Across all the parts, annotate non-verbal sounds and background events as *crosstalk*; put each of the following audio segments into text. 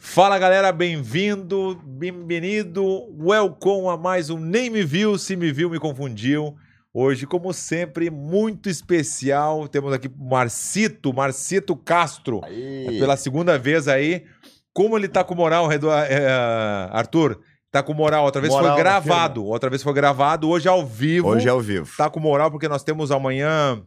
Fala galera, bem-vindo, bem-vindo, welcome a mais um Nem Me Viu, Se Me Viu Me Confundiu. Hoje, como sempre, muito especial, temos aqui Marcito, Marcito Castro, É Aí. pela segunda vez aí. Como ele tá com moral, Redu- eh, Arthur? Tá com moral, outra vez Moral foi na gravado, outra vez foi gravado, hoje ao vivo. Hoje é ao vivo. Tá com moral porque nós temos amanhã,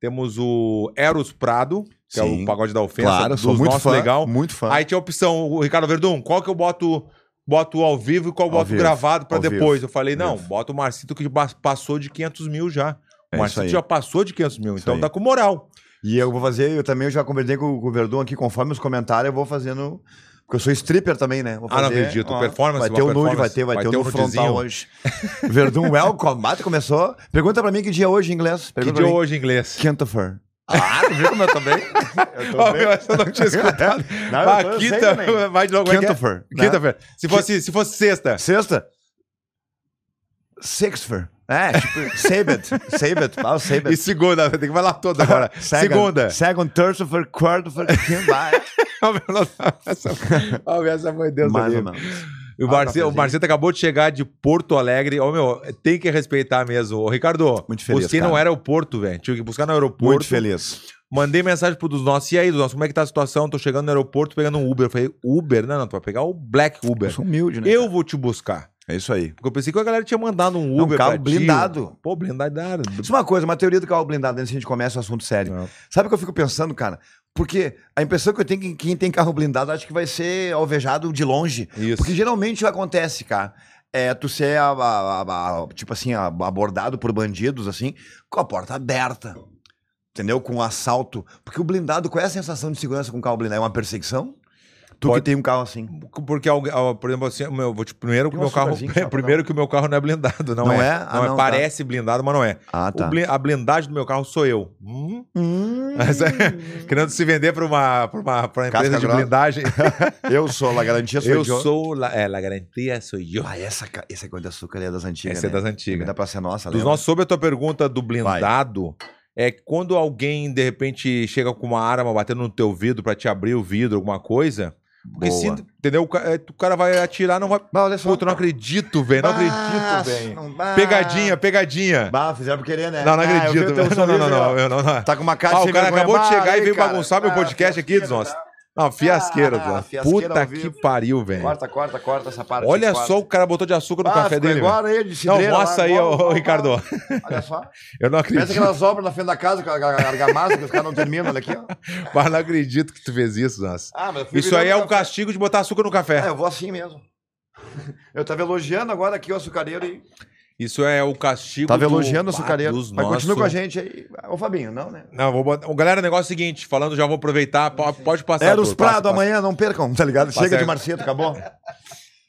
temos o Eros Prado, que é Sim. o pagode da ofensa, Claro, sou dos muito nossos fã. legal. Muito fã. Aí tinha a opção, o Ricardo Verdun, qual que eu boto boto ao vivo e qual eu Ao boto vivo, gravado pra ao depois? vivo, Eu falei, ao não, vivo. bota o Marcito que ba- passou de 500 mil já. É O isso Marcito aí. já passou de 500 mil, Isso então aí. tá com moral. E eu vou fazer, eu também já combinei com o Verdun aqui, conforme os comentários, eu vou fazendo. Porque eu sou stripper também, né? Vou Ah, não fazer- acredito. ó, Performance, Vai uma ter o nude, performance. vai ter, vai, ter, o um nude frontal nudezinho. hoje. Verdun, welcome. Mata começou. Pergunta pra mim que dia é hoje em inglês. Que Pergunta dia pra mim. hoje em inglês? Quinta-feira. Ah, tu viu como eu também? *laughs* *laughs* Eu Ó, meu, essa eu *laughs* não *laughs* tinha escutado. Não, É, eu tô- eu sei Paquita, *laughs* também. vai de novo. como é que é? Quinta-feira. né? Quinta-feira. Se fosse, se fosse sexta. Sexta? Sexta-feira. É, tipo, Sabbath. Sabbath. Fala Sabbath. E segunda, tem que falar *laughs* toda agora. *laughs* Segunda. Second, Thursday, for quarto, for quinto. vai. essa, essa foi Deus Mais do ou livre. menos. E O Marcelo, o Ah, cafezinho. Marcelo acabou de chegar de Porto Alegre. Ô, meu, tem que respeitar mesmo. Ô, Ricardo, Muito feliz, busquei no cara. aeroporto, velho. Tive que buscar no aeroporto. Muito feliz. Mandei mensagem pro dos nossos. E aí, dos nossos, como é que tá a situação? Tô chegando no aeroporto, pegando um Uber. Eu falei, Uber? Não, não, tu vai pegar o Black Eu Uber. sou humilde, né? Eu vou te buscar. É isso aí. Porque eu pensei que a galera tinha mandado um É Uber um carro pra ti. blindado. Pô, blindado. Isso um é uma coisa, uma teoria do carro blindado, antes que a gente começa o assunto sério. Não. Sabe o que eu fico pensando, cara? Porque a impressão que eu tenho é que quem tem carro blindado acha que vai ser alvejado de longe. Isso. Porque geralmente acontece, cara. É tu ser, a- a- a- a- tipo assim, a- abordado por bandidos, assim, com a porta aberta. Entendeu? Com um assalto. Porque o blindado, qual é a sensação de segurança com o carro blindado? É uma perseguição? Tu Pode- que tem um carro assim. Porque, alguém- ó, por exemplo, assim, meu, eu vou te, primeiro que o Tem um meu carro. *laughs* superzinho que dá pra Primeiro que o meu carro não é blindado, não, Não é. é? Ah, não é. não, tá. Parece blindado, mas não é. Ah, O bli- a blindagem do meu carro sou eu. Hum? Hum, Mas, querendo se vender para uma, pra uma, pra uma Casca empresa de grossa. blindagem. *laughs* eu sou, a garantia sou eu *laughs* eu. sou. La, é, la garantia sou eu. Ah, essa, ca- essa coisa de açúcar é das antigas. Essa é né? tá das Também antigas. Dá pra ser nossa, Dos lembra? nossos, sobre a tua pergunta do blindado, é que quando alguém, de repente, chega com uma arma batendo no teu vidro para te abrir o vidro, alguma coisa. Porque Boa. se. Entendeu? O ca- é, o cara vai atirar, não vai. Bah, olha só. Puta, não acredito, velho. Não acredito, velho. Pegadinha, pegadinha. Bah, fizeram pra querer, né? Não, não Ah, eu vi acredito. o teu *laughs* não, não, sorriso, ó. não, eu não, não. Tá com uma cara Ah, o sem cara vergonha. acabou de Bah, chegar e aí, veio cara. bagunçar meu Ah, podcast aqui, dos nossos. Não, fiasqueira, Ah, Zé. fiasqueira Puta ao que vivo. pariu, velho. Corta, corta, corta essa parte. Olha corta. só, o cara botou de açúcar no Ah, café ficou dele. velho. Agora ele de Não, cidreira mostra lá, aí, bora, ô, bora, Ricardo. bora. Olha só. Eu não Parece acredito. aquelas obras na frente da casa com a gar- argamassa que os caras não terminam. Olha aqui, ó. *laughs* Mas não acredito que tu fez isso, Zé. Ah, mas eu fui Isso aí é virando o castigo de botar açúcar no Ah, café. eu vou assim mesmo. Eu tava elogiando agora aqui o açucareiro e. Isso é o castigo Tava do- elogiando o Ah, açucareiro. dos Mas continua nossos. com a gente aí. Ô, Fabinho, não, né? Não, vou botar... Ô, Galera, o negócio é o seguinte, falando, já vou aproveitar, po- pode passar. Era os Arthur, passa, Prado passa. amanhã, não percam, tá ligado? Passa Chega aí. de Marceto, acabou?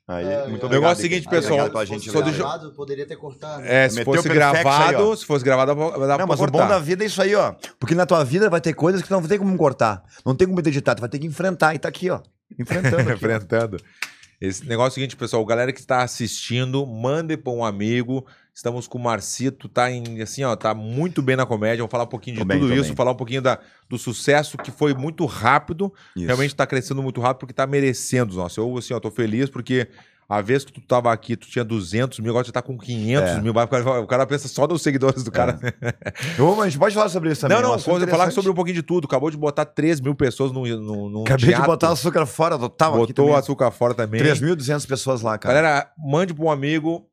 Aí, muito O obrigado. negócio é o seguinte, Igor. pessoal, Obrigado pela gente, só obrigado. deixa- Gravado, poderia ter cortado. É, se Meteu fosse perfect aí, gravado, ó. se fosse gravado, dá Tá pra, dá Não, pra mas o cortar. bom da vida é isso aí, ó. Porque na tua vida vai ter coisas que tu não tem como cortar. Não tem como editar, tu vai ter que enfrentar. E tá aqui, ó. *laughs* Enfrentando. aqui. enfrentando. Esse negócio é o seguinte, pessoal, galera que está assistindo, mande para um amigo. Estamos com o Marcito, tá em assim, ó, tá muito bem na comédia. Vamos falar um pouquinho de Tô bem, tudo tô isso, bem. falar um pouquinho da, do sucesso que foi muito rápido. Isso. Realmente está crescendo muito rápido porque está merecendo, nossa. Eu assim, ó, tô feliz porque a vez que tu tava aqui, tu tinha 200 mil, agora tu tá com 500 É. mil. Vai, O cara, o cara pensa só nos seguidores do cara. Ô, mas a gente pode falar sobre isso também. Não, não, é um assunto vamos falar interessante. sobre um pouquinho de tudo. Acabou de botar 3 mil pessoas num, num, num Acabei teatro. de botar o açúcar fora total aqui Botou também. açúcar fora também. 3.200 pessoas lá, cara. Galera, mande para um amigo,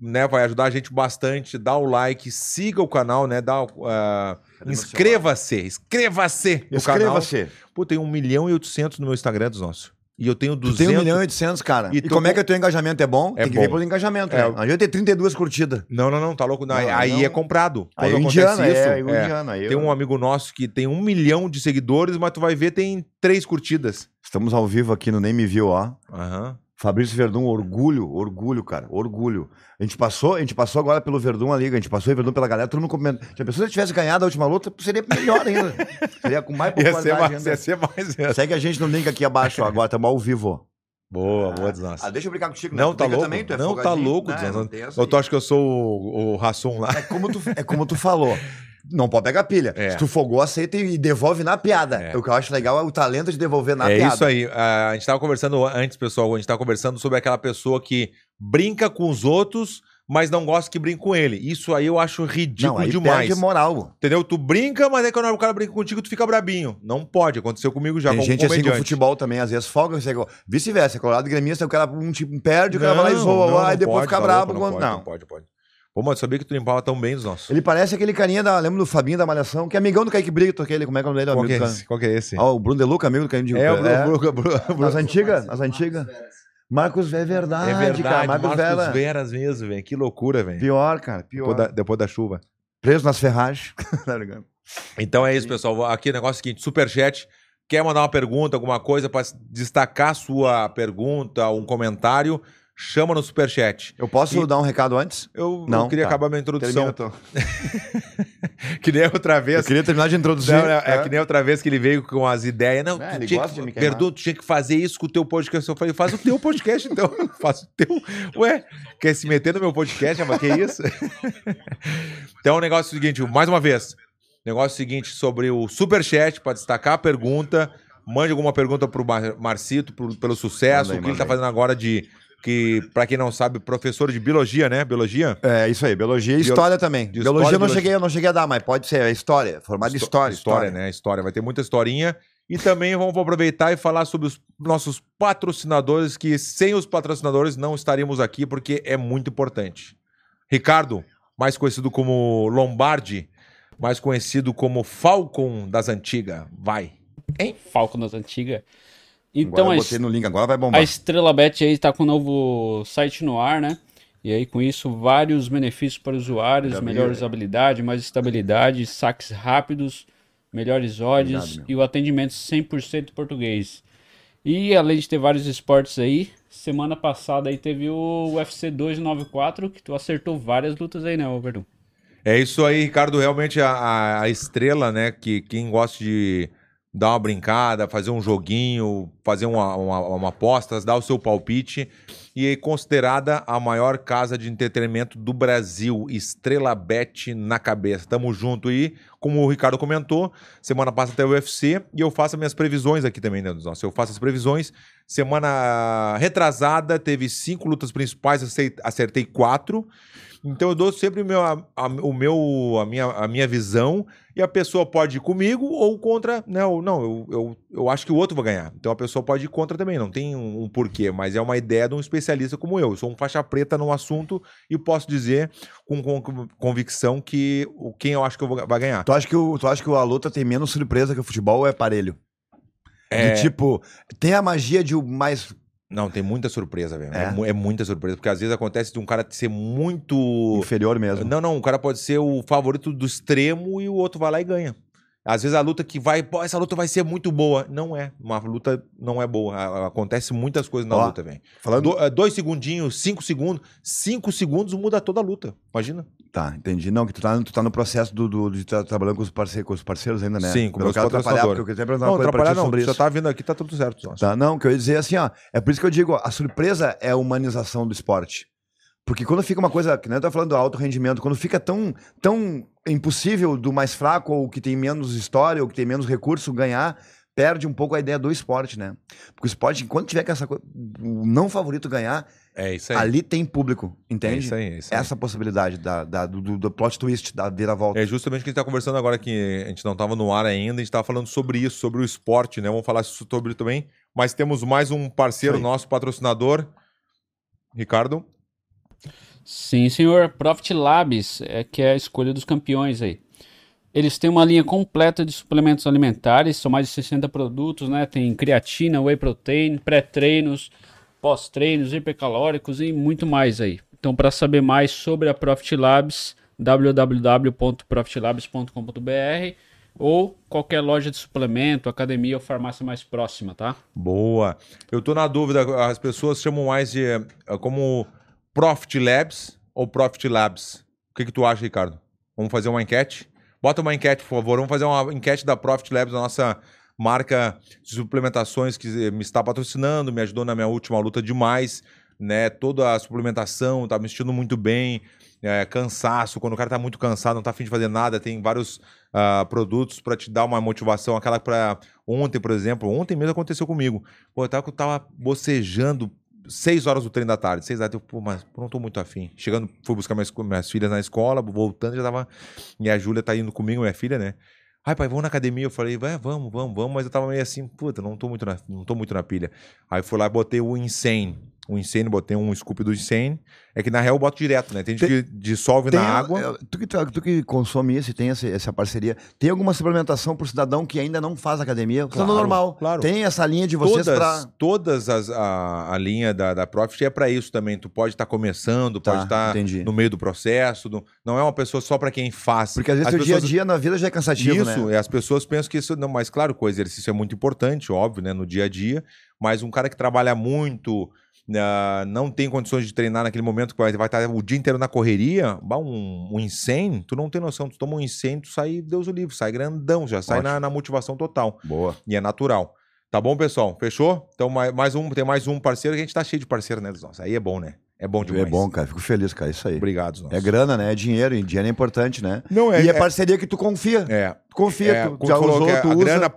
né? Vai ajudar a gente bastante. Dá o like, siga o canal, né? Dá, o- ah, Cadê meu inscreva-se, inscreva-se no canal. Inscreva-se. Pô, tem 1 milhão e 800 no meu Instagram dos nossos. E eu tenho Tu tem 200. 1 milhão e 800, cara. E E, tô como é com- que o teu engajamento é bom? É tem que bom. ver pelo engajamento, É. né? Não adianta ter 32 curtidas. Não, não, não, tá louco. Não, Não, aí aí é não- comprado. Aí Quando o acontece indiano, isso, é, aí o é. indiano. Aí Tem eu- um amigo nosso que tem um milhão de seguidores, mas tu vai ver, tem três curtidas. Estamos ao vivo aqui no Nem Me Viu, ó. Aham. Fabrício Verdun, orgulho, orgulho, cara, orgulho. A gente passou, a gente passou agora pelo Verdun ali, a gente passou o Verdun pela galera, todo mundo comentando. Se a pessoa tivesse ganhado a última luta, seria melhor ainda. *laughs* seria com mais Ia ser popularidade mais, ia ainda. ser mais. essa. Segue a gente no link aqui abaixo, ó, agora estamos ao vivo. Boboa, boa desgraça. Ah, deixa eu brincar contigo. Não, Tu tá brinca louco. tu é não, tá folgadinho. louco, Não, Deus. não tem essa Eu tô, aí. acho que eu sou o, o Rassum lá. é, como tu, é como tu falou. Não pode pegar pilha. É. Se tu fogou, aceita e devolve na piada. É. O que eu acho legal é o talento de devolver na é piada. isso aí. Ah, a gente tava conversando antes, pessoal. A gente tava conversando sobre aquela pessoa que brinca com os outros, mas não gosta que brinque com ele. Isso aí eu acho ridículo Não, aí demais. perde moral. Entendeu? Tu brinca, mas aí quando o cara brinca contigo, tu fica brabinho. Não pode. Aconteceu comigo já Tem como gente assim com comediante. futebol também, às vezes folga, você- é vice-versa, Colorado e Gremista, o cara um time perde, o cara vai lá e zoa, lá, e depois pode, fica tá brabo. louco, quando... Não, pode, não. não pode, pode. Pô, mano, eu sabia que tu limpava tão bem os nossos. Ele parece aquele carinha da. Lembra do Fabinho da Malhação, que é amigão do Kaique Brito, aquele. Como é que é o nome dele? Qual amigo que é do esse? Qual que é esse? cara? Ó, o Bruno Deluca, amigo do Kaique Brito. É, o Bru- Bru- Bru- Bru- Nas antigas, nas antigas. Marcos é verdade, É verdade, cara. Marcos, Marcos Vera. Veras mesmo, velho. Que loucura, velho. Pior, cara. Pior. Depois da, depois da chuva. Preso nas ferragens. *laughs* Tá ligado? Então é isso, pessoal. Aqui o negócio é o seguinte: superchat. Quer mandar uma pergunta, alguma coisa pra destacar a sua pergunta, um comentário? Chama no superchat. eu posso E- dar um recado antes? Eu, Não, eu queria tá. acabar minha Termina, introdução. tô. *laughs* Que nem outra Eu vez. queria terminar de introduzir. né? Não, não, é que nem outra vez que ele veio com as ideias. Não, É, tu ele tinha gosta que, de me queimar. Verdun, tu tinha que fazer isso com o teu podcast. Eu falei, faz o teu podcast então. *laughs* faz o teu. Ué, quer se meter no meu podcast? Ah, Mas que isso? *laughs* então o negócio é o seguinte, mais uma vez. Negócio é o seguinte sobre o superchat, para destacar a pergunta. Mande alguma pergunta pro Mar Marcito pro- pelo sucesso, Manda aí, o que ele manda tá aí. fazendo agora de. Que, pra quem não sabe, professor de biologia, né? Biologia? É, isso aí. Biologia e Bio- história também. de biologia história, eu não, biologia. Cheguei, eu não cheguei a dar, mas pode ser. É história. Formado de história. história, né? História. Vai ter muita historinha. E também vamos aproveitar e falar sobre os nossos patrocinadores, que sem os patrocinadores não estaríamos aqui, porque é muito importante. Ricardo, mais conhecido como Lombardi, mais conhecido como Falcon das Antigas. Vai. Falcon das antigas. Então, Então agora a, eu botei no link, agora vai a bombar. Estrela Bet aí está com um novo site no ar, né? E aí com isso vários benefícios para usuários, Já vi, melhor velho. usabilidade, mais estabilidade, saques rápidos, melhores odds Obrigado, meu. e o atendimento 100% português. E além de ter vários esportes aí, semana passada aí teve o UFC 294 que tu acertou várias lutas aí, né, Overdun? É isso aí, Ricardo. Realmente a- a, a estrela, né? Que quem gosta de dar uma brincada, fazer um joguinho, fazer uma, uma, uma aposta, dar o seu palpite. E é considerada a maior casa de entretenimento do Brasil. Estrela Bet na cabeça. Tamo junto aí. Como o Ricardo comentou, semana passa até o UFC e eu faço minhas previsões aqui também, né, dos nossos. Eu faço as previsões. Semana retrasada teve cinco lutas principais, acei- acertei quatro. Então eu dou sempre o meu, a, a- o meu, a, minha, a minha visão e a pessoa pode ir comigo ou contra. Né, ou, não, eu, eu, eu acho que o outro vai ganhar. Então a pessoa pode ir contra também, não tem um, um porquê, mas é uma ideia de um especialista como eu. Eu sou um faixa preta no assunto e posso dizer com, com- convicção que o- quem eu acho que eu vou, vai ganhar. Tu acha, que o, tu acha que a luta tem menos surpresa que o futebol ou é parelho? É. De tipo, tem a magia de o mais Não, tem muita surpresa, velho. É. É? mu- é muita surpresa, porque às vezes acontece de um cara ser muito. inferior mesmo. Não, não, o cara pode ser o favorito do extremo e o outro vai lá e ganha. Às vezes a luta que vai, pô, essa luta vai ser muito boa. Não é. Uma luta não é boa. A- a- Acontece muitas coisas na Ó, luta, velho. Falando. Do- eh, dois segundinhos, cinco segundos. Cinco segundos muda toda a luta. Imagina? Tá, entendi. Não, que tu tá, tu tá no processo do, do- de estar trabalhando com os, parceiros, com os parceiros ainda, né? Sim, com Pelo meus caso, atrapalhar, patrocinadores. porque eu queria até perguntar Não, uma coisa pra atrapalhar ti não. sobre Já isso. tá vindo aqui, tá tudo certo. Só. Tá, não, que eu ia dizer assim, ó. É por isso que eu digo, ó, a surpresa é a humanização do esporte. Porque quando fica uma coisa, que nem eu tava falando do alto rendimento, quando fica tão, tão impossível do mais fraco, ou que tem menos história, ou que tem menos recurso ganhar, perde um pouco a ideia do esporte, né? Porque o esporte, enquanto tiver com essa coisa, o não favorito ganhar, É isso aí. ali tem público, entende? É isso aí, é isso aí. Essa possibilidade da, da- do, do- do plot twist, da viravolta. É justamente o que a gente está conversando agora, que a gente não estava no ar ainda, a gente estava falando sobre isso, sobre o esporte, né? Vamos falar sobre isso também. Mas temos mais um parceiro Isso aí. nosso, patrocinador. Ricardo, Sim, senhor. Profit Labs é que é a escolha dos campeões aí. Eles têm uma linha completa de suplementos alimentares, são mais de 60 produtos, né? Tem creatina, whey protein, pré-treinos, pós-treinos, hipercalóricos e muito mais aí. Então, para saber mais sobre a Profit Labs, www.profitlabs.com.br ou qualquer loja de suplemento, academia ou farmácia mais próxima, tá? boa. Eu tô na dúvida, as pessoas chamam mais de eh, como Profit Labs ou Profit Labs. O que, que tu acha, Ricardo? Vamos fazer uma enquete? Bota uma enquete, por favor. Vamos fazer uma enquete da Profit Labs, a nossa marca de suplementações que eh, me está patrocinando, me ajudou na minha última luta demais, né? Toda a suplementação, tá me sentindo muito bem. é, cansaço, quando o cara tá muito cansado, não tá afim de fazer nada, tem vários ah, produtos pra te dar uma motivação. Aquela pra ontem, por exemplo, ontem mesmo aconteceu comigo. Pô, eu tava, eu tava bocejando seis horas do trem da tarde, seis da tarde, eu, pô, mas não tô muito afim. Chegando, fui buscar minhas, minhas filhas na escola, voltando, já tava. E a Júlia tá indo comigo, minha filha, né? Ai, pai, vamos na academia. Eu falei, vai, vamos, vamos, vamos, mas eu tava meio assim, puta, não tô muito na, não tô muito na pilha. Aí fui lá e botei o Insane. O Insane, botei um scoop do Insane. É que na real eu boto direto, né? Tem gente que dissolve Tem- é, na água. eu- Tu que, tra- tu que consome isso e tem essa, essa parceria, tem alguma suplementação pro cidadão que ainda não faz academia? Claro, normal. claro. Tem essa linha de vocês Todas, pra. todas as, a, a linha da, da Profit é pra isso também. Tu pode estar começando, Tá, pode estar entendi. no meio do processo. do- não é uma pessoa só pra quem faz. Porque às vezes As o dia a pessoas- dia na vida já é cansativo, Isso, né? e as pessoas pensam que isso. Não, mas claro que o exercício é muito importante, óbvio, né? No dia a dia. Mas um cara que trabalha muito, ah, não tem condições de treinar naquele momento, que vai, vai estar o dia inteiro na correria, bah, um, um incêndio, tu não tem noção. Tu toma um incêndio, tu sai, Deus o livre, sai grandão, já sai na, na motivação total. Boa. E é natural. Tá bom, pessoal? Fechou? Então, mais, mais um, tem mais um parceiro que a gente tá cheio de parceiro, né, dos nossos? Aí é bom, né? É bom demais. É bom, cara. Fico feliz, cara. Isso aí. Obrigado, nossos. É grana, né? É dinheiro. E dinheiro é importante, né? Não, é- E é, é- parceria que tu confia. É, Tu confia, É, tu como já tu falou, usou, que a tu usa. grana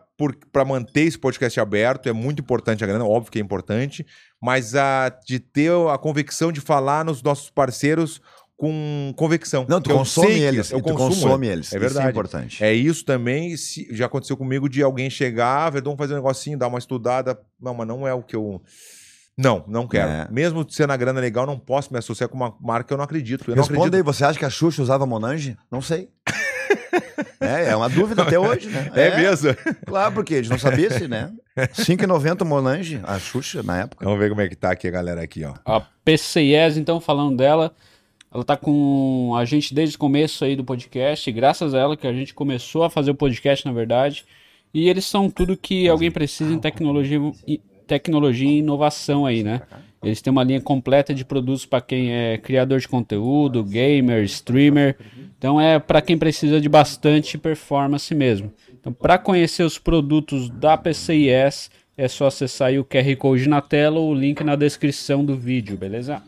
para manter esse podcast aberto é muito importante a grana, óbvio que é importante, mas a de ter a convicção de falar nos nossos parceiros com convicção. Não, tu Que eu consome sei que eles. eu tu consumo, consome né? eles. É verdade. Isso é importante. É isso também, se- já aconteceu comigo de alguém chegar, Verdão, vamos fazer um negocinho, dar uma estudada. Não, mas não é o que eu. Não, não quero. É. Mesmo sendo a grana legal, não posso me associar com uma marca que eu não acredito. Eu não Responda acredito. aí, você acha que a Xuxa usava Monange? *laughs* Não sei. é, é uma dúvida até hoje, né? É, mesmo? *laughs* Claro, porque a gente não sabia se, né? 5,90 Monange, a Xuxa, na época. Vamos ver como é que tá aqui a galera aqui, ó. A PCIES, então, falando dela, ela tá com a gente desde o começo aí do podcast, e graças a ela que a gente começou a fazer o podcast, na verdade. E eles são tudo que alguém precisa em tecnologia e, tecnologia e inovação aí, né? Eles têm uma linha completa de produtos para quem é criador de conteúdo, gamer, streamer. Então é para quem precisa de bastante performance mesmo. Então, para conhecer os produtos da PCIS, é só acessar aí o QR Code na tela ou o link na descrição do vídeo, beleza?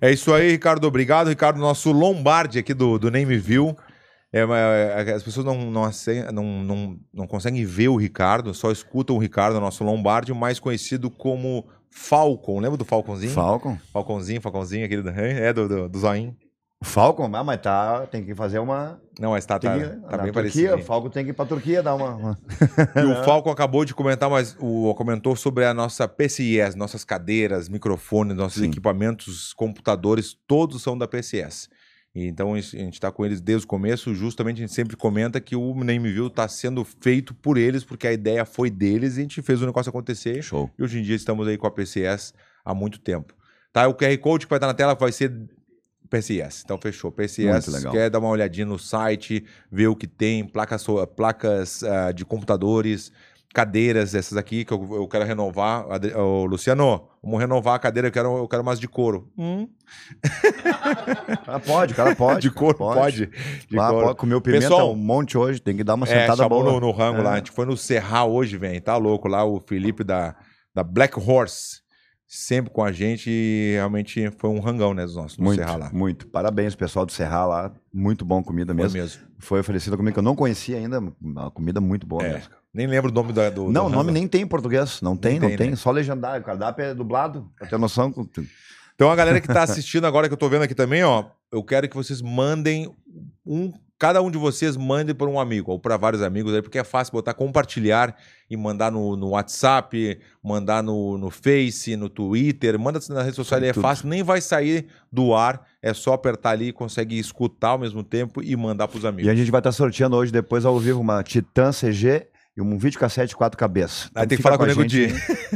É isso aí, Ricardo. Obrigado, Ricardo. Nosso Lombardi aqui do, do Name View. É, mas, é, as pessoas não, não, acen- não, não, não conseguem ver o Ricardo, só escutam o Ricardo, nosso Lombardi, mais conhecido como Falcon. Lembra do Falconzinho? Falcon? Falconzinho, Falconzinho, aquele do, é, do, do, do Zoinho. Falcon? Ah, mas tá, tem que fazer uma... Não, mas tá, Tem tá, que, tá na bem Turquia, parecido. o Falcon tem que ir pra Turquia dar uma... uma- E o Falcon acabou de comentar, mas o, comentou sobre a nossa PCIS, nossas cadeiras, microfones, nossos Sim. equipamentos, computadores, todos são da PCS. E Então isso- a gente está com eles desde o começo. Justamente a gente sempre comenta que o NameView está tá sendo feito por eles, porque a ideia foi deles e a gente fez o negócio acontecer. Show. E hoje em dia estamos aí com a PCS há muito tempo. Tá, o QR Code que vai estar na tela vai ser PCS. Então fechou. PCS Muito legal. quer dar uma olhadinha no site, ver o que tem, placas, so- placas ah, de computadores, cadeiras, essas aqui que eu, eu quero renovar. Adri- Ô, Luciano, vamos renovar a cadeira, eu quero, eu quero umas de couro. Hum, O cara pode, o cara *laughs* pode. de cara, couro, pode. De Lá, couro. pode comeu pimenta Pessoal, um monte hoje, tem que dar uma É, sentada chamou boa. no, no rango É. lá. A gente foi no Serral hoje, velho. Tá louco lá, o Felipe da, da Black Horse. Sempre com a gente e realmente foi um rangão, né, dos nossos, no Muito, Serra lá. muito. Parabéns, pessoal do Serra lá. Muito bom comida Foi mesmo. mesmo. Foi oferecida comida que eu não conhecia ainda, uma comida muito boa É. mesmo. Nem lembro o nome da, do. Não, do o nome rango. nem tem em português. Não tem, não tem, tem. né? Só legendário. O cardápio é dublado. Pra ter noção. Então a galera *laughs* que tá assistindo agora, que eu tô vendo aqui também, ó, eu quero que vocês mandem um. Cada um de vocês mande para um amigo ou para vários amigos aí, porque é fácil botar compartilhar e mandar no, no WhatsApp, mandar no, no Face, no Twitter, manda na rede social, Em é tudo. fácil, nem vai sair do ar, é só apertar ali, consegue escutar ao mesmo tempo e mandar pros amigos. E a gente vai estar sorteando hoje, depois ao vivo, uma Titan CG e um videocassete quatro cabeças. Aí tem que falar com o Nego Di.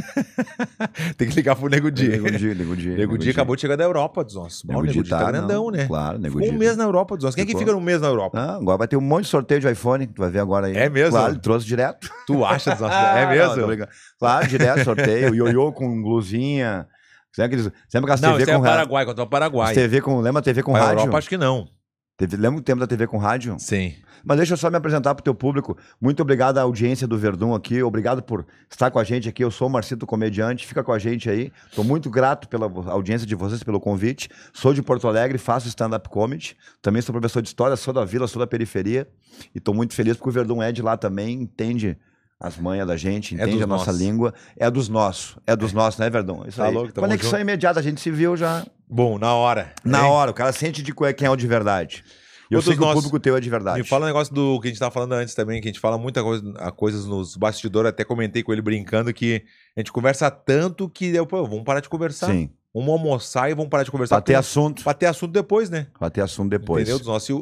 *laughs* Tem que ligar pro Nego Di. Nego Di, Nego Di. Nego Di acabou de chegar da Europa, dos nossos. Bom, O Nego Di tá, grandão, não, né? Claro, Nego Ficou um Di. mês na Europa, dos nossos. Quem é que Ficou. fica um mês na Europa? Ah, agora vai ter um monte de sorteio de iPhone, tu vai ver agora aí. É mesmo? Claro, ele trouxe direto. *laughs* Ah, Tu acha dos nossos. *laughs* É Não, tô mesmo? brincando. claro, direto, sorteio. Ioiô com blusinha. Sempre, aqueles, sempre com as Não, TV isso é com Paraguai, contra o As Paraguai. TV com, lembra a TV com Mas a rádio? Europa acho que não. Teve, lembra o tempo da TV com rádio? Sim. Mas deixa eu só me apresentar pro teu público. Muito obrigado à audiência do Verdun aqui. Obrigado por estar com a gente aqui. Eu sou o Marcito Comediante. Fica com a gente aí. Tô muito grato pela vo- audiência de vocês, pelo convite. Sou de Porto Alegre, faço stand-up comedy. Também sou professor de história, sou da vila, sou da periferia. E tô muito feliz porque o Verdun é de lá também, entende as manhas da gente, É entende dos a nossa nossos. língua. É dos nossos. É dos nossos, né, Verdun? Isso Tá É? aí. louco, tamo Conexão junto. imediata, a gente se viu já Bom, na hora. na hein? hora. O cara sente de qual é- quem é o de verdade. E eu Outros sei que o Um nossos- público teu é de verdade. Me fala um negócio do que a gente tava falando antes também, que a gente fala muita coisa, a coisas nos bastidores, até comentei com ele brincando que a gente conversa tanto que eu, pô, vamos parar de conversar. Sim. Vamos almoçar e vamos parar de conversar. Pra ter porque- assunto. pra ter assunto depois, né? Pra ter assunto depois. Entendeu? Dos nossos. E o,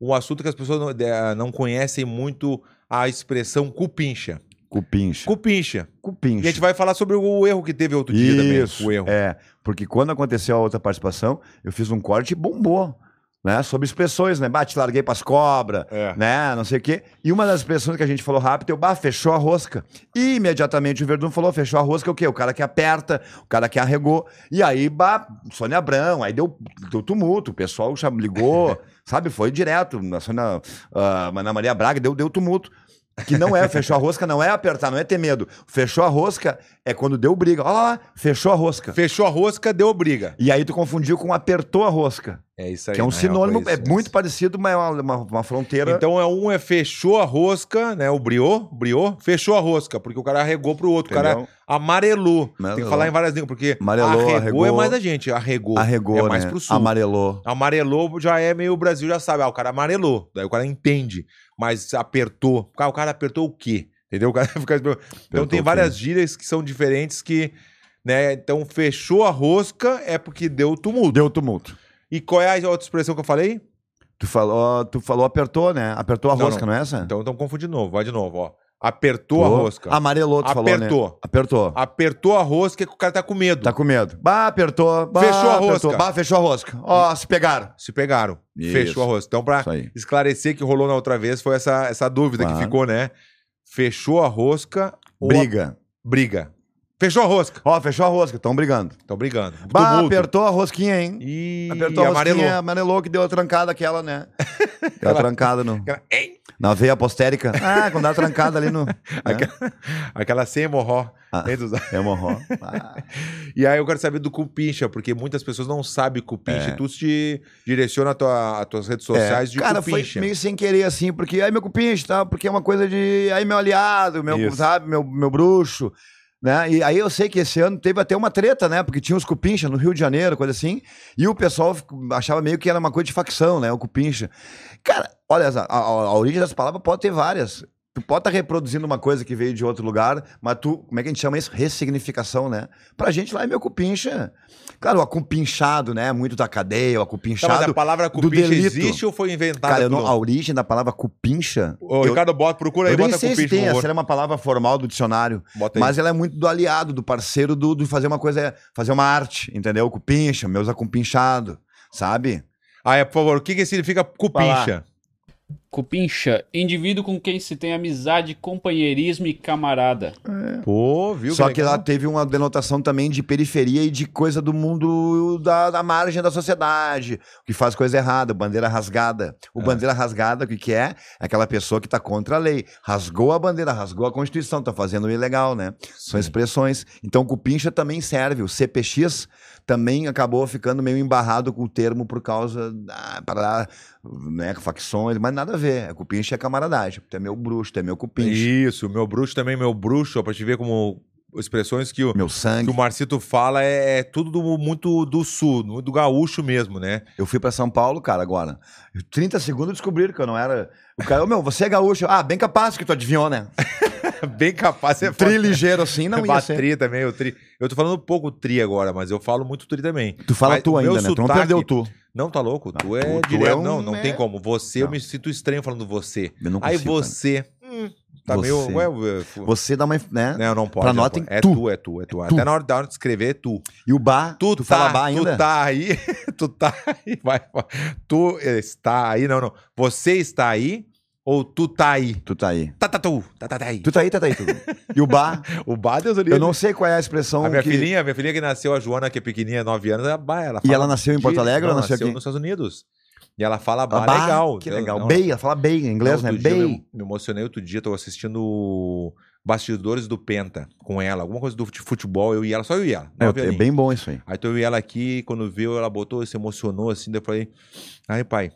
o, o assunto que as pessoas não, de- ah, não conhecem muito a expressão cupincha. Cupincha. Cupincha. E Cupincha. a gente vai falar sobre o erro que teve outro dia também. Isso. O erro. É, porque quando aconteceu a outra participação, eu fiz um corte e bombou. Né? Sobre expressões, né? Bate, larguei pras cobras, É. né? Não sei o quê. E uma das expressões que a gente falou rápido é o bah, fechou a rosca. E imediatamente o Verdun falou: fechou a rosca é o quê? O cara que aperta, o cara que arregou. E aí, bah, Sônia Abrão, aí deu, deu tumulto, o pessoal já *laughs* ligou, sabe? Foi direto. A Sônia, ah, Ana Maria Braga deu, deu tumulto. Que não é, fechou a rosca não é apertar, não é ter medo. Fechou a rosca é quando deu briga. Olha lá, fechou a rosca. Fechou a rosca, deu briga. E aí tu confundiu com apertou a rosca, É isso aí. que é um na real, sinônimo, foi é isso, muito isso. parecido, mas é uma, uma, uma fronteira. Então é um é fechou a rosca, né? O briô, briô, fechou a rosca, porque o cara arregou pro outro, o Entendeu? cara amarelou. Tem que Amarelou. falar em várias línguas, porque Amarelou, arregou, é arregou. mais da gente, arregou. arregou, é mais né? pro sul. Amarelou. Amarelou já é meio o Brasil já sabe, ah, o cara amarelou, daí o cara entende, mas apertou. Ah, o cara apertou o quê? Entendeu? O cara *laughs* fica Então Apertou tem o várias gírias que são diferentes que né, então fechou a rosca é porque deu tumulto. Deu tumulto. E qual é a outra expressão que eu falei? Tu falou, tu falou apertou, né? Apertou a Não, rosca, não, é essa? Então, então confunde de novo, vai de novo, ó. Apertou a Pô, rosca. Amarelou, tu falou, né? Apertou. Apertou. Apertou a rosca é que o cara tá com medo. Tá com medo. Bah, apertou. Bah, Fechou a apertou. rosca. Bah, fechou a rosca. Ó, se pegaram. Se pegaram. Isso. Fechou a rosca. Então, pra Isso aí. esclarecer que rolou na outra vez, foi essa, essa dúvida que Claro. ficou, né? Fechou a rosca ou a- Briga. briga. Fechou a rosca. Ó, fechou a rosca, estão brigando. Estão brigando. Bah, Tumulto. apertou a rosquinha, hein? E Apertou a amarelou. rosquinha, amarelou que deu a trancada *laughs* aquela, né? Deu a trancada no... Aquela, Ei! Na veia postérica. Ah, quando dá a trancada *laughs* ali no... Né? Aquela, aquela sem hemorró. Ah. Dentro dos- Hemorró. Ah, E aí eu quero saber do cupincha, porque muitas pessoas não sabem cupincha. É. E tu te direciona a tua- as tuas redes é. sociais de Cara, cupincha. foi meio sem querer, assim, porque... Aí meu cupincha, tá? Porque é uma coisa de... Aí meu aliado, meu, Isso. sabe? Meu, meu bruxo. Né? E aí eu sei que esse ano teve até uma treta, né? Porque tinha os cupincha no Rio de Janeiro, coisa assim. E o pessoal fic- achava meio que era uma coisa de facção, né? O cupincha. Cara, olha, a, a- a origem das palavras pode ter várias. Tu pode estar reproduzindo uma coisa que veio de outro lugar, mas tu, como é que a gente chama isso? Ressignificação, né? Pra gente lá é meu cupincha. Claro, o acupinchado, né? Muito da cadeia, Tá, mas a o acupinchado. palavra do cupincha delito. existe ou foi inventada? Cara, eu não- pelo- a origem da palavra cupincha. Ô, Ricardo, bota, procura aí, eu nem bota sei se cupincha, tem, por essa favor. era uma palavra formal do dicionário. Bota aí. Mas ela é muito do aliado, do parceiro, do, do fazer uma coisa, fazer uma arte, entendeu? Cupincha, meus acupinchado, sabe? Ah, é, por favor, o que que significa cupincha? Cupincha, indivíduo com quem se tem amizade, companheirismo e camarada. Pô, viu? é Só que legal? ela teve uma denotação também de periferia e de coisa do mundo da, da margem da sociedade, que faz coisa errada, bandeira rasgada. O É. bandeira rasgada, o que, que é? É Aquela pessoa que tá contra a lei. Rasgou a bandeira, rasgou a Constituição, tá fazendo o ilegal, né? São expressões. Então, cupincha também serve. O CPX também acabou ficando meio embarrado com o termo por causa da para, né, facções, mas nada a ver. Cupincha é camaradagem. Tu é meu bruxo, tu é meu cupincha, Isso, meu bruxo também, meu bruxo, ó, pra te ver como expressões que o, meu que sangue. o Marcito fala é, é tudo do- muito do sul, muito do gaúcho mesmo, né? *laughs* Eu fui pra São Paulo, cara, agora. 30 segundos descobriram que eu não era. O cara, ô meu, você é gaúcho. Ah, bem capaz que tu adivinhou, né? Bem capaz, você Tri ligeiro assim, *laughs* não ia ser. Batri também, o tri. Eu tô falando um pouco tri agora, mas eu falo muito tri também. Tu fala Mas tu o meu ainda, né? Tu não sotaque- perdeu tu. Não, tá louco? Não, tu é tu- tu direto. é um- não, não é- tem como. Você, eu Não. me sinto estranho falando você. Eu não Aí consigo, cara. você. hum, tá Você. meio. Ué, ué, fu- Você dá uma. Né? Não, não pode. Pra não nota pode. em é tu. tu, é tu, é tu. tu. Até na hora, da hora de escrever é tu. E o bar, tu, tá, fala bar ainda? Tu tá aí, *laughs* tu tá aí, vai, vai. Tu está aí, não, não. Você está aí ou tu tá aí? Tu tá aí. Tá, tá, tu, tá, tá, tá aí. Tu tá aí, tá, tá aí. Tu. E *laughs* o bar, O bar, Deus eu não sei qual é a expressão A minha que. filhinha, minha filhinha que nasceu, a Joana, que é pequenininha, 9 anos, ela, bah, ela E fala ela nasceu em Porto de- Alegre ou não, nasceu nasceu aqui? nos Estados Unidos. E ela fala bah, Bah, legal. Que Ela- legal. ela- Bay, ela fala Bay em inglês, Não, né? outro dia eu Bay. me- me emocionei outro dia, tô assistindo Bastidores do Penta com ela, alguma coisa do fute- futebol, eu e ela, só eu e ela. É, nove é aninhos. bem bom isso aí. Aí tô eu e ela aqui, quando viu, ela botou, se emocionou assim, daí eu falei, aí pai,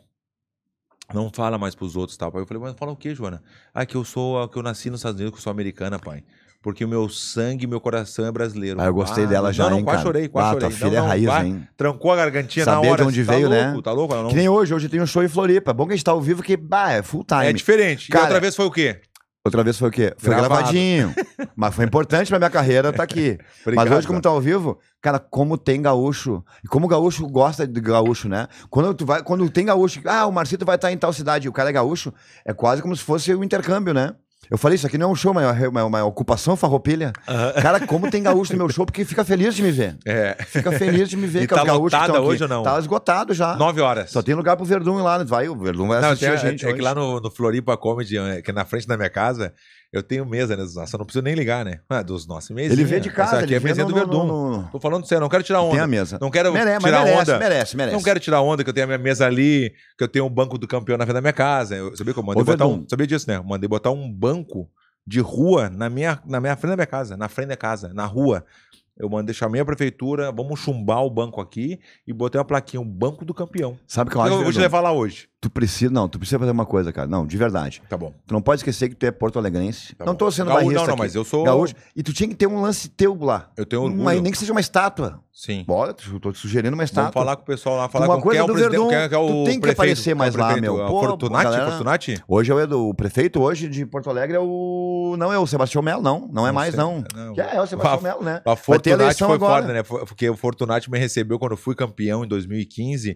não fala mais pros outros, tá? Pai? Eu falei, mas fala o quê, Joana? Ah, que eu sou, a- que eu nasci nos Estados Unidos, que eu sou americana, pai. Porque o meu sangue e meu coração é brasileiro. Ah, eu gostei dela já, Não, não, hein, quase cara. chorei, quase Ah, chorei. tua Não, filha é não, raiz, vai, hein? Trancou a gargantinha Saber na hora. de onde assim, veio, tá né? louco, Tá louco? Ela não- Que nem hoje, hoje tem um show em Floripa. É bom que a gente tá ao vivo que bah, é full time. É diferente. Cara, e outra vez foi o quê? Outra vez foi o quê? Foi Gravado. *laughs* gravadinho. mas foi importante pra minha carreira tá aqui. Mas hoje, como tá ao vivo, cara, como tem gaúcho. E como o gaúcho gosta de gaúcho, né? Quando, tu vai, quando tem gaúcho, ah, o Marcito vai estar em tal cidade e o cara é gaúcho, é quase como se fosse um intercâmbio, né? Eu falei, isso aqui não é um show, mas é uma- uma, uma ocupação farroupilha. Cara, *laughs* como tem gaúcho no meu show, porque fica feliz de me ver. É. Fica feliz de me ver E que é tá o gaúcho que lotada tão aqui. hoje ou não? Tá esgotado já. Nove horas. Só tem lugar pro Verdun lá, né? vai, o Verdun vai Não, assistir tem- a gente é, que hoje. lá no, no Floripa Comedy, é, que é na frente da minha casa, eu tenho mesa, né? Dos nossos, eu não preciso nem ligar, né? Ah, dos nossos meses. Ele vê de casa, Essa aqui ele é a vê mesinha no- do no- Verdun. no- no- Tô falando sério, não quero tirar onda. Tem a mesa. Não quero Merece, mas tirar merece, onda. merece, merece. Não quero tirar onda, que eu tenho a minha mesa ali, que eu tenho um banco do campeão na frente da minha casa. Eu, sabia que eu mandei Ô, botar Verdun. um. Sabia disso, né? Eu mandei botar um banco de rua na minha, na minha frente da minha casa, na frente da casa, na rua. Eu mandei chamei a prefeitura, vamos chumbar o banco aqui e botei uma plaquinha, um banco do campeão. Sabe o que eu Eu, acho, vou te Verdun? levar lá hoje. Tu precisa, não, tu precisa fazer uma coisa, cara. Não, de verdade. Tá bom. Tu não pode esquecer que tu é porto-alegrense. Tá não bom. tô sendo Gaúcho, barrista Não, não, aqui. mas eu sou. Gaúcho. E tu tinha que ter um lance teu lá. Eu tenho orgulho. Uma, nem que seja uma estátua. Sim. Bora, tu- tô te sugerindo uma Vamos estátua. falar com o pessoal lá, falar Uma com quem coisa é o do presidente, Verdun, quem é que é o tu tem que prefeito, aparecer quem é o mais lá, prefeito, meu. é o Pô, Fortunati, galera- Fortunati? Hoje é o Edu, o prefeito hoje de Porto Alegre é o. Não é o Sebastião Melo, não. Não é Não mais, sei, não. não. Que é, é o Sebastião Fa- Melo, né? A Vai ter Fortunati eleição foi agora. foda, né? Fo- Porque o Fortunati me recebeu quando eu fui campeão em 2015.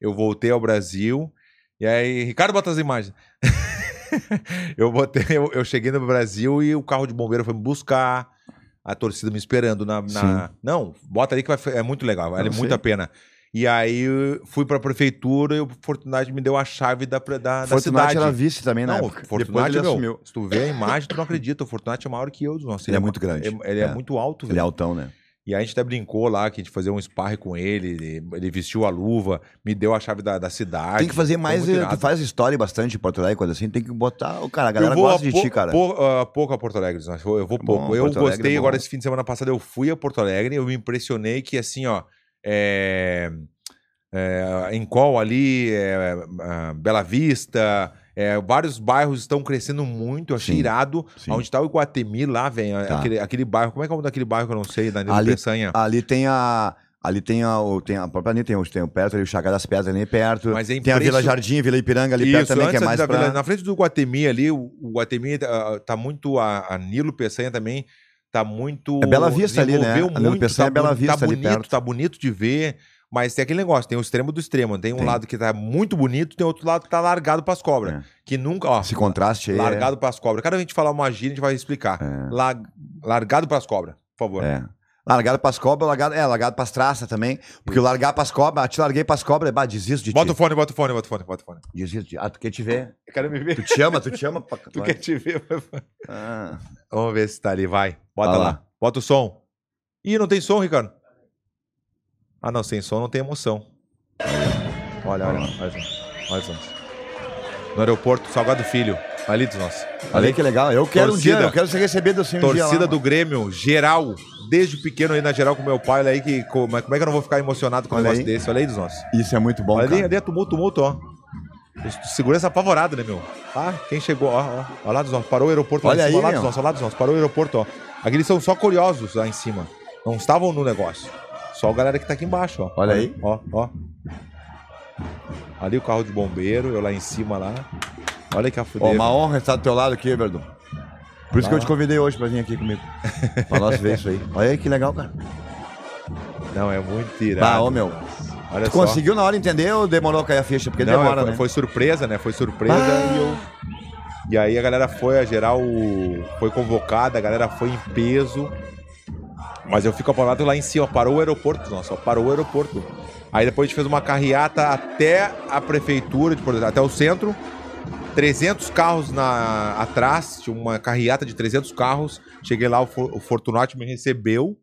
Eu voltei ao Brasil. E aí, Ricardo, bota as imagens. *laughs* eu, botei, eu, eu cheguei no Brasil e o carro de bombeiro foi me buscar. A torcida me esperando na. na- Não, bota ali que vai, fe- é muito legal, vale Eu muito sei. a pena. E aí eu fui pra prefeitura e o Fortunati me deu a chave da, pre- Ah, da, da Fortunati cidade. era vice também, né? Não, o Fortunati, meu, se tu vê a imagem, tu não acredita. O Fortunati é maior que eu dos nossos. Ele é muito grande. Ele, ele é, É. muito alto, Ele é velho. altão, né? E aí a gente até brincou lá, que a gente fazia um sparring com ele, ele, ele vestiu a luva, me deu a chave da, da cidade. Tem que fazer Foi mais. muito eh, irado. Tu faz história bastante em Porto Alegre, coisa assim. Tem que botar. o Cara, a galera eu vou gosta a de pou- ti, cara. pou- a pouco a Porto Alegre, nós. eu vou Bom, pouco. eu Porto Alegre é gostei, bom. agora esse fim de semana passado eu fui a Porto Alegre, eu me impressionei que assim, ó, é, é, em qual ali, é, ah, Bela Vista, é, vários bairros estão crescendo muito, eu achei Sim, irado. sim. Onde tá o Iguatemi lá, velho, Tá. aquele, aquele bairro, como é que é o nome daquele bairro que eu não sei, da Ali- Peçanha? Ali tem a. Ali tem a, o- tem a própria ali tem, o- tem o perto ali, o Chacá das Pedras ali perto. Mas é tem a Vila impression- Jardim, Vila Ipiranga ali perto também, que é antes mais da pra... Vila- na frente do Guatemi ali, o, o Guatemi ah, tá muito a, a Nilo Peçanha também tá muito É Bela Vista ali, né? desenvolveu A Nilo muito, Peçanha é Bela boni- Vista tá ali bonito, perto. tá bonito de ver, mas tem aquele negócio, tem o extremo do extremo, tem um Tem. lado que tá muito bonito, tem outro lado que tá largado pras cobras, É. que nunca, ó, Esse contraste aí. é- largado pras cobras. Cada vez que a gente falar uma gíria, a gente vai explicar. É. La- largado pras cobras, por favor. É. Ah, largado pras cobras, largado, é, largado pras traças também. Porque o largar pras cobras, ah, te larguei pras cobras, bah, desisto de Bota o ti. fone, bota o fone, bota o fone, bota o fone. Desisto de Ah, tu quer te ver? Eu quero me ver. Tu te ama, tu te ama. pra- *laughs* Tu quer te ver? Ah. Vamos ver se tá ali, vai. Bota Vai lá. lá. Bota o som. Ih, não tem som, Ricardo. Ah, não, sem som não tem emoção. Olha, olha, olha só. Olha só. No aeroporto, Salgado Filho. Ali dos nossos. Olha aí que legal. Eu quero um Torcida. dia, eu quero ser recebido assim um dia Torcida lá, do Grêmio, geral. Desde pequeno aí na geral com meu pai, olha aí que. co- Mas como é que eu não vou ficar emocionado com um Olha negócio aí. desse? Olha aí dos nossos. mano. Isso é muito bom, Olha ali, cara. ali é tumulto, tumulto, ó. Segurança apavorada, né, meu? Ah, quem chegou, ó, ó. Olha lá dos nossos, parou o aeroporto lá Olha em cima, aí, olha né? lá dos meu. nossos, olha lá dos nossos, parou o aeroporto, ó. Aqui eles são só curiosos lá em cima. Não estavam no negócio. Só a galera que tá aqui embaixo, ó. Olha aí. Ó, ó. Ali o carro de bombeiro, eu lá em cima lá. Olha que a Ó, fudeira. uma honra estar do teu lado aqui, Verdun. Por isso que eu Vai lá. te convidei hoje pra vir aqui comigo. *laughs* pra nós ver isso aí. Olha aí que legal, cara. Não, é muito irado. Bah, ô, meu. Olha Tu só. conseguiu na hora entender ou demorou a cair a ficha? Porque Não, é, demora, foi, né? foi surpresa, né? Foi surpresa Ah! e eu. E aí a galera foi, a geral foi convocada, a galera foi em peso. Mas eu fico apavorado lá em cima, parou o aeroporto, nossa, parou o aeroporto. Aí depois a gente fez uma carreata até a prefeitura, de Porto Alegre, até o centro. 300 carros na, atrás, tinha uma carreata de 300 carros. Cheguei lá, o, For- o Fortunati me recebeu.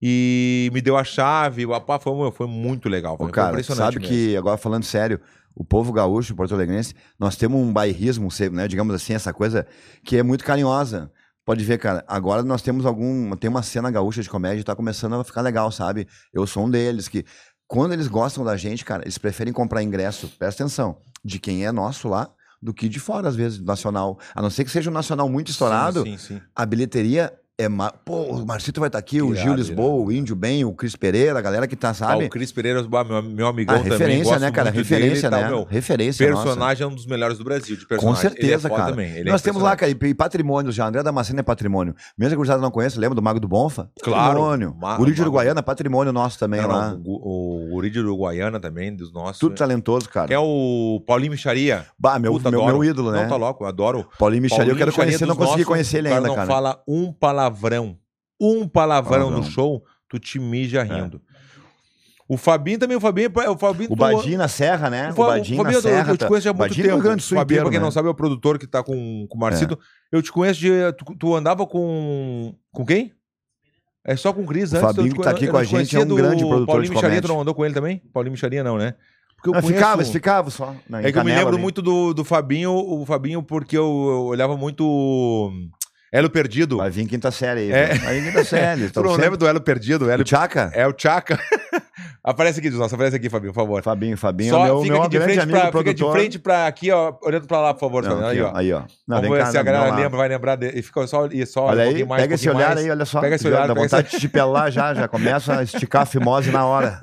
e me deu a chave. O apá foi, meu, foi muito legal. Ô, Foi cara, impressionante sabe mesmo. que, agora falando sério, o povo gaúcho, porto alegrense, nós temos um bairrismo, se- né, digamos assim, essa coisa que é muito carinhosa. Pode ver, cara, agora nós temos algum. Tem uma cena gaúcha de comédia que tá começando a ficar legal, sabe? Eu sou um deles que. Quando eles gostam da gente, cara, eles preferem comprar ingresso, presta atenção, de quem é nosso lá do que de fora, às vezes, do nacional. A não ser que seja um nacional muito estourado, Sim, sim, sim. a bilheteria é. Ma... Pô, o Marcito vai estar aqui, o Irado, Gil Lisboa, irado. o Índio Bem, o Cris Pereira, a galera que tá, Ah, sabe? o Cris Pereira, bah, meu, meu amigão Ah, também. referência, gosto né, cara? muito dele e Referência, tal, né? meu. referência, nossa. Personagem é um dos melhores do Brasil, de Com personagem. Ele é certeza, foda cara. também. ele é Nós temos lá, impressionante. cara, e patrimônio já. André Damasceno é patrimônio. Mesmo que o José não conhece, lembra do Mago do Bonfa? Claro. Patrimônio. Ma- Guri de Mago- Uruguaiana, patrimônio nosso também Não, lá. não, o Gu- o Guri de Uruguaiana também, dos nossos. Tudo né? talentoso, cara. É o Paulinho Micharia. Bah, meu, Puta, meu, adoro. meu ídolo, né? Não, tá louco, eu adoro. Paulinho Michel, eu Paulinho quero Micharia conhecer, não dos consegui nossos, conhecer ele o cara ainda, não cara. fala um palavrão. Um palavrão Palavrão. É. no show, tu te mija rindo. O Fabinho também, o Fabinho... é, O, Fabinho, O Badinho na Serra, né? O Fa- Badinho na Fabinho, eu- Serra. eu te conheço há muito Badinho tempo. no Grande Sul Fabinho, inteiro, pra quem né? É. não sabe, é o produtor que tá com, com o Marcito. Eu te conheço de... Tu, tu andava com... Com quem? É só com o Cris O antes. eu te Fabinho que tá conhe- aqui eu com a te gente é conhecia um do grande produtor Paulinho de Micharia, tu comédia. não andou com ele também? Paulinho Micharia não, né? Porque eu Ah, conheço- Ficava, eles ficavam só. na- em é que eu me Canela lembro ali. muito do, do Fabinho, o Fabinho, porque eu, eu olhava muito hum, Elo Perdido. Vai vir quinta série aí. É. É. Vai vir quinta série. Tu não lembra do Elo Perdido? Elo... O Tchaca? É o Tchaca. *laughs* aparece aqui, nossa, aparece aqui, Fabinho, por favor. Fabinho, Fabinho, Só é meu, fica meu aqui de grande frente amigo pra, fica de produtor. frente pra aqui, ó, olhando pra lá, por favor, Não, Fabinho. aqui, Aí, ó. ó. Aí, ó. Não, Vamos vem ver cá, se a não, galera não, lembra, vai lembrar. De... e Fica só, e só Olha um aí, pouquinho mais, um pega esse pouquinho olhar mais. aí, olha só. Pega esse Já olhar, Dá pega vontade de te pelar já, já começa a esticar a fimose na hora.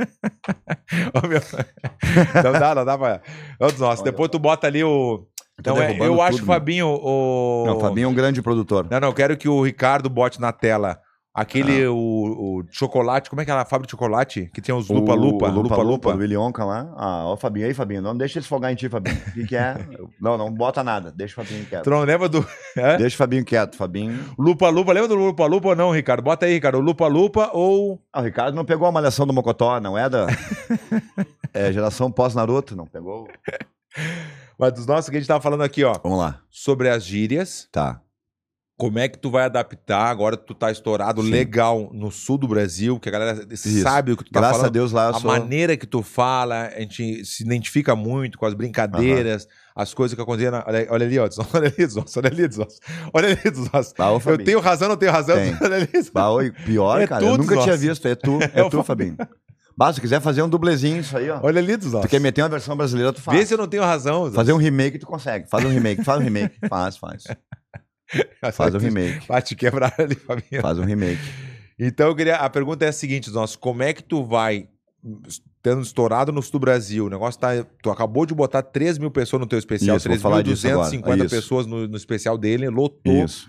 Ó, *laughs* meu. não Então dá, não dá pra... É o nosso. Depois tu bota ali o... Tô *laughs* Então, é, derrubando eu acho o tudo, meu. Fabinho... O... Não, o Fabinho é um grande produtor. Não, não, quero que o Ricardo bote na tela aquele, Ah. o, o chocolate, como é que é a fábrica de chocolate? Que tem os lupa-lupa, O Lupa Lupa, do lupa-lupa. Wilionca lá. Ah, ó, o Fabinho aí, Fabinho. Não deixa eles folgar em ti, Fabinho. O que, que é? Não, não bota nada. Deixa o Fabinho Tu quieto. não lembra do *laughs* Deixa o Fabinho quieto, Fabinho. lupa-lupa? Lembra do lupa-lupa ou não, Ricardo? Bota aí, Ricardo, o lupa-lupa ou... Ah, o Ricardo não pegou a malhação do Mocotó, não *laughs* é da. É, geração pós-Naruto, não pegou. Mas dos nossos que a gente tava falando aqui, ó, Vamos lá. sobre as gírias. Tá. Como é que tu vai adaptar agora que tu tá estourado Sim. legal no sul do Brasil, que a galera sabe o que tu tá Graças a falando. Deus lá eu a sou. maneira que tu fala, a gente se identifica muito com as brincadeiras, as coisas que acontecem. na- Olha, olha ali, ó, Edson, *laughs* olha ali, Edson, olha ali, Edson, olha ali, Edson. Lá, ô, Eu Fabinho. tenho razão, não tenho razão. Tem. *laughs* Olha ali, Edson. Bah, oi, pior, É cara. eu tudo nunca nosso. tinha visto. É tu, É é o tu, Fabinho. Bah, se quiser fazer um dublezinho isso aí, ó. Olha ali, Edson. Tu quer meter uma versão brasileira, tu faz. Vê se eu não tenho razão. Edson. Fazer um remake, tu consegue. Faz um remake, faz um *laughs* remake. Faz, faz. Faz um remake. Vai te quebrar ali, Fabinho. Faz *laughs* um remake. Então, eu queria... a pergunta é a seguinte, nosso, como é que tu vai, tendo estourado no sul do Brasil, o negócio tá... Tu acabou de botar 3 mil pessoas no teu especial, Isso, vou falar disso agora. 3.250 Isso. pessoas no, no especial dele, lotou. Isso.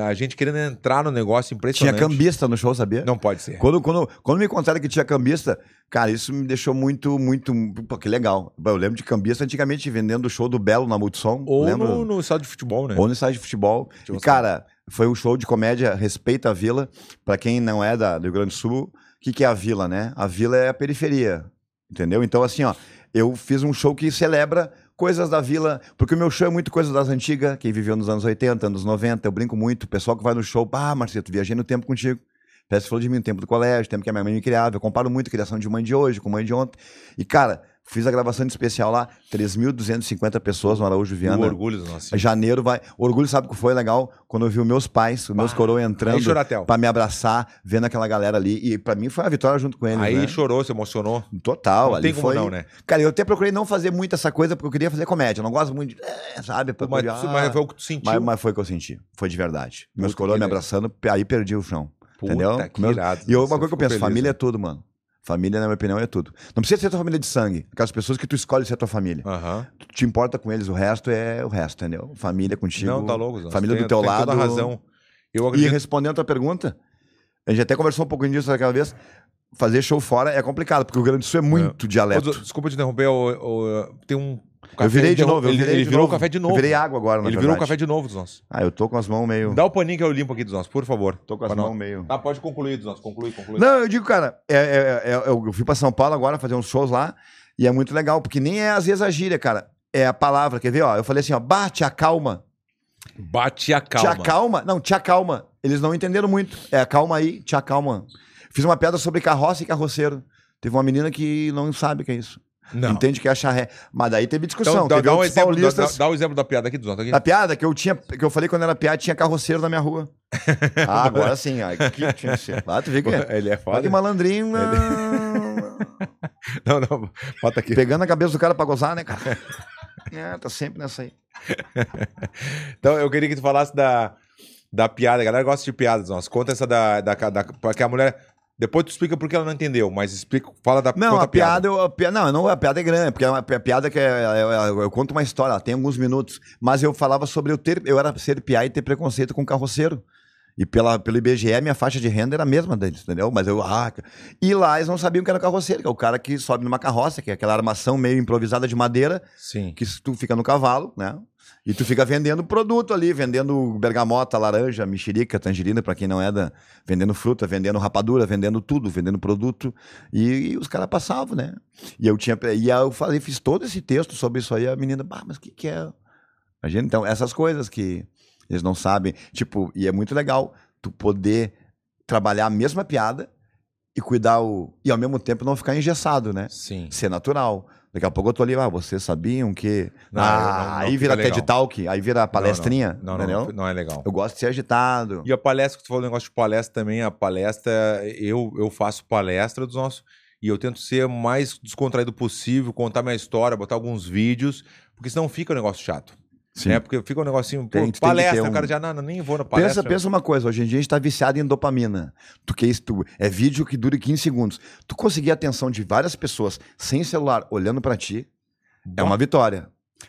A gente querendo entrar no negócio, Tinha impressionante. cambista no show, sabia? Não pode ser. Quando, quando, quando me contaram que tinha cambista, cara, isso me deixou muito, muito. Pô, que legal. Eu lembro de cambista antigamente vendendo o show do Belo na Multissom. Ou lembra? no, no estado de futebol, né? Ou no estádio de futebol. Deixa eu E, mostrar. cara, foi um show de comédia Respeita a Vila. Pra quem não é da, do Rio Grande do Sul, o que, que é a vila, né? A vila é a periferia. Entendeu? Então, assim, ó, eu fiz um show que celebra coisas da vila, porque o meu show é muito coisa das antigas, quem viveu nos anos 80, anos 90, eu brinco muito, o pessoal que vai no show, ah, Marcelo, viajei no tempo contigo. Parece que falou de mim, o tempo do colégio, o tempo que a minha mãe me criava. Eu comparo muito a criação de mãe de hoje com mãe de ontem. E, cara, fiz a gravação de especial lá, 3.250 pessoas no Araújo O Viana. orgulho do nosso. Janeiro vai. Orgulho, sabe o que foi legal? Quando eu vi os meus pais, os meus coroa Ah, Aí entrando choratel. pra me abraçar, vendo aquela galera ali. E pra mim foi uma vitória junto com eles. Aí né? chorou, se emocionou. Total, não ali tem como foi. não, né? Cara, eu até procurei não fazer muito essa coisa porque eu queria fazer comédia. Eu não gosto muito de. É, sabe? pra- Mas, ah, mas foi o que tu sentiu. mas- mas foi o que eu senti. Foi de verdade. Meus Puta coroa que me legal. abraçando, aí perdi o chão. Puta, entendeu? que Meu- irado, E eu- nossa, uma coisa que fico eu penso, feliz, família é né? tudo, mano. Família, na minha opinião, é tudo. Não precisa ser tua família de sangue. Aquelas pessoas que tu escolhe ser tua família. Aham. Tu te importa com eles, o resto é o resto, entendeu? Família contigo. Não, tá louco. Zan. Tipo, família Tem- do teu tem lado. Toda a razão. Eu E acredito. respondendo a tua pergunta, a gente até conversou um pouquinho disso daquela vez. Fazer show fora é complicado, porque o Grande do Sul é muito Ô, dialeto. Zan, Desculpa te interromper, o- o- tem um. café eu virei de interrom- novo, eu Ele, virei ele de virou novo. o café de Eu novo. virei água agora, na ele virou verdade. o café de novo, Zons. Ah, eu tô com as mãos meio. Dá o paninho que eu limpo aqui, Zons, por favor. Tô com as Pra não- mãos meio. Tá, pode concluir, Zons. Conclui, conclui. Não, eu digo, cara, é- é- é- é- eu fui pra São Paulo agora fazer uns shows lá, e é muito legal, porque nem é às vezes a gíria, cara. É a palavra, quer ver? Ó, eu falei assim, ó, bate a calma. Bate a Te calma. acalma. Não, te acalma. Eles não entenderam muito. É, acalma aí, te acalma. Fiz uma piada sobre carroça e carroceiro. Teve uma menina que não sabe o que é isso. Não. Entende que é charré. Mas daí teve discussão. Então, dá, teve dá um outros exemplo, dá, paulistas. Tá, dá- um dá o exemplo da piada aqui dos nossos. A piada que eu tinha, que eu falei quando era piada, tinha carroceiro na *laughs* minha rua. Ah, agora sim, aqui tinha que ser. Lá tu vê que é. *laughs* Ele é Olha foda. que *laughs* malandrinho. ah, Não, não, *laughs* bota aqui. Pegando a cabeça do cara pra gozar, né, cara? *laughs* É, tá sempre nessa aí. Então, eu queria que tu falasse da, da piada. A galera gosta de piadas, nossa. Conta essa da, da, da, Porque a mulher. Depois tu explica porque ela não entendeu, mas explica. Fala da Não, conta a piada, eu- a pi- não, não, a piada é grande, porque é uma pi- a piada que é, eu, eu- eu conto uma história, ela tem alguns minutos, mas eu falava sobre eu ter, eu era ser piá e ter preconceito com carroceiro. E pela, pelo IBGE, minha faixa de renda era a mesma deles, entendeu? Mas eu, ah, ca- e lá eles não sabiam que era carroceiro, que é o cara que sobe numa carroça, que é aquela armação meio improvisada de madeira, Sim. que se tu fica no cavalo, né? E tu fica vendendo produto ali, vendendo bergamota, laranja, mexerica, tangerina, pra quem não é da. Vendendo fruta, vendendo rapadura, vendendo tudo, vendendo produto. E, e os caras passavam, né? E eu tinha. E aí eu falei, fiz todo esse texto sobre isso aí, a menina, bah, mas o que, que é? Imagina, então, essas coisas que eles não sabem. Tipo, e é muito legal tu poder trabalhar a mesma piada e cuidar o. E ao mesmo tempo não ficar engessado, né? Sim. ser natural. Daqui a pouco eu tô ali, ah, vocês sabiam que. Não, ah, não, não aí fica vira legal. TED Talk, aí vira palestrinha. Não, não, entendeu? não, não é legal. Eu gosto de ser agitado. E a palestra, que tu falou um negócio de palestra também, a palestra, eu, eu faço palestra dos nossos. E eu tento ser o mais descontraído possível, contar minha história, botar alguns vídeos, porque senão fica um negócio chato. Sim. Né? Porque fica um negocinho, pô, Tem- tem que palestra, ter o cara um- já, não, não, nem vou na palestra. Pensa, pensa uma coisa, hoje em dia a gente tá viciado em dopamina. Tu que isso, tu, é vídeo que dure 15 segundos. Tu conseguir a atenção de várias pessoas sem celular, olhando pra ti, é um uma vitória.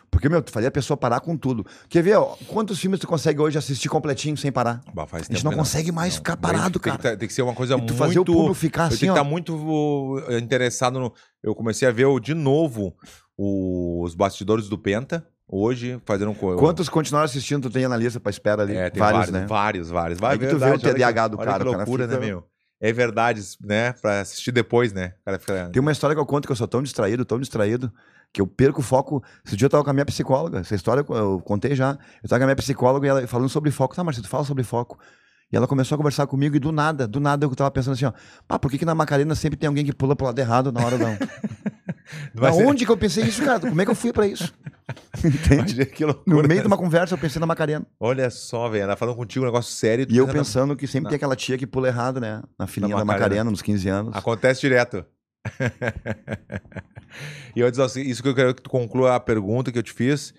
Porque, meu, tu faria a pessoa parar com tudo. Quer ver, ó, quantos filmes tu consegue hoje assistir completinho sem parar? Bah, faz A gente tempo, não né? consegue mais ficar Daí parado, tem que cara. tá- tem que ser uma coisa E muito... tu fazer o público ficar eu assim, tenho que ó. estar muito eh, interessado no. Eu comecei a ver o- de novo os bastidores do Penta hoje, fazendo um. co- Quantos continuaram assistindo, tu tem analista pra espera ali? É, tem vários, vários, né? vários, vários. Aí que tu vê o olha que- TDAH do olha cara, Que o cara loucura, fica- né, meu? É verdade, né? Pra assistir depois, né? O cara fica. Tem uma história que eu conto que eu sou tão distraído, tão distraído, que eu perco o foco. Esse dia eu tava com a minha psicóloga, essa história eu- eu contei já. Eu tava com a minha psicóloga e ela falando sobre foco. Tá, Marcelo, tu fala sobre foco. E ela começou a conversar comigo e do nada, do nada eu tava pensando assim, ó. Pá, por que, que na Macarena sempre tem alguém que pula pro lado errado na hora *laughs* não? Vai *laughs* Mas ser- um- onde que eu pensei isso, cara? Como é que eu fui *laughs* pra isso? Entende? Imagina que No loucura. meio de uma conversa eu pensei na Macarena. Olha só, velho. Ela falando contigo um negócio sério. tu E eu pensa na- pensando que sempre tem aquela tia que pula errado, né? Na filhinha Tá. Na da Macarena. Macarena, nos 15 anos. Acontece direto. *laughs* e eu diz assim, isso que eu quero que tu conclua a pergunta que eu te fiz.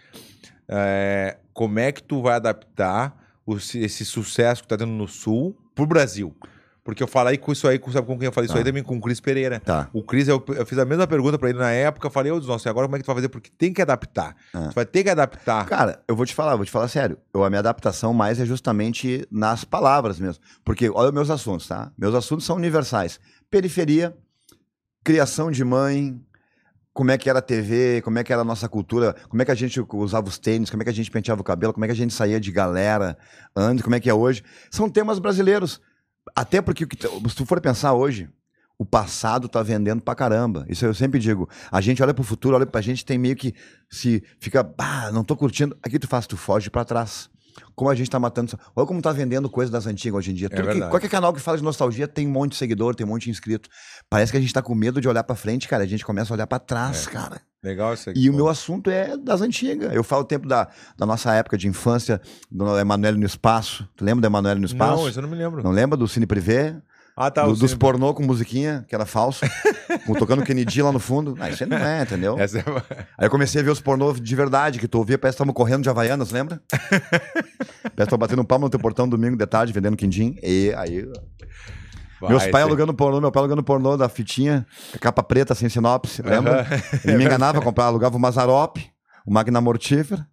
É, como é que tu vai adaptar o- esse sucesso que tá tendo no Sul pro Brasil? Porque eu falei com isso aí, com, sabe com quem eu falei isso Tá. aí também? Com o Cris Pereira. Tá. O Cris, eu, eu fiz a mesma pergunta pra ele na época, eu falei, ô, nossa, e agora como é que tu vai fazer? Porque tem que adaptar. Ah. Tu vai ter que adaptar. Cara, eu vou te falar, vou te falar sério. Eu, a minha adaptação mais é justamente nas palavras mesmo. Porque, olha os meus assuntos, tá? Meus assuntos são universais. Periferia, criação de mãe, como é que era a TV, como é que era a nossa cultura, como é que a gente usava os tênis, como é que a gente penteava o cabelo, como é que a gente saía de galera antes, como é que é hoje. São temas brasileiros. Até porque, o que t- se tu for pensar hoje, o passado tá vendendo pra caramba. Isso eu sempre digo. A gente olha pro futuro, olha pra gente, tem meio que se fica, bah, não tô curtindo. Aqui tu faz, tu foge pra trás. Como a gente tá matando. Olha como tá vendendo coisa das antigas hoje em dia. Tudo que- É verdade. qualquer canal que fala de nostalgia tem um monte de seguidor, tem um monte de inscrito. Parece que a gente tá com medo de olhar pra frente, cara. A gente começa a olhar pra trás, É. cara. Legal isso aqui. E o meu assunto é das antigas. Eu falo o tempo da, da nossa época de infância, do Emanuel no Espaço. Tu lembra do Emanuel no Espaço? Não, isso eu não me lembro. Não lembra do Cine Privé? Ah, tá. Do- o dos Cine- pornô com musiquinha, que *laughs* era falso, com, tocando Kennedy lá no fundo. Ah, isso aí não é, entendeu? Essa é... Aí eu comecei a ver os pornô de verdade, que tu ouvia, parece que estavam correndo de *laughs* Havaianas, lembra? parece que estavam batendo palma no teu portão domingo de tarde, vendendo quindim. E aí... Meus Vai, Ah, pais esse- é- alugando pornô, meu pai alugando pornô da fitinha, com a capa preta, sem sinopse, *laughs* lembra? *laughs* Ele me enganava, comprava, alugava o Mazarope, o Magna *laughs* Mortífera,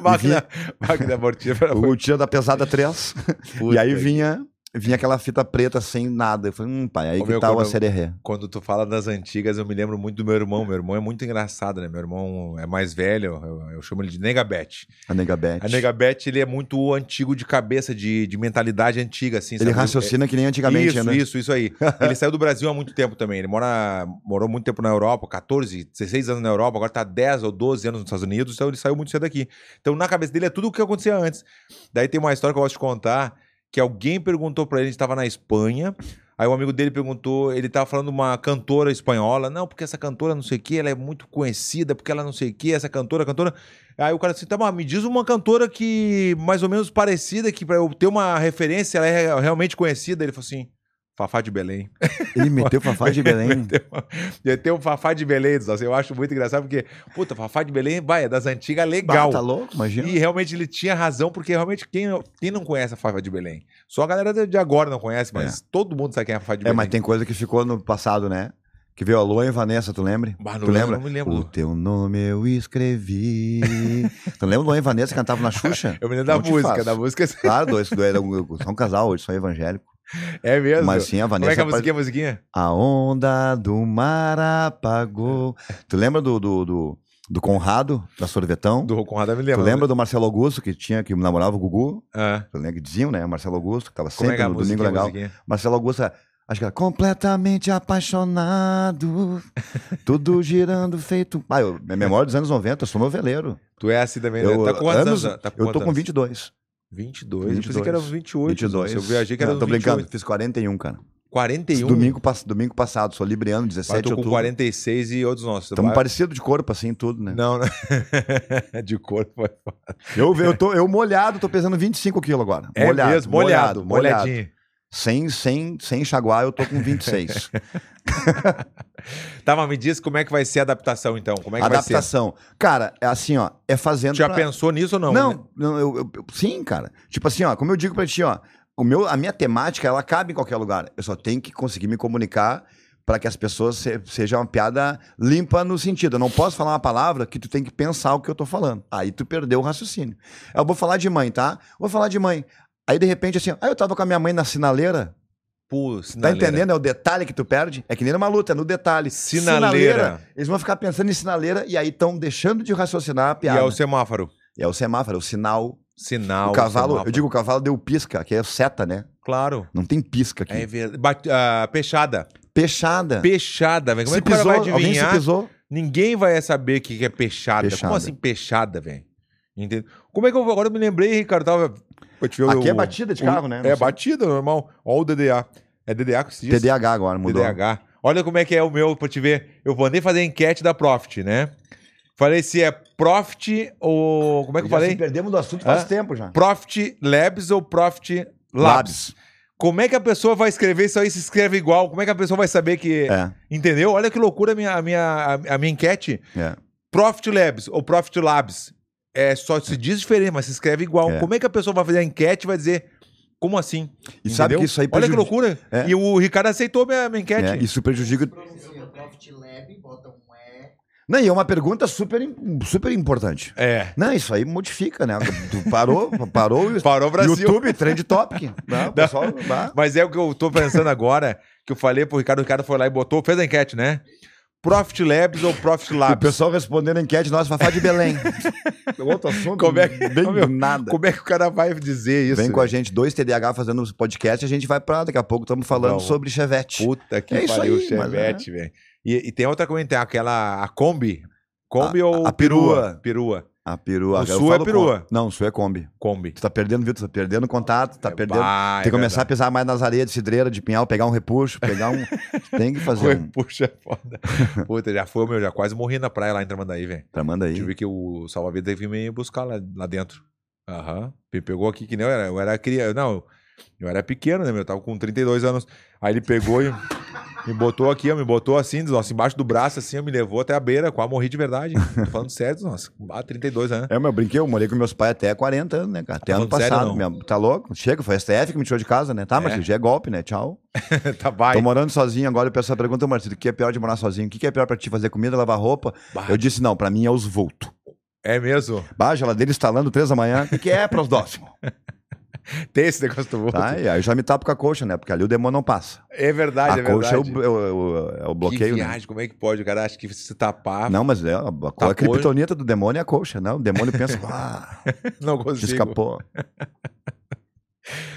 Máquina, máquina mortífera. *laughs* o Tira da Pesada 3. Puta e aí que vinha, vinha aquela fita preta sem nada. Eu falei, hum, pai, aí Ô, que meu, tá o quando- ACRR. Quando tu fala das antigas, eu me lembro muito do meu irmão. Meu irmão é muito engraçado, né? Meu irmão é mais velho, eu, eu chamo ele de Negabete. A Nega Beth. A Negabete, ele é muito antigo de cabeça, de, de mentalidade antiga, assim. Ele sabe? raciocina que nem É- antigamente, isso, né? isso, isso aí. Ele saiu do Brasil há muito tempo também. Ele mora, morou muito tempo na Europa, 14, 16 anos na Europa, agora tá 10 ou 12 anos nos Estados Unidos, então ele saiu muito cedo daqui. Então na cabeça dele é tudo o que acontecia antes. Daí tem uma história que eu gosto de contar, que alguém perguntou pra ele, a gente tava na Espanha, Aí um amigo dele perguntou, ele tava falando uma cantora espanhola, não, porque essa cantora não sei o que, ela é muito conhecida, porque ela não sei o que, essa cantora, cantora. Aí o cara disse, tá, mas me diz uma cantora que mais ou menos parecida, que pra eu ter uma referência, ela é realmente conhecida. Ele falou assim, Fafá de Belém. *laughs* Ele meteu Fafá *laughs* de Belém. Ia ter um Fafá de Belém, assim, eu acho muito engraçado, porque, puta, Fafá de Belém, vai, é das antigas, legal. Bah, tá louco? Imagina. E realmente ele tinha razão, porque realmente quem, quem não conhece a Fafá de Belém? Só a galera de agora não conhece, mas todo mundo sabe quem é a Fafá de É, Belém. mas tem coisa que ficou no passado, né? Que veio a Lua e a Vanessa, tu lembra? Bah, não tu lembro, lembra? não me lembro. O teu nome eu *laughs* escrevi. tu lembra Lua e Vanessa que cantava na Xuxa? Eu me lembro da Não te música, faço. da música *laughs* Claro, dois, dois, dois são um casal hoje, são evangélicos. é mesmo. Mas sim, a Como é Vanessa. que é a musiquinha, a musiquinha? A onda do mar apagou. Tu lembra do, do, do, do Conrado, da Sorvetão? Do Conrado, eu me tu lembro. lembra do Marcelo Augusto, que tinha, que namorava o Gugu? Ah, Tu lembra que diziam, né? Marcelo Augusto, que tava como sempre é que é a no Domingo musiquinha, a Legal. musiquinha? Marcelo Augusto, é, acho que era completamente *laughs* apaixonado, tudo girando feito. Ah, eu, minha memória dos anos 90, eu sou noveleiro. Tu é assim também, Eu, né? Tá com quantos anos- anos? Tá com Eu tô quantos com anos? 22. 22. Eu pensei 22. que era uns 28. 22. né? Eu viajei que era Não, uns tô 28. brincando, fiz 41, cara. 41. Domingo, pass- domingo passado, sou libriano, Mas 17 eu de tô com outubro. Tá 46 e outros nossos. Estamos Vai- parecidos de corpo, assim, tudo, né? Não, não. *laughs* De corpo. Eu, eu, tô, eu molhado, tô pesando 25 quilos agora. É mesmo, molhado, molhadinho. Sem, sem, sem enxaguar, eu tô *laughs* com 26. Tá, mas me diz como é que vai ser a adaptação, então. Como é que vai ser? Adaptação. Cara, é assim, ó, é fazendo. Já pra- pensou nisso ou não? Não, né? não, eu, eu- eu- sim, cara. Tipo assim, ó, como eu digo pra ti, ó, o meu, a minha temática, ela cabe em qualquer lugar. Eu só tenho que conseguir me comunicar pra que as pessoas se, seja uma piada limpa no sentido. Eu não posso falar uma palavra que tu tem que pensar o que eu tô falando. Aí tu perdeu o raciocínio. Eu vou falar de mãe, tá? Vou falar de mãe. Aí de repente assim, aí eu tava com a minha mãe na sinaleira. Pô, Tá sinaleira. entendendo? É o detalhe que tu perde. É que nem numa luta, é no detalhe. Sinaleira. Eles vão ficar pensando em sinaleira e aí estão deixando de raciocinar a E piada. é o semáforo. é o semáforo, é o sinal Sinal. o cavalo, semáforo. eu digo o cavalo deu pisca, que é seta, né? Claro. Não tem pisca aqui. É verdade. Bat- ah, pechada. Pechada. Pechada, velho. Como é que o Tá. se cara pisou, vai alguém se adivinhar? pisou. Ninguém vai saber o que que é pechada. Como Pechada. assim pechada, velho? Entende? Como é que eu vou- agora eu me lembrei, Ricardo, tava eu tive Aqui é o- batida de o- carro, né? Não É sei. batida normal. Ó o DDA. É DDA que se diz? TDAH agora, mudou. DDH. Olha como é que é o meu pra te ver. Eu mandei fazer a enquete da Profit, né? Falei se é Profit ou como é que eu Já se falei? perdemos do assunto faz Hã? tempo já. Profit Labs ou Profit Labs. Labs. Como é que a pessoa vai escrever isso aí se escreve igual? Como é que a pessoa vai saber que. É, Entendeu? Olha que loucura a minha, a minha, a minha enquete. é. Profit Labs ou Profit Labs. É só se diz diferente, mas se escreve igual. É. Como é que a pessoa vai fazer a enquete e vai dizer, como assim? E sabe que isso aí Olha que prejudi- loucura. né, É. E o Ricardo aceitou minha, minha É, enquete. isso prejudica. Pronuncia Profit Lab, bota um E. Não, e é uma pergunta super, im- super importante. É. Não, isso aí modifica, né? Tu parou, *laughs* parou e Parou o Brasil. YouTube, trend *laughs* topic. Não, o pessoal, vá. Mas é o que eu tô pensando agora, que eu falei pro Ricardo, o Ricardo foi lá e botou, fez a enquete, né? Profit Labs ou Profit *laughs* O Labs? pessoal respondendo a enquete, nossa, Fafá de *laughs* Belém. um Outro assunto, Como é que- bem Meu, nada. Como é que o cara vai dizer isso? Vem com a gente, dois TDAH fazendo os podcast, a gente vai pra daqui a pouco estamos falando Vamos. sobre Chevette. Puta que É isso pariu, aí, mas é. Chevette, velho. E, e tem outra comentário, aquela, a Kombi. Kombi A- ou a perua. Perua. A perua. O Eu sul falo é perua. com- Não, o sul é Kombi. Kombi. Tu tá perdendo, viu? Tu tá perdendo contato, tá perdendo. Bah, Tem que é começar a pisar mais nas areias de cidreira, de pinhal, pegar um repuxo, pegar *laughs* um. Tem que fazer verdade. um. Puxa, é *laughs* foda. Puta, já foi, meu, já quase morri na praia lá em Tramandaí, velho. Tá, manda aí. Tive que o salva-vida teve que me buscar lá, lá dentro. Aham. Me pegou aqui que nem eu era. Eu era criança. Não, eu era pequeno, né, meu? Eu tava com 32 anos. Aí ele pegou e me botou aqui, ó, me botou assim, nossa, embaixo do braço, assim, ó, me levou até a beira, quase morri de verdade. Tô falando sério, nossa, ah, 32 anos. É, meu, eu brinquei, eu morei com meus pais até 40 anos, né, cara? Até Tá ano falando sério, passado não? mesmo. Tá louco? Chega, foi a STF que me tirou de casa, né? Tá, Marcelo? Já é golpe, né? Tchau. *laughs* tá, vai. Tô morando sozinho agora, o pessoal pergunta, Marcelo, o que é pior de morar sozinho? O que que é pior pra ti fazer comida, lavar roupa? Bah. Eu disse, não, pra mim é os vultos. É mesmo. Bah, a geladeira instalando três da manhã, o que, que é para *laughs* os dócimos? Tem esse negócio do outro. tá? E aí eu já me tapo com a coxa, né? Porque ali o demônio não passa. É verdade, é a coxa verdade. é o, é o- é o- é o bloqueio, que né? viagem, Tá como é que pode? O cara acha que se tapar, não, *laughs* Não, mas é, a, a, Tapou, a criptonita do demônio é a coxa, né? O *laughs* demônio pensa, ah, te consigo. escapou.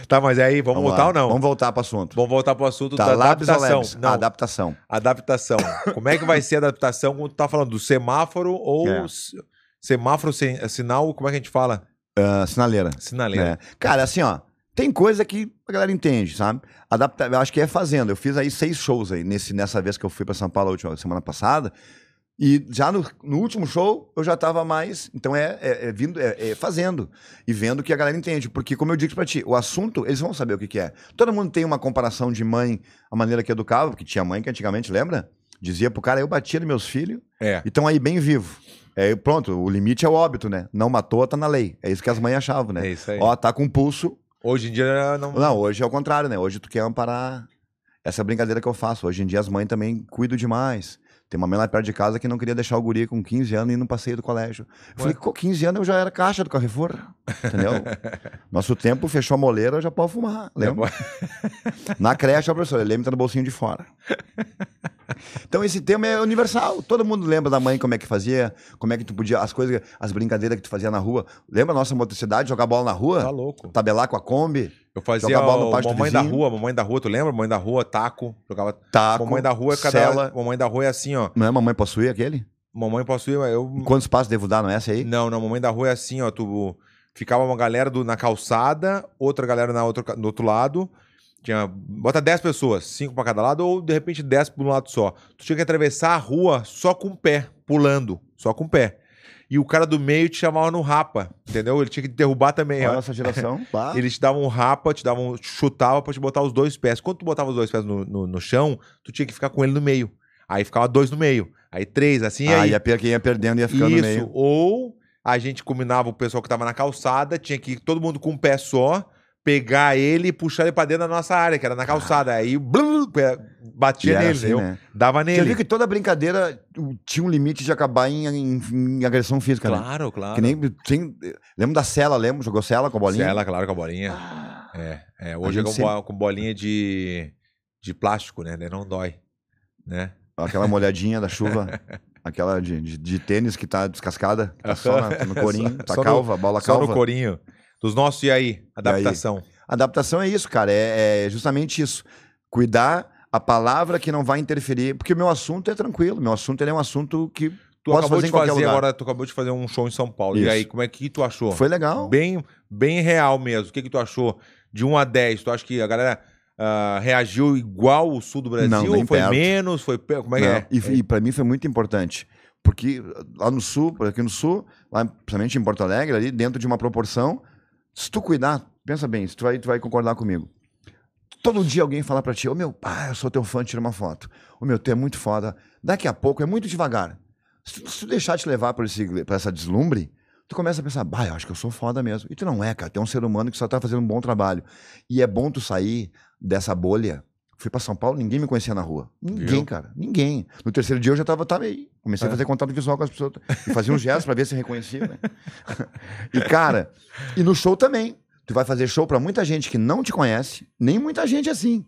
Tá, mas aí, vamos, voltar lá. ou não? Vamos Vamos, voltar pro assunto. voltar pro assunto Tá, Ah, da lápis ou adaptação. lápis? Não, Adaptação. adaptação. Como é que vai ser a adaptação quando tu tá falando do semáforo ou É. s- semáforo, sin- sinal, como é que a gente fala? Ah, sinaleira. Sinaleira. É. Cara, assim, ó, Tem coisa que a galera entende, sabe? Adapta... Eu acho que é fazendo. Eu fiz aí seis shows aí nesse, nessa vez que eu fui pra São Paulo a última semana passada. E já no, no último show eu já tava mais. Então é, é, é vindo, é, é fazendo. E vendo o que a galera entende. Porque, como eu disse pra ti, o assunto, eles vão saber o que, que é. Todo mundo tem uma comparação de mãe, a maneira que educava, porque tinha mãe que antigamente, lembra? Dizia pro cara, eu batia nos meus filhos É. e estão aí bem vivo. É, pronto, o limite é o óbito, né? Não matou, tá na lei. É isso que as mães achavam, né? É isso aí. Ó, tá com pulso. Hoje em dia não. *laughs* Não, hoje é o contrário, né? Hoje tu quer amparar essa brincadeira que eu faço. Hoje em dia as mães também cuidam demais. Tem uma mãe lá perto de casa que não queria deixar o guri com 15 anos e no passeio do colégio. Eu falei, com 15 anos eu já era caixa do Carrefour, entendeu? Nosso tempo fechou a moleira, eu já posso fumar, é lembra? Na creche, ó, professor, ele lembra tá no bolsinho de fora. Então esse tema é universal. Todo mundo lembra da mãe como é que fazia, como é que tu podia, as coisas, as brincadeiras que tu fazia na rua. Lembra a nossa motricidade, jogar bola na Tá rua? louco. Tabelar com a Kombi? Eu fazia Joga bola no o pátio do Mamãe da vizinho. Rua, Mamãe da Rua, tu lembra? Mamãe da Rua, taco. Jogava. Taco, mamãe da Rua é cada. Cela. Mamãe da Rua é assim, ó. Não é Mamãe Possui aquele? Mamãe posso ir, mas eu. Quantos passos devo dar, não é essa aí? Não, não, Mamãe da Rua é assim, ó. Tu ficava uma galera do- na calçada, outra galera na outra, ca- no outro lado. Tinha. Bota 10 pessoas, 5 pra cada lado, ou de repente 10 pra um lado só. Tu tinha que atravessar a rua só com o pé, pulando, só com o pé. E o cara do meio te chamava no rapa, entendeu? Ele tinha que te derrubar também. Olha a ó. nossa *laughs* geração. pá. Eles te davam um rapa, te davam, chutava pra te botar os dois pés. Quando tu botava os dois pés no, no, no chão, tu tinha que ficar com ele no meio. Aí ficava dois no meio. Aí três, assim, ah, aí. ia per- quem ia perdendo ia ficando Isso. meio. Ou a gente combinava o pessoal que tava na calçada, tinha que ir todo mundo com um pé só, pegar ele e puxar ele pra dentro da nossa área, que era na calçada. Aí blum, pé- Ah. E batia era nele, assim, entendeu? né? Dava Você viu nele. que toda brincadeira uh, tinha um limite de acabar em, em- em agressão física, né? Claro, claro. Que nem tem, lembro da Cela, lembro, jogou Cela com a bolinha. Ela, claro, com a bolinha. É, é, hoje A é com, gente bo- com bolinha de, de plástico, né? Daí Não dói. Né? Aquela molhadinha da *laughs* chuva, aquela de, de- de tênis que tá descascada, que tá só na- no *laughs* corinho, tá Só no- calva, bola Só calva. no corinho. Dos nossos, e aí? Adaptação. Adaptação é isso, cara. É, é justamente isso. Cuidar a palavra que não vai interferir. Porque o meu assunto é tranquilo. Meu assunto ele é um assunto que Tu Posso acabou fazer de em qualquer fazer lugar. agora, tu acabou de fazer um show em São Paulo. E Isso. aí, como é que tu achou? foi legal. Bem, bem real mesmo. O que, que tu achou? De 1 a 10, tu acha que a galera ah, reagiu igual o sul do Brasil? Não, nem Ou foi perto. menos? Foi pe- Como é que Não, é? E, e pra mim foi muito importante. Porque lá no sul, por aqui no sul, lá, principalmente em Porto Alegre, ali dentro de uma proporção, se tu cuidar, pensa bem, se tu vai, tu vai concordar comigo. Todo dia alguém fala pra ti, ô meu, pai, eu sou teu fã, tira uma foto. Ô meu, tu é muito foda. Daqui a pouco é muito devagar. Se tu, se tu deixar te levar por, esse, por essa deslumbre, tu começa a pensar, bah, eu acho que eu sou foda mesmo. E tu não é, cara. Tu é um ser humano que só tá fazendo um bom trabalho. E é bom tu sair dessa bolha. Fui pra São Paulo, ninguém me conhecia na rua. Ninguém, Viu? cara. Ninguém. No terceiro dia eu já tava, tava aí. Comecei a fazer contato visual com as pessoas. E fazia um gesto pra ver se reconhecia, né? *laughs* E, cara, e no show também. Tu vai fazer show pra muita gente que não te conhece, nem muita gente assim.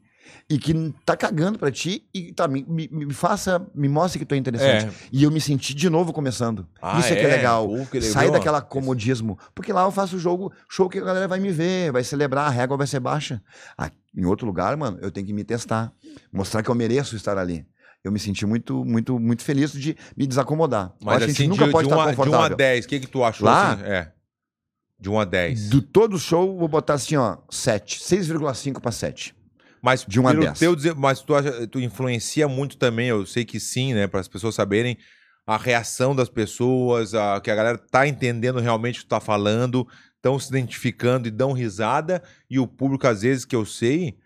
E que tá cagando pra ti e tá, me, me, me faça, me mostre que tu é interessante. É. E eu me senti de novo começando. Ah, Isso é, que é legal. Pô, que Sai legal. daquela comodismo. Porque lá eu faço jogo, show que a galera vai me ver, vai celebrar, a régua vai ser baixa. Ah, em outro lugar, mano, eu tenho que me testar. Mostrar que eu mereço estar ali. Eu me senti muito, muito, muito feliz de me desacomodar. Eu Mas acho que assim, de, de, 1 a, de 1 a 10, o que, que tu achou? Lá? assim? É. De 1 a 10. Do todo show, vou botar assim, ó, 7. 6,5 pra 7. Mas De um a pelo dez. teu dizer- mas tu, acha- tu influencia muito também, eu sei que sim, né? Para as pessoas saberem a reação das pessoas, a- que a galera tá entendendo realmente o que tu tá falando, estão se identificando e dão risada, e o público, às vezes, que eu sei,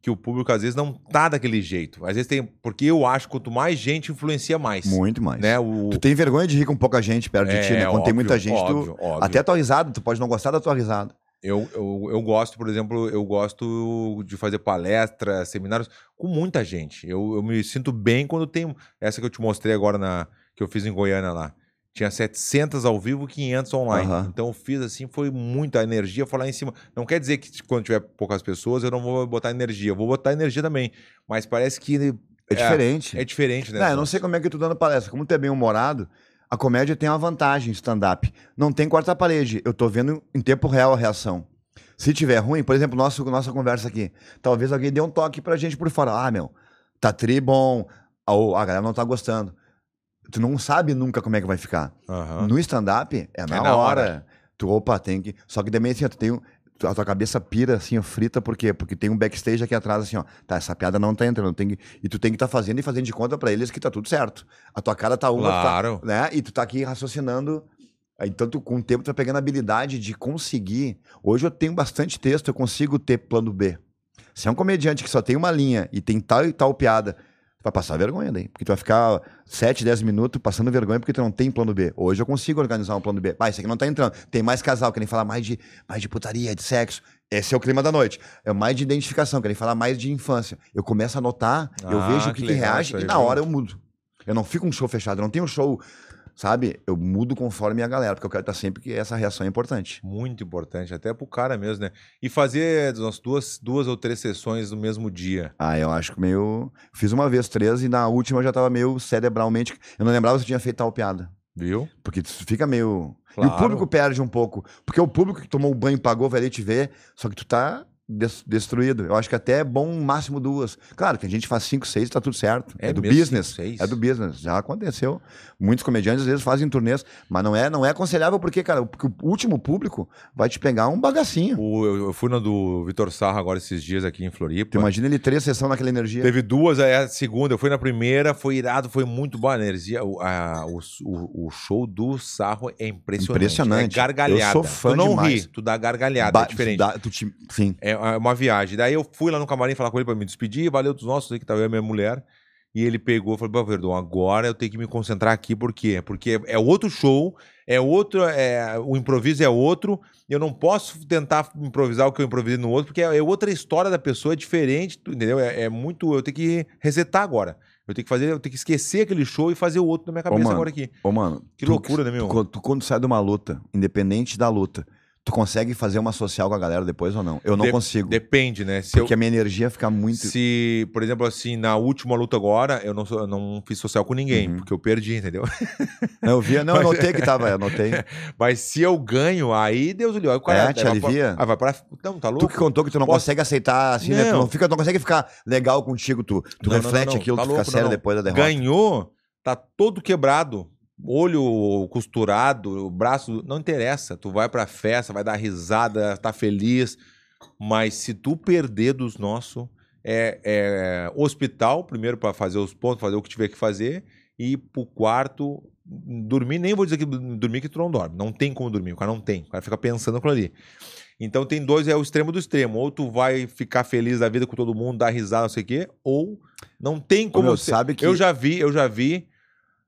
que o público às vezes não tá daquele jeito. Às vezes tem. Porque eu acho que quanto mais gente, influencia mais. Muito mais. Né? O, Tu tem vergonha de rir com pouca gente perto de ti, né? É, Quando tem muita óbvio, gente, tu... óbvio, óbvio. Até a tua risada, tu pode não gostar da tua risada. Eu, eu, eu gosto, por exemplo, eu gosto de fazer palestras, seminários com muita gente. Eu, eu me sinto bem quando tem. Essa que eu te mostrei agora, na, que eu fiz em Goiânia lá. Tinha 700 ao vivo, 500 online. Aham. Então eu fiz assim, foi muita energia. Foi lá em cima. Não quer dizer que quando tiver poucas pessoas eu não vou botar energia. Eu vou botar energia também. Mas parece que É, É, diferente. é diferente, né? Não, eu não sei como é que tu dando palestra. Como tu é bem-humorado, a comédia tem uma vantagem, stand-up. Não tem quarta parede. Eu tô vendo em tempo real a reação. Se tiver ruim, por exemplo, nosso, nossa conversa aqui. Talvez alguém dê um toque pra gente por fora. Ah, meu, tá tri bom. Ou a galera não tá gostando. Tu não sabe nunca como é que vai ficar. Aham. No stand-up, é na, na hora. hora. Tu, opa, tem que. Só que também assim, ó, tu tem um. a tua cabeça pira, assim, ó, frita, por quê? Porque tem um backstage aqui atrás, assim, ó, tá, essa piada não tá entrando, tem que- e tu tem que estar fazendo e fazendo de conta pra eles que tá tudo certo. A tua cara tá uma, tu tá- Claro. né? E tu tá aqui raciocinando. Aí, tanto com o tempo, tu vai pegando a habilidade de conseguir. Hoje eu tenho bastante texto, eu consigo ter plano B. Se é um comediante que só tem uma linha e tem tal e tal piada, tu vai passar vergonha daí. Porque tu vai ficar 7, 10 minutos passando vergonha porque tu não tem plano B. Hoje eu consigo organizar um plano B. Mas esse aqui não tá entrando. Tem mais casal, querem falar mais de, mais de putaria, de sexo. Esse é o clima da noite. É mais de identificação, querem falar mais de infância. Eu começo a anotar, eu Ah, vejo o que, que que legal reage isso aí, e na viu? hora eu mudo. Eu não fico um show fechado, eu não tenho um show, sabe? Eu mudo conforme a galera, porque eu quero estar sempre que essa reação é importante. Muito importante, até pro cara mesmo, né? E fazer umas duas, duas ou três sessões no mesmo dia. Ah, eu acho que meio. Fiz uma vez três e na última eu já tava meio cerebralmente. Eu não lembrava se eu tinha feito tal piada. Viu? Porque tu fica meio. E Claro. o público perde um pouco. Porque o público que tomou o banho e pagou vai ali te ver, só que tu tá des- destruído. Eu acho que até é bom um máximo duas. Claro, tem gente que faz cinco, seis e tá tudo certo. É É, do mesmo, business. cinco, seis? É do business. Já aconteceu. Muitos comediantes às vezes fazem turnês, mas não é, não é aconselhável porque, cara, porque o último público vai te pegar um bagacinho. O- eu, eu fui na do Vitor Sarra agora esses dias aqui em Floripa. Tu imagina ele três sessões naquela energia. Teve duas, aí a segunda, eu fui na primeira, foi irado, foi muito boa a energia. O, a- o, o- o show do Sarro é impressionante. Impressionante. É gargalhada. Eu sou fã tu não demais. ri, tu dá gargalhada, Ba- é diferente. dá- tu te- Sim. É é uma viagem. Daí eu fui lá no camarim falar com ele pra me despedir, valeu dos nossos, aí que tava eu e minha mulher. E ele pegou e falou: Pô, Verdão, agora eu tenho que me concentrar aqui, por quê? Porque é outro show, é outro, é, o improviso é outro, eu não posso tentar improvisar o que eu improvisei no outro, porque é outra história da pessoa, é diferente, tu- entendeu? É, é muito. Eu tenho que resetar agora. Eu tenho que fazer, eu tenho que esquecer aquele show e fazer o outro na minha cabeça mano, agora aqui. Ô, mano. Que tu- loucura, né, tu, meu? quando- tu quando sai de uma luta, independente da luta, tu consegue fazer uma social com a galera depois ou não? Eu não De- consigo. Depende, né? Se eu- porque a minha energia fica muito. Se, por exemplo, assim, na última luta agora, eu não, sou- eu não fiz social com ninguém, Uhum. porque eu perdi, entendeu? Não, eu via, não, *laughs* eu notei que tava, eu notei. é Mas se eu ganho, aí Deus lhe olha. O cara É, te aí vai alivia? Pra, aí vai pra. Não, tá Tu louco? que contou que tu não Posso- consegue aceitar, assim, né? Tu Não. não, fica, tu não consegue ficar legal contigo, tu, tu Não, não, não, reflete não. aquilo, Tá tu louco, fica não, sério não. depois da derrota. Ganhou, tá todo quebrado. Olho costurado, o braço. Não interessa. Tu vai pra festa, vai dar risada, tá feliz. Mas se tu perder dos nossos, é, é hospital, primeiro pra fazer os pontos, fazer o que tiver que fazer, e pro quarto. Dormir, nem vou dizer que dormir que tu não dorme. Não tem como dormir, o cara não tem. O cara fica pensando aquilo ali. Então tem dois, é o extremo do extremo. Ou tu vai ficar feliz da vida com todo mundo, dar risada, não sei o quê, ou não tem como meu, ser- sabe que- Eu já vi, eu já vi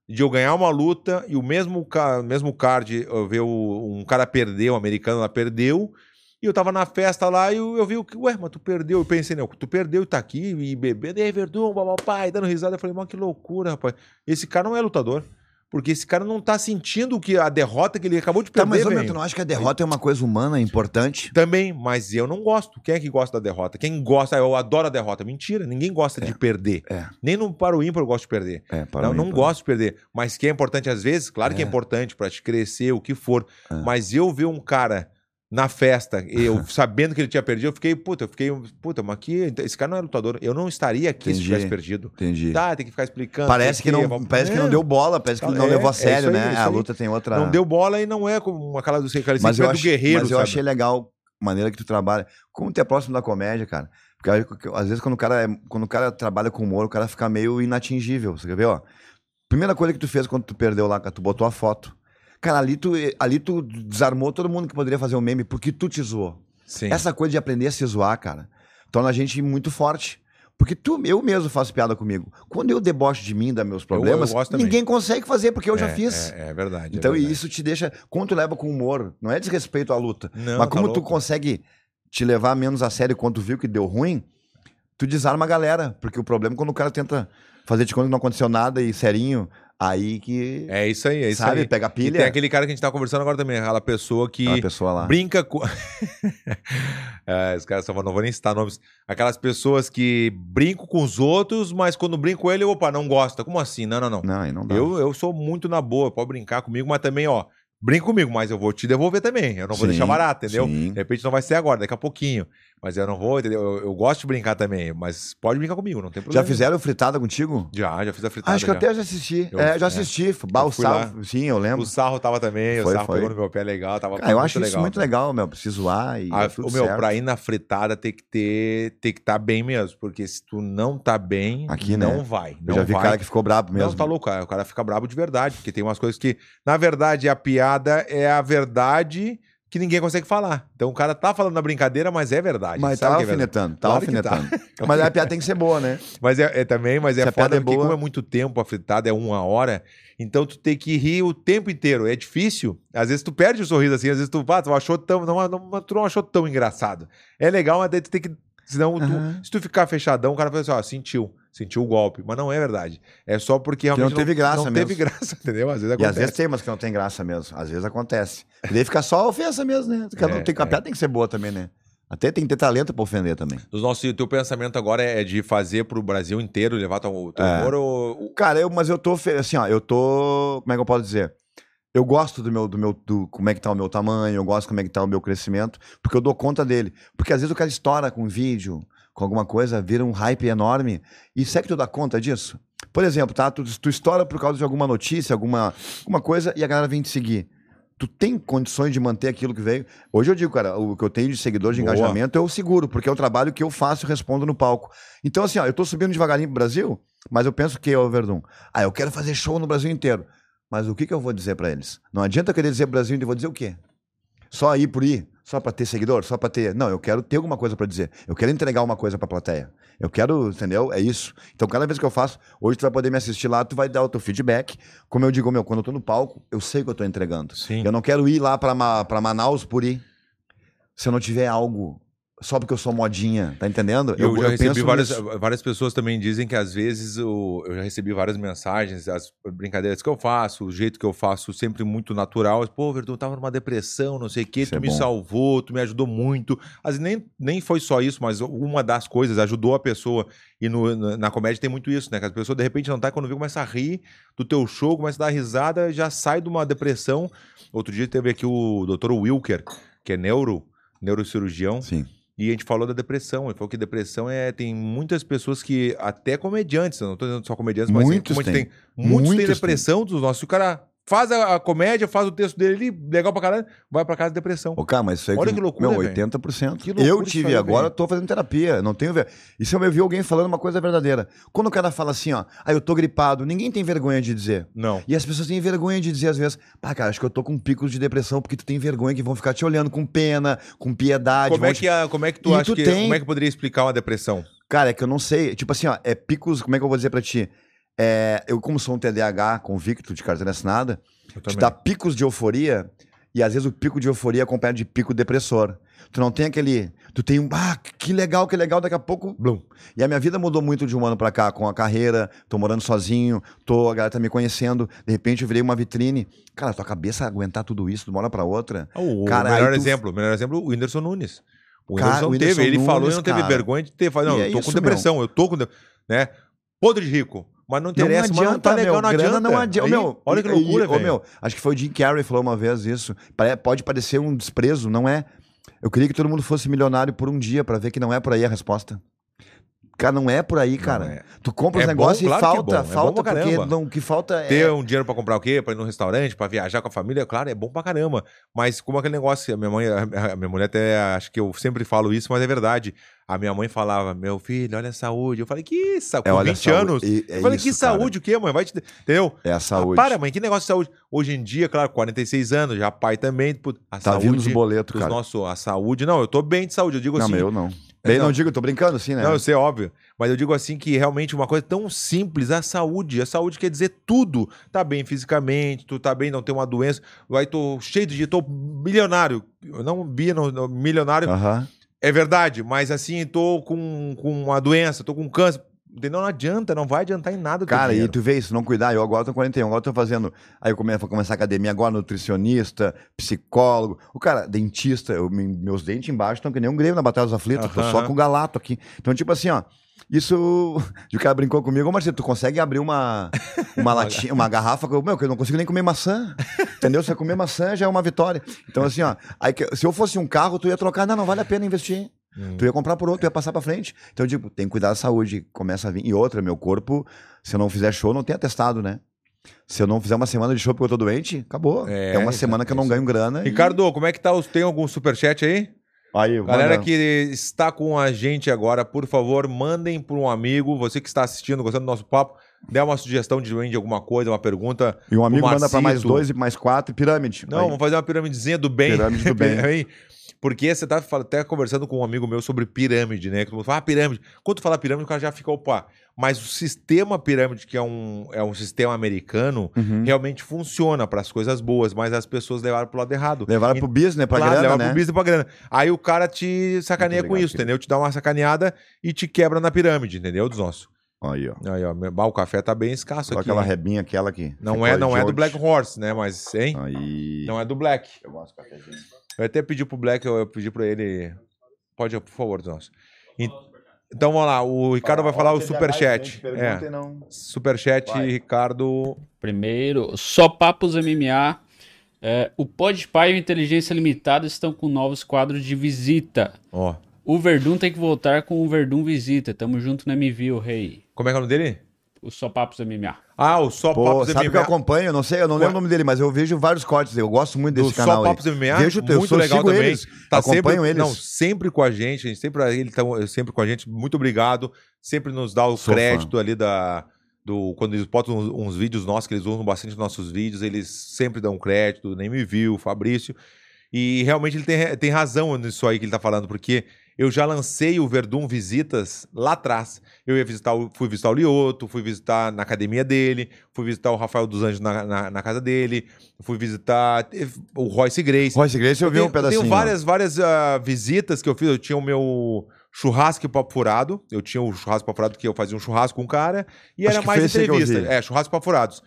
de eu ganhar uma luta e o mesmo, ca- mesmo card, eu ver o- um cara perdeu, um americano lá perdeu, e eu tava na festa lá e eu, eu vi o que, ué, mas tu perdeu. Eu pensei, não, tu perdeu e tá aqui, e bebendo, e aí, Verdun, papai, dando risada. Eu falei, mano, que loucura, rapaz. Esse cara não é lutador. Porque esse cara não tá sentindo que a derrota que ele acabou de perder. Tá, mas ô, meu, velho. tu não acha que a derrota é uma coisa humana, importante? Também, mas eu não gosto. Quem é que gosta da derrota? Quem gosta, "Ah, eu adoro a derrota. Mentira, ninguém gosta de perder. É. Nem no para o ímpar eu gosto de perder. É, para não, não gosto de perder. Mas que é importante às vezes, claro que é É. importante pra te crescer, o que for. É. Mas eu ver um cara na festa, *laughs* eu sabendo que ele tinha perdido, eu fiquei, puta, eu fiquei, puta, mas aqui, então, esse cara não é lutador. Eu não estaria aqui se Entendi. tivesse perdido. Entendi. Tá, tem que ficar explicando. parece que tem não, parece que É, não deu bola, parece que Tá, não é, levou é a sério, isso aí, né? isso a aí. luta tem outra. Não deu bola e não é como aquela do aquela mas sempre eu, é do acho, guerreiro, mas eu sabe? achei legal a maneira que tu trabalha. Como tu é próximo da comédia, cara? Porque aí, porque, às vezes quando o cara, é- quando o cara trabalha com humor, o cara fica meio inatingível. Você quer ver, ó? Primeira coisa que tu fez quando tu perdeu lá, cara, tu botou a foto. Cara, ali tu, ali tu desarmou todo mundo que poderia fazer um meme porque tu te zoou. Sim. Essa coisa de aprender a se zoar, cara, torna a gente muito forte. Porque tu, eu mesmo faço piada comigo. Quando eu debocho de mim, dos meus problemas, gosto também. ninguém consegue fazer porque eu já É, fiz. É, é verdade. é Então verdade. isso te deixa. Quando tu leva com humor, não é desrespeito à luta. Não, tá mas como tu louco. consegue te levar menos a sério quando tu viu que deu ruim, tu desarma a galera. Porque o problema é quando o cara tenta fazer de conta que não aconteceu nada e serinho, aí que. É isso aí, é isso sabe, aí. pega a E tem pilha. aquele cara que a gente tá conversando agora também, aquela pessoa que Aquela pessoa lá. brinca com. *laughs* é, os caras só não vou nem citar nomes. Aquelas pessoas que brincam com os outros, mas quando brinco com ele, opa, não gosta. Como assim? Não, não, não. Não, aí não dá. eu, eu sou muito na boa, pode brincar comigo, mas também, ó, brinca comigo, mas eu vou te devolver também. Eu não vou Sim, deixar barato, entendeu? É sim. De repente não vai ser agora, daqui a pouquinho. Mas eu não vou, entendeu? Eu, eu gosto de brincar também, mas pode brincar comigo, não tem Já problema. fizeram fritada contigo? Já, já fiz a fritada. Acho que eu já. até já assisti. Eu- é, já é. assisti. Bah, Eu o fui lá. Sarro, sim, eu lembro. O sarro tava também, Foi, o sarro foi. pegou no meu pé legal, tava Cara, eu muito acho isso legal, muito cara. legal, meu. Preciso zoar e. Ah, é tudo o meu, certo. pra ir na fritada tem que ter, tem que estar bem mesmo, porque se tu não tá bem, Aqui, né? não vai, Eu não já vi vai. cara que ficou brabo mesmo. Não, tá louco, cara. o cara fica brabo de verdade, porque tem umas coisas que, na verdade, a piada é a verdade que ninguém consegue falar. Então o cara tá falando na brincadeira, mas é verdade. Mas sabe tá que é verdade. alfinetando, tá Claro que alfinetando. Mas a piada tem que ser *laughs* boa, né? Mas é, é também, mas Se é a piada foda é porque boa- como é muito tempo a fritada, é uma hora, então tu tem que rir o tempo inteiro. É difícil. Às vezes tu perde o sorriso assim, às vezes tu, ah, tu achou tão, não, não- tu não achou tão engraçado. É legal, mas daí tu tem que, senão tu- Aham. se tu ficar fechadão, o cara fala assim, ó, sentiu. Sentiu o golpe, mas não é verdade. É só porque não realmente teve graça não mesmo. teve graça, *laughs* entendeu? Às vezes E às acontece. vezes tem umas que não tem graça mesmo. Às vezes acontece. E daí fica só ofensa mesmo, né? Cada um É, tem, A é. piada tem que ser boa também, né? Até tem que ter talento pra ofender também. Os nossos, o teu pensamento agora é de fazer pro Brasil inteiro, levar teu, teu É. humor ou... ou- Cara, eu, mas eu tô fe- assim, ó, eu tô. Como é que eu posso dizer? Eu gosto do meu, do meu, do como é que tá o meu tamanho, eu gosto como é que tá o meu crescimento, porque eu dou conta dele. Porque às vezes o cara estoura com um vídeo, com alguma coisa, vira um hype enorme. E será que tu dá conta disso? Por exemplo, tá? Tu, tu estoura por causa de alguma notícia, alguma, alguma coisa, e a galera vem te seguir. Tu tem condições de manter aquilo que veio? Hoje eu digo, cara, o que eu tenho de seguidor de Boa. engajamento eu seguro, porque é o trabalho que eu faço e respondo no palco. Então, assim, ó, eu tô subindo devagarinho pro Brasil, mas eu penso que, ô Verdun, ah, eu quero fazer show no Brasil inteiro. Mas o que, que eu vou dizer pra eles? Não adianta eu querer dizer pro Brasil inteiro, eu vou dizer o quê? Só ir por ir? Só pra ter seguidor? Só pra ter. Não, eu quero ter alguma coisa pra dizer. Eu quero entregar uma coisa pra plateia. Eu quero, entendeu? É isso. Então, cada vez que eu faço, hoje tu vai poder me assistir lá, tu vai dar o teu feedback. Como eu digo, meu, quando eu tô no palco, eu sei o que eu tô entregando. Sim. Eu não quero ir lá pra, Ma- pra Manaus por ir. Se eu não tiver algo, só porque eu sou modinha, tá entendendo? Eu, já recebi penso várias, nisso. várias pessoas também dizem que às vezes o- eu já recebi várias mensagens, as brincadeiras que eu faço, o jeito que eu faço, sempre muito natural. Pô, Verdun, eu tava numa depressão, não sei o quê, Isso tu é me bom. salvou, tu me ajudou muito. Às vezes nem, nem foi só isso, mas uma das coisas ajudou a pessoa. E no- na, na comédia tem muito isso, né? Que as pessoas de repente não tá, quando vê, começa a rir do teu show, começa a dar risada, já sai de uma depressão. Outro dia teve aqui o Dr. Wilker, que é neuro, neurocirurgião. Sim. E a gente falou da depressão. Ele falou que depressão é. Tem muitas pessoas que. Até comediantes, eu não tô dizendo só comediantes, mas Muitos assim, como a têm. gente tem. Muitos, têm Muitos depressão dos nossos. Se o cara faz a, a comédia, faz o texto dele ali, legal pra caralho, vai pra casa depressão. Ô, cara, mas isso aí. é Olha que loucura, Meu, velho. 80%. Que loucura eu isso tive aí, agora, velho. tô fazendo terapia. Não tenho. ver- E se eu vi alguém falando uma coisa verdadeira? Quando o cara fala assim, ó, ah, eu tô gripado, ninguém tem vergonha de dizer. Não. E as pessoas têm vergonha de dizer às vezes, pá, cara, acho que eu tô com picos de depressão porque tu tem vergonha que vão ficar te olhando com pena, com piedade. Como vão é, te- que a- como é que tu E acha tu que. tem- Como é que poderia explicar uma depressão? Cara, é que eu não sei. Tipo assim, ó, é picos. Como é que eu vou dizer pra ti? É, eu, como sou um TDAH convicto de carteira assinada, Eu te também. dá picos de euforia e às vezes o pico de euforia acompanha de pico depressor. Tu não tem aquele. Tu tem um. Ah, que legal, que legal, daqui a pouco. Blum. E a minha vida mudou muito de um ano pra cá, com a carreira, tô morando sozinho, tô, a galera tá me conhecendo, de repente eu virei uma vitrine. Cara, tua cabeça aguentar tudo isso de uma hora pra outra. Ah, O, o Cara, melhor aí tu- exemplo, o melhor exemplo, o Whindersson Nunes. O Cara, Whindersson o teve, Whindersson ele falou e não Nunes, teve cara. vergonha de ter falado, não, E é eu tô isso, com depressão, eu tô com. de- Né? Podre de rico. Mas não tem merece, mas não tá legal, não grana adianta. não adianta. Aí, Meu, olha que e- loucura, e- ô, velho. meu, acho que foi o Jim Carrey que falou uma vez isso. Pare- Pode parecer um desprezo, não é? Eu queria que todo mundo fosse milionário por um dia pra ver que não é por aí a resposta. Cara, não é por aí, cara. é. Tu É compra os bom, negócios claro e que é falta, bom, é bom falta, pra porque caramba. não, o que falta é... Ter um dinheiro pra comprar o quê? Pra ir num restaurante, pra viajar com a família, claro, é bom pra caramba. Mas como aquele negócio, a minha mãe, a minha mulher até, acho que eu sempre falo isso, mas é verdade. A minha mãe falava, meu filho, olha a saúde. Eu falei, que saúde? É, Com olha a 20 saúde. anos. E- é eu falei, que isso, cara. saúde o quê, mãe? Vai te... Entendeu? É a saúde. Ah, para, mãe, que negócio de saúde. Hoje em dia, claro, 46 anos, já pai também. put- A tá saúde vindo os boletos, dos cara. nosso, a saúde. Não, eu tô bem de saúde. Eu digo Não, assim, meu, eu não. Daí Não. não digo, eu tô brincando assim, né? não, eu sei, é óbvio. Mas eu digo assim que realmente uma coisa tão simples, a saúde. A saúde quer dizer tudo. Tá bem fisicamente, tu tá bem, não tem uma doença. Aí tô cheio de dinheiro, tô milionário. Eu Não, bi, não, não, milionário. Aham. É verdade, mas assim, tô com, com uma doença, tô com câncer. Entendeu? Não adianta, não vai adiantar em nada. o teu Cara, e dinheiro. tu vê isso, não cuidar. Eu agora tô 41, agora tô fazendo. Aí eu come- vou começar a academia agora, nutricionista, psicólogo. O cara, dentista, eu- me- meus dentes embaixo estão que nem um grego na Batalha dos Aflitos, tô Aham. só com galato aqui. Então, tipo assim, ó. Isso. *laughs* O cara brincou comigo, "Ô, Marcelo, tu consegue abrir uma, uma latinha, uma garrafa? Eu, Meu, que eu não consigo nem comer maçã. Entendeu? Se eu comer maçã já é uma vitória. Então, assim, ó. Aí, que- se eu fosse um carro, tu ia trocar. Não, não vale a pena investir. Hum. Tu ia comprar por outro, tu ia passar pra frente. Então, tipo, tem que cuidar da saúde. Começa a vir. E outra, meu corpo, se eu não fizer show, não tem atestado, né? Se eu não fizer uma semana de show porque eu tô doente, acabou. É, É, uma semana que eu não ganho grana. e- Ricardo, como é que tá? os- Tem algum superchat aí? Aí, Galera manda. que está com a gente agora, por favor, mandem para um amigo, você que está assistindo, gostando do nosso papo, dê uma sugestão de de alguma coisa, uma pergunta. E um amigo o manda pra mais Marcito. dois e mais quatro e pirâmide. Não, Aí, vamos fazer uma piramidezinha do bem. pirâmide do *laughs* bem. Aí, Porque você tá fal- até conversando com um amigo meu sobre pirâmide, né? Que todo mundo fala, ah, pirâmide. Quando tu fala pirâmide, o cara já fica, opa. Mas o sistema pirâmide, que é um, é um sistema americano, Uhum. realmente funciona para as coisas boas, mas as pessoas levaram pro lado errado. Então, Levaram pro business, pra Claro, grana, leva né? pro business pra grana. Aí o cara te sacaneia Muito com legal, isso, filho. entendeu? Te dá uma sacaneada e te quebra na pirâmide, entendeu? Dos nossos. Aí, ó. Aí, ó, meu- bah, o café tá bem escasso Só aqui. aquela hein? rebinha, aquela que... Não é, não é do George. Black Horse, né? Mas, hein? Aí... Não é do Black. Eu gosto de cafezinho. Eu até pedi pro Black, eu, eu pedi pra ele. Pode, por favor, nosso. En- Então vamos lá, o Ricardo vai falar o superchat. É. Superchat, Vai. Ricardo. Primeiro, só papos MMA. É, o Podpai e o Inteligência Limitada estão com novos quadros de visita. Ó. O Verdun tem que voltar com o Verdun Visita. Tamo junto na MV, o rei. Como é que é o nome dele? O Só Papos MMA. Ah, o Só Pô, Papos sabe é o que eu MMA. acompanho? Eu Não sei, eu não lembro o nome dele, mas eu vejo vários cortes. Eu gosto muito do desse Só canal aí. Papos MMA, Vejo o teu, muito eu legal sigo também. eles, tá acompanho sempre, eles. Não, sempre com a gente, gente, sempre ele tá sempre com a gente. Muito obrigado. Sempre nos dá o Sou crédito ali da do quando eles botam uns, uns vídeos nossos que eles usam bastante nos nossos vídeos, eles sempre dão crédito, nem me viu, Fabrício. E realmente ele tem, tem razão nisso aí que ele tá falando, porque eu já lancei o Verdun Visitas lá atrás. Eu ia visitar, o- fui visitar o Lioto, fui visitar na academia dele, fui visitar o Rafael dos Anjos na, na- na casa dele, fui visitar eh, o Royce Grace. Royce Grace, eu vi tenho, um pedacinho. tenho várias, várias ah, visitas que eu fiz. Eu tinha o meu churrasco e papo furado. Eu tinha o churrasco e papo furado que eu fazia um churrasco com um cara e Acho era que mais foi esse aí que eu entrevista. vi. É, churrasco e papo furados.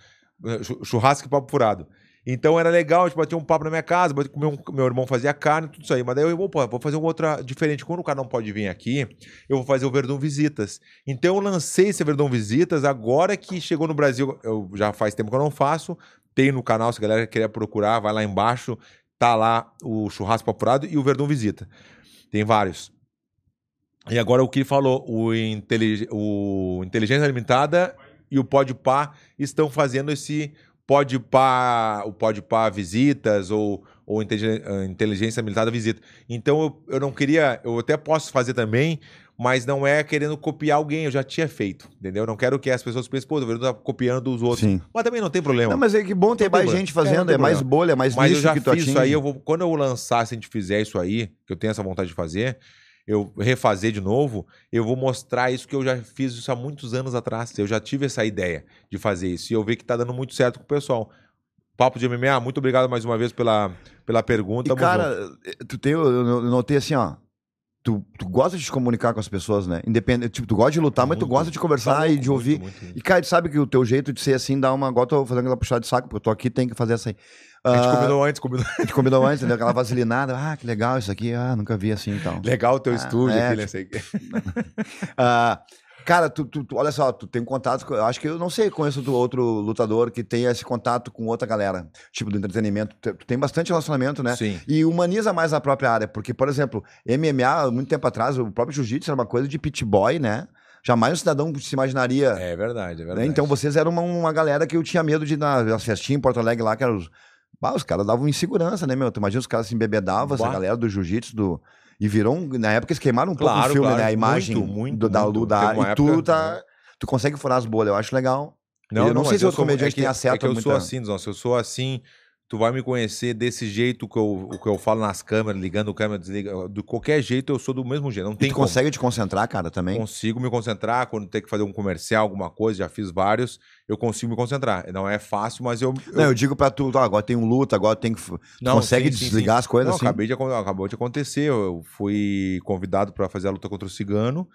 Eh, chu- Churrasco e papo furado. Então era legal, a gente batia um papo na minha casa, batia- meu, meu irmão fazia carne, tudo isso aí. Mas daí eu, opa, vou fazer uma outra diferente. Quando o cara não pode vir aqui, eu vou fazer o Verdão Visitas. Então eu lancei esse Verdão Visitas, agora que chegou no Brasil, eu já faz tempo que eu não faço. Tem no canal, se a galera querer procurar, vai lá embaixo, tá lá o Churrasco Papo Furado e o Verdão Visita. Tem vários. E agora o que ele falou, o, intelig... o Inteligência Limitada e o Podpah estão fazendo esse Podpah, o Podpah Visitas ou, ou Inteligen- ah, Inteligência Limitada Visita. Então eu, eu não queria, eu até posso fazer também, mas não é querendo copiar alguém, eu já tinha feito, entendeu? Eu não quero que as pessoas pensem, pô, o Verdun tá copiando os outros. Sim. Mas também não tem problema. Não, mas é que bom ter Então, Não tem mais problema. gente É, não fazendo, tem é mais problema. bolha, mais Mas eu nicho já que fiz tu atinge. isso aí, eu vou, quando eu lançar, se a gente fizer isso aí, que eu tenho essa vontade de fazer, eu refazer de novo, eu vou mostrar isso que eu já fiz isso há muitos anos atrás. Eu já tive essa ideia de fazer isso e eu vi que tá dando muito certo com o pessoal. Papo de MMA, muito obrigado mais uma vez pela, pela pergunta. E tamo junto. cara, tu tem, eu- eu notei assim, ó. Tu, tu gosta de se comunicar com as pessoas, né? Independente, tipo, tu gosta de lutar, mas tu Muito. gosta de Tá conversar louco, e de ouvir. muito, muito, muito. E, cara, tu sabe que o teu jeito de ser assim dá uma. Agora tô fazendo aquela puxada de saco, porque eu tô aqui, tem que fazer essa aí. A gente Ah, combinou antes, combinou. *laughs* a gente combinou antes, entendeu? Aquela vaselinada. Ah, que legal isso aqui. Ah, nunca vi assim e tal. Legal o teu Ah, estúdio é, aqui, né? sei- *laughs* Ah, cara, tu, tu- tu- olha só, tu tem um contato. com- eu acho que eu não sei, conheço do outro lutador que tem esse contato com outra galera, tipo do entretenimento. Tu, tu tem bastante relacionamento, né? Sim. E humaniza mais a própria área, porque, por exemplo, MMA, muito tempo atrás, o próprio jiu-jitsu era uma coisa de pit boy, né? Jamais um cidadão se imaginaria. É verdade, é né? verdade. Então vocês eram uma, uma galera que eu tinha medo de ir na festinha em Porto Alegre lá, que eram os. Ah, os caras davam insegurança, né, meu? Tu imagina os caras se embebedavam, essa Bah. galera do jiu-jitsu, do. E virou um. Na época eles queimaram um pouco Claro, o filme, claro, né? A imagem muito, muito, do- da muito. Lu da Teve uma E tu época- é. tá. Tu consegue furar as bolhas, eu acho legal. Eu não sei mas se outro sou- é comediante que- tem acesso É que eu a muita- sou assim, Dizão. Se eu sou assim, tu vai me conhecer desse jeito que eu, o que eu falo nas câmeras, ligando o câmera, desliga. De qualquer jeito, eu sou do mesmo jeito. Não E tem tu como. consegue te concentrar, cara, também? Consigo me concentrar quando tem que fazer um comercial, alguma coisa, já fiz vários, eu consigo me concentrar. Não é fácil, mas eu. Não, eu digo pra tu, ó, agora tem um luta, agora tem que. fu- Tu Não, consegue sim, sim, desligar as coisas Não, assim? acabei de, acon- acabou de acontecer. Eu eu fui convidado para fazer a luta contra o Cigano.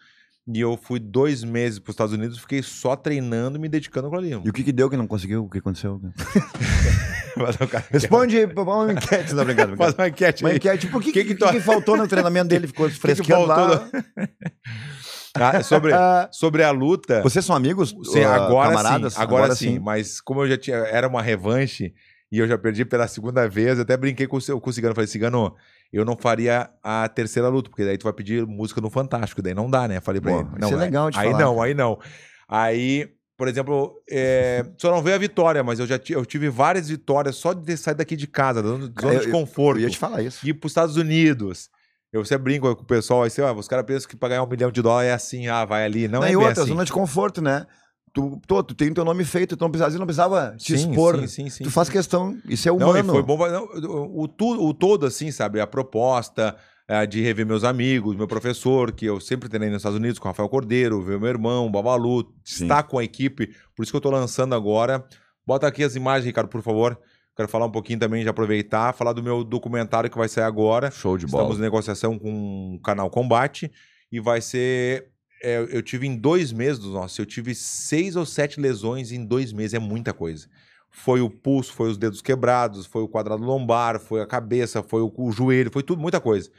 E eu fui dois meses para os Estados Unidos, fiquei só treinando e me dedicando ao ali. *laughs* E o que que deu que não conseguiu? O que aconteceu? *laughs* Mas o cara- Responde aí, uma enquete, não, *laughs* obrigado. Faz obrigado. uma enquete Uma aí. enquete, tipo, o que, Que que, que que, tu- que faltou no treinamento *laughs* dele? Ficou fresqueando lá. faltou Ah, sobre, *laughs* Ah, sobre a luta. Vocês são amigos? Sim, ah, agora, sim, camaradas? agora, sim, mas como eu já tinha, era uma revanche E eu já perdi pela segunda vez. Até brinquei com o, seu- com o Cigano. Falei, Cigano, eu não faria a terceira luta, porque daí tu vai pedir música no Fantástico. Daí não dá, né? Falei pra Boa, ele. isso Não, é legal de Aí falar, não, cara. aí não. Aí, por exemplo, é, *laughs* só não veio a vitória, mas eu já ti- eu tive várias vitórias só de ter saído daqui de casa, da zona, Cara, zona de conforto É, Eu ia te falar isso. ir para os Estados Unidos. Eu sempre brinco com o pessoal, aí, sei lá, os caras pensam que para ganhar um milhão de dólares é assim, ah, vai ali. Não, Não, é e bem outra, assim. zona de conforto, né? Tu, tu, tu tem o teu nome feito, tu não precisava, não precisava te expor. Sim, sim, sim, tu sim. faz questão, isso é Não, e humano. foi bom, mas não, o, tu- o todo assim, sabe? A proposta eh, de rever meus amigos, meu professor, que eu sempre treinei nos Estados Unidos, com o Rafael Cordeiro, ver meu irmão, o Babalu, Sim. estar com a equipe. Por isso que eu tô lançando agora. Bota aqui as imagens, Ricardo, por favor. Quero falar um pouquinho também, já aproveitar, falar do meu documentário que vai sair agora. Show de Estamos em negociação com o canal Combate e vai ser. é, eu tive em dois meses, nossa, eu tive seis ou sete lesões em dois meses, é muita coisa. Foi o pulso, foi os dedos quebrados, foi o quadrado lombar, foi a cabeça, foi o, o joelho, foi tudo, muita coisa.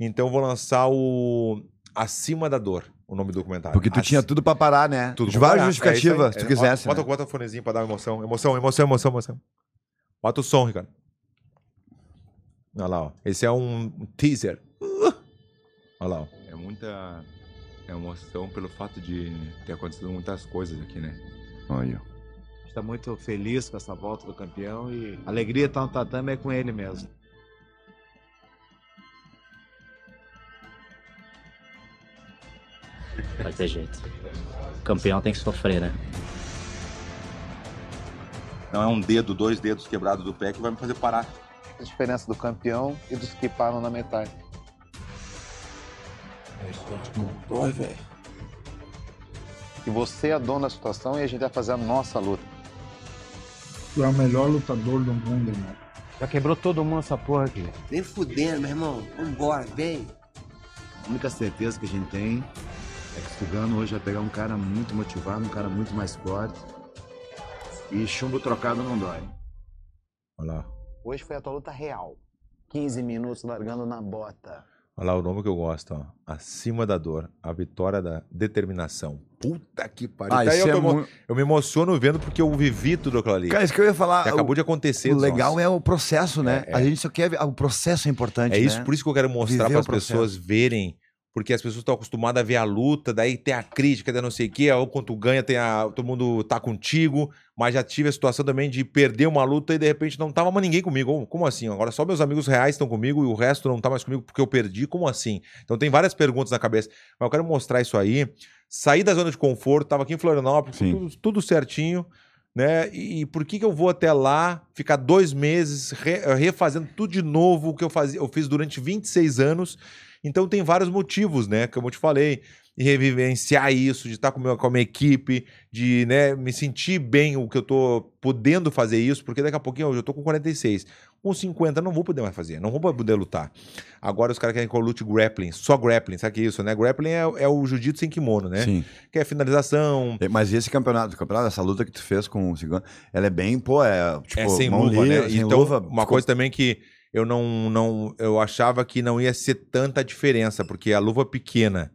Então eu vou lançar o Acima da Dor, o nome do documentário. Porque tu Ac- tinha tudo pra parar, né? tudo de várias comparar. É isso justificativas, aí. se tu É, quisesse. Bota, né? bota o fonezinho pra dar emoção. Emoção, emoção, emoção, emoção. Bota o som, Ricardo. Olha lá, ó. Esse é um teaser. Olha lá, ó. É muita emoção pelo fato de ter acontecido muitas coisas aqui, né? Olha. está tá muito feliz com essa volta do campeão e a alegria tá no tatame é com ele mesmo. Vai ter jeito. Campeão tem que sofrer, né? Não é um dedo, dois dedos quebrados do pé que vai me fazer parar. A diferença do campeão e dos que param na metade. É E você é dono da situação e a gente vai fazer a nossa luta. Tu é o melhor lutador do mundo, irmão. Já quebrou todo mundo essa porra aqui. Vem fudendo, meu irmão. Vambora, vem. A única certeza que a gente tem é que o Sugano hoje vai pegar um cara muito motivado, um cara muito mais forte. E chumbo trocado não dói. Olha lá. Hoje foi a tua luta real. 15 minutos largando na bota. Olha lá o nome que eu gosto, ó. Acima da Dor, a vitória da determinação. Puta que pariu. Ah, Até eu, isso é tô emo- muito... eu me emociono vendo porque eu vivi tudo aquilo ali. Cara, isso que eu ia falar. Que Ah, o- acabou de acontecer. O legal é o processo, né? É, é. A gente só quer. ver- O processo é importante. É isso, né? por isso que eu quero mostrar Viver para o as pessoas verem, porque as pessoas estão acostumadas a ver a luta, daí tem a crítica, daí não sei o quê, ou quando tu ganha, tem a, todo mundo tá contigo, mas já tive a situação também de perder uma luta e de repente não tava mais ninguém comigo. Ô, Como assim? Agora só meus amigos reais estão comigo e o resto não tá mais comigo porque eu perdi? Como assim? Então tem várias perguntas na cabeça, mas eu quero mostrar isso aí. Saí da zona de conforto, tava aqui em Florianópolis, Sim. tudo, tudo certinho. Né? E, e por que, que eu vou até lá ficar dois meses re- refazendo tudo de novo o que eu, fazia, eu fiz durante 26 anos? Então tem vários motivos, né? Como eu te falei, e revivenciar isso, de estar com, meu, com a minha equipe, de né, me sentir bem o que eu tô podendo fazer isso, porque daqui a pouquinho hoje eu tô com 46. Com 50 eu não vou poder mais fazer, não vou poder lutar. Agora os caras querem que eu lute grappling, só grappling, sabe o que é isso, né? Grappling é, é o jiu-jitsu sem kimono, né? Sim. Que é finalização, É, Mas esse campeonato, campeonato, essa luta que tu fez com o Cigano, ela é bem, pô, é tipo. é sem mão luva, livre, né? Sem então, luva, uma ficou- coisa também que eu não, não. Eu achava que não ia ser tanta diferença, porque a luva pequena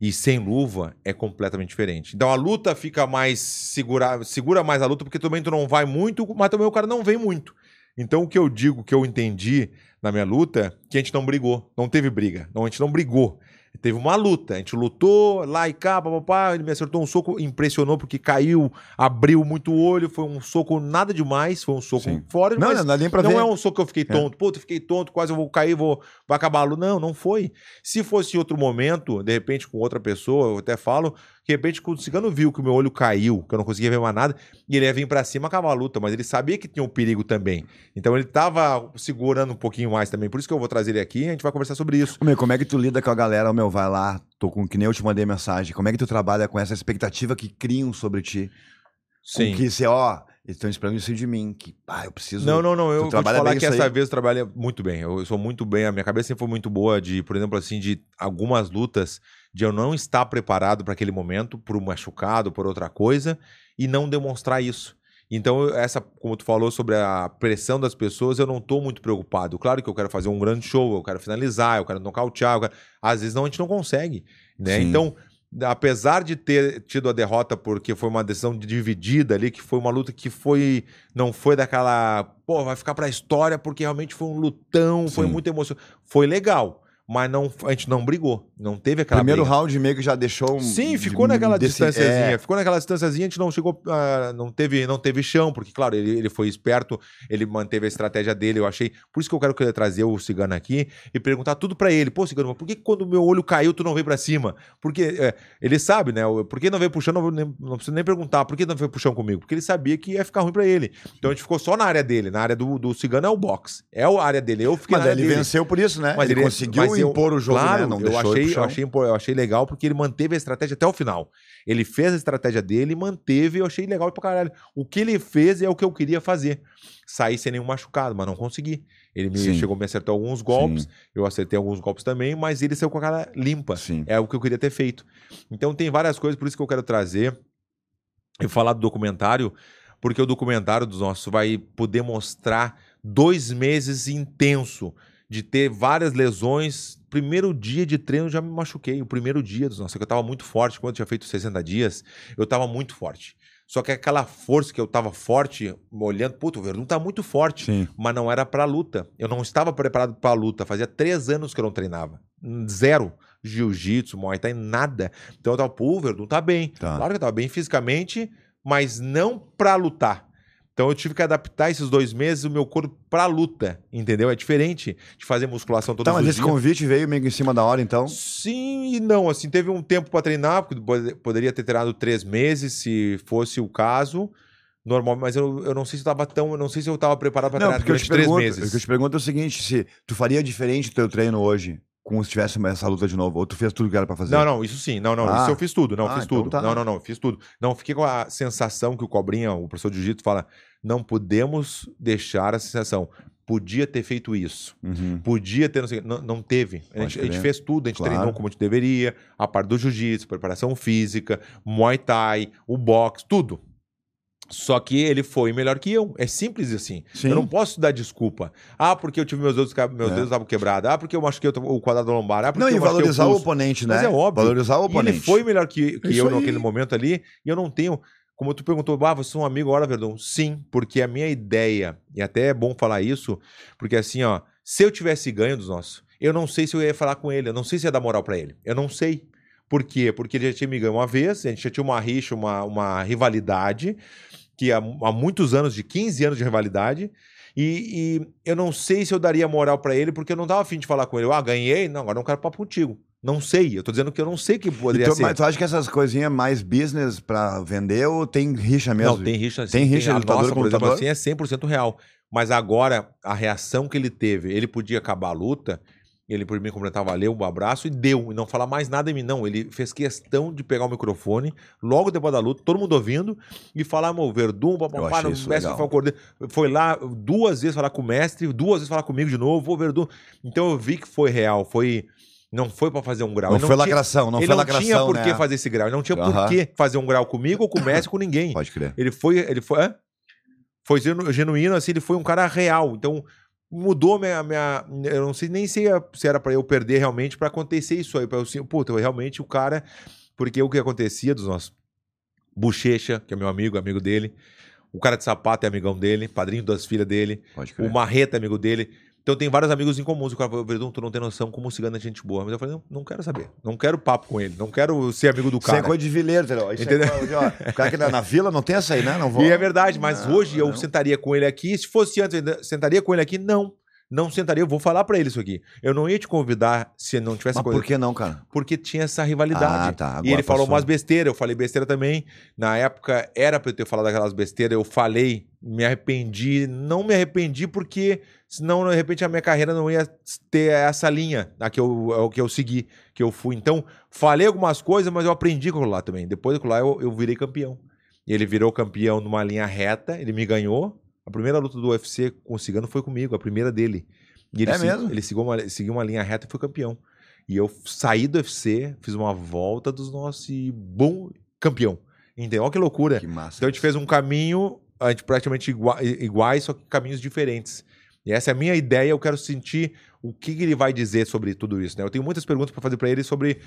e sem luva é completamente diferente. Então a luta fica mais segura, segura mais a luta, porque também tu não vai muito, mas também o cara não vem muito. Então o que eu digo, que eu entendi na minha luta, que a gente não brigou, não teve briga, não, a gente não brigou. Teve uma luta, a gente lutou lá e cá, papapá, ele me acertou um soco, impressionou porque caiu, abriu muito o olho, foi um soco nada demais, foi um soco Sim. fora, Não, mas não, não dá nem pra não ver. é um soco que eu fiquei tonto. Puta, fiquei tonto, quase eu vou cair, vou, vou acabar a luta. Não, não foi. Se fosse em outro momento, de repente com outra pessoa, eu até falo, de repente quando o cigano viu que o meu olho caiu, que eu não conseguia ver mais nada, e ele ia vir pra cima acabar a luta, mas ele sabia que tinha um perigo também. Então ele tava segurando um pouquinho mais também. Por isso que eu vou trazer ele aqui e a gente vai conversar sobre isso. Ô, meu, como é que tu lida com a galera? Ô, meu, vai lá, tô com que nem eu te mandei mensagem. Como é que tu trabalha com essa expectativa que criam sobre ti? Com que se, ó, eles estão esperando isso de mim. Que, ah, eu preciso. Não, não, não. Eu vou te trabalha falar bem que isso essa aí? vez eu trabalho muito bem. Eu, eu sou muito bem. A minha cabeça sempre foi muito boa de, por exemplo, assim, de algumas lutas de eu não estar preparado para aquele momento, por um machucado, por outra coisa, e não demonstrar isso. Então, eu- essa, como tu falou sobre a pressão das pessoas, eu não tô muito preocupado. Claro que eu quero fazer um grande show, eu quero finalizar, eu quero nocautear, eu quero... às vezes não, a gente não consegue, né? Sim. Então, apesar de ter tido a derrota porque foi uma decisão dividida ali, que foi uma luta que foi não foi daquela, pô, vai ficar pra história porque realmente foi um lutão, foi Sim. muito emocionante. Foi legal, mas não a gente não brigou, não teve aquela Primeiro briga. round meio que já deixou. um- Sim, ficou naquela desse- distanciazinha. é, Ficou naquela distanciazinha, a gente não chegou. ah, não, teve, não teve chão, porque, claro, ele, ele foi esperto, ele manteve a estratégia dele, eu achei. Por isso que eu quero que ele trazer o Cigano aqui e perguntar tudo pra ele. Pô, Cigano, mas por que quando o meu olho caiu, tu não veio pra cima? Porque é, ele sabe, né? o- Por que não veio pro chão? Não, vou nem- não preciso nem perguntar. Por que não veio pro chão comigo? Porque ele sabia que ia ficar ruim pra ele. Então a gente ficou só na área dele. Na área do, do Cigano é o boxe. É a área dele. Eu fiquei Mas na ele área dele. venceu por isso, né? Mas ele, conseguiu mas eu- impor o jogo, claro, né? Não eu deixou ele achei, pro eu chão. achei, impo- eu achei legal porque ele manteve a estratégia até o final. Ele fez a estratégia dele, manteve, eu achei legal pra caralho. O que ele fez é o que eu queria fazer. Sair sem nenhum machucado, mas não consegui. Ele me Sim. chegou a me acertar alguns golpes, eu acertei alguns golpes também, mas ele saiu com a cara limpa. Sim. É o que eu queria ter feito. Então tem várias coisas, por isso que eu quero trazer e falar do documentário, porque o documentário dos nossos vai poder mostrar dois meses intenso de ter várias lesões. Primeiro dia de treino eu já me machuquei. O primeiro dia dos nossos, que eu tava muito forte, quando eu tinha feito 60 dias, eu tava muito forte. Só que aquela força que eu tava forte, olhando, puto, o Verdun tá muito forte Sim. mas não era pra luta. Eu não estava preparado pra luta. Fazia três anos que eu não treinava. Zero. Jiu-jitsu, Muay Thai, nada. Então eu tava, pô, não tá bem. Tá. Claro que eu tava bem fisicamente, mas não pra lutar. Então eu tive que adaptar esses dois meses o meu corpo pra luta, entendeu? É diferente de fazer musculação toda Tá, mas os esse dias. convite veio meio que em cima da hora, então. Sim e não, assim, teve um tempo para treinar, porque pode- poderia ter treinado três meses, se fosse o caso, normal, mas eu, eu não sei se eu tava tão, eu não sei se eu tava preparado para Não, treinar porque eu durante te, três pergunto, meses. o que eu te pergunto é o seguinte: se tu faria diferente o teu treino hoje, como se tivesse essa luta de novo, ou tu fez tudo que era pra fazer? Não, não, isso sim. Não, não, Ah. isso eu fiz tudo. Não, Ah, fiz então tudo. tá. Não, não, não, fiz tudo. Não, fiquei com a sensação que o Cobrinha, o professor de Jiu-Jitsu, fala: não podemos deixar a sensação. Podia ter feito isso. Uhum. Podia ter, não sei o quê. não, não teve. A Pode gente, a gente crer. fez tudo, a gente Claro. treinou como a gente deveria, a parte do jiu-jitsu, preparação física, muay thai, o boxe, tudo. Só que ele foi melhor que eu. É simples assim. Sim. Eu não posso dar desculpa. Ah, porque eu tive meus dedos, ca- meus É. dedos estavam quebrados. Ah, porque eu machuquei o o quadrado lombar. Ah, porque Não, eu e machuquei valorizar é o, pulso. oponente, né? Mas é óbvio. Valorizar o E oponente. Ele foi melhor que, que Isso eu aí. naquele momento ali, e eu não tenho. Como tu perguntou, ah, você é um amigo agora, Verdão? Sim, porque a minha ideia, e até é bom falar isso, porque assim, ó, se eu tivesse ganho dos nossos, eu não sei se eu ia falar com ele, eu não sei se ia dar moral pra ele, eu não sei. Por quê? Porque ele já tinha me ganho uma vez, a gente já tinha uma rixa, uma, uma rivalidade, que há, há muitos anos, de 15 anos de rivalidade, e, e eu não sei se eu daria moral pra ele, porque eu não tava afim de falar com ele. Eu, Ah, ganhei? Não, agora não quero papo contigo. Não sei, eu tô dizendo que eu não sei que E poderia tu, ser. Então, mas tu acha que essas coisinhas mais business pra vender ou tem rixa mesmo? Não, tem rixa assim. Tem rixa a de lutador nossa, com por exemplo, lutador? assim, é 100% real. Mas agora, a reação que ele teve, ele podia acabar a luta, ele por mim completar valeu, um abraço e deu. E não falar mais nada em mim, não. Ele fez questão de pegar o microfone, logo depois da luta, todo mundo ouvindo, e falar, meu, Verdun, Eu papapá, achei o isso mestre legal. foi, o cordeiro. foi lá duas vezes falar com o mestre, duas vezes falar comigo de novo, ô Verdun. Então eu vi que foi real, foi... Não foi pra fazer um grau. Não, Ele foi tinha- lacração, não ele foi não lacração. tinha por que né? fazer esse grau, ele não tinha por Aham. que fazer um grau comigo ou com o mestre, com ninguém. Pode crer. Ele foi, ele foi, hã? foi genu- genuíno, assim, ele foi um cara real. Então, mudou minha. minha eu não sei nem se, ia- se era pra eu perder realmente pra acontecer isso aí. Pra eu, assim, puta, eu realmente o cara. Porque o que acontecia dos nossos. Bochecha, que é meu amigo, amigo dele. O cara de sapato é amigão dele, padrinho das filhas dele. Pode crer. O Marreta é amigo dele. Então tem vários amigos em comuns. O cara falou, Verdun, tu não tem noção como o cigano é gente boa. Mas eu falei, não, não quero saber. Não quero papo com ele. Não quero ser amigo do Isso é cara. coisa de vileiro, entendeu? Isso Entendeu? É coisa de, ó, o cara que na, na vila não tem essa aí, né? Não vou. E é verdade, mas Não, hoje eu não. sentaria com ele aqui. Se fosse antes, eu ainda sentaria com ele aqui? Não. Não sentaria, eu vou falar pra ele isso aqui. Eu não ia te convidar se não tivesse Mas coisa. por que não, cara? Porque tinha essa rivalidade. Ah, tá. Agora e ele falou passou. umas besteiras, eu falei besteira também. Na época era pra eu ter falado aquelas besteiras, eu falei, me arrependi. Não me arrependi porque senão, de repente, a minha carreira não ia ter essa linha a que eu, a que eu segui, que eu fui. Então, falei algumas coisas, mas eu aprendi com aquilo lá também. Depois daquilo lá, eu, eu virei campeão. Ele virou campeão numa linha reta, ele me ganhou. A primeira luta do UFC com o Cigano foi comigo, a primeira dele. E ele É se- mesmo? Ele seguiu uma, seguiu uma linha reta e foi campeão. E eu saí do UFC, fiz uma volta dos nossos e bom, campeão. Entendeu? Olha que loucura. Que massa. Então a gente fez um caminho, a gente praticamente igua- i- iguais, só que caminhos diferentes. E essa é a minha ideia, eu quero sentir o que que ele vai dizer sobre tudo isso, né? Eu tenho muitas perguntas para fazer para ele sobre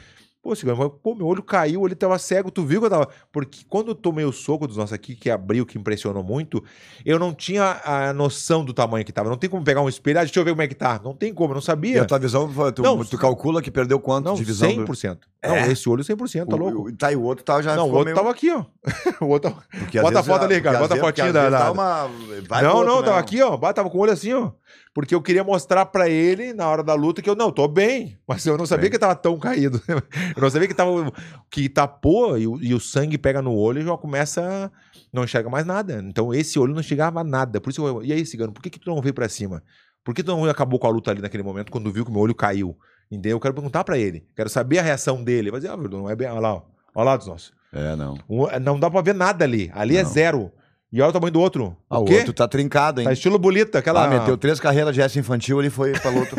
Pô, cigano, mas, pô, meu olho caiu, ele tava cego, tu viu que eu tava. Porque quando eu tomei o soco dos nossos aqui, que abriu, que impressionou muito, eu não tinha a noção do tamanho que tava. Não tem como pegar um espelho, ah, deixa eu ver como é que tá. Não tem como, eu não E sabia. a tua visão, foi- tu, Não, tu calcula que perdeu quanto Não, de visão? do- 100%. Não, É? esse olho 100%, tá louco? O, o, tá, e o outro tava já não, o ficou outro meio- tava aqui, ó. *laughs* o outro tava... Porque às Bota a vezes é- foto ali, porque cara, às bota a fotinha vezes- porque às da- vezes dá da- uma- vai não, pro outro né? não, tava mesmo. aqui, ó. Bah, tava com o olho assim, ó. Porque eu queria mostrar pra ele na hora da luta que eu não, tô bem. Mas eu não sabia que tava tão caído. *laughs* Eu não sabia que tava. Que tapou e, o- e o sangue pega no olho e já começa. a- Não enxerga mais nada. Então esse olho não chegava a nada. Por isso eu, E aí, cigano, por que, que tu não veio pra cima? Por que tu não acabou com a luta ali naquele momento quando viu que meu olho caiu? Entendeu? Eu quero perguntar pra ele. Quero saber a reação dele. Vai dizer, ah, Verdun, não é bem. Olha lá, ó. Olha lá dos nossos. É, não. Um- não dá pra ver nada ali. Ali é Não. zero. E olha o tamanho do outro. Ah, o quê? outro tá trincado, hein? Tá estilo bolita, aquela. Ah, meteu três carreiras de essa infantil, ele foi pra luta.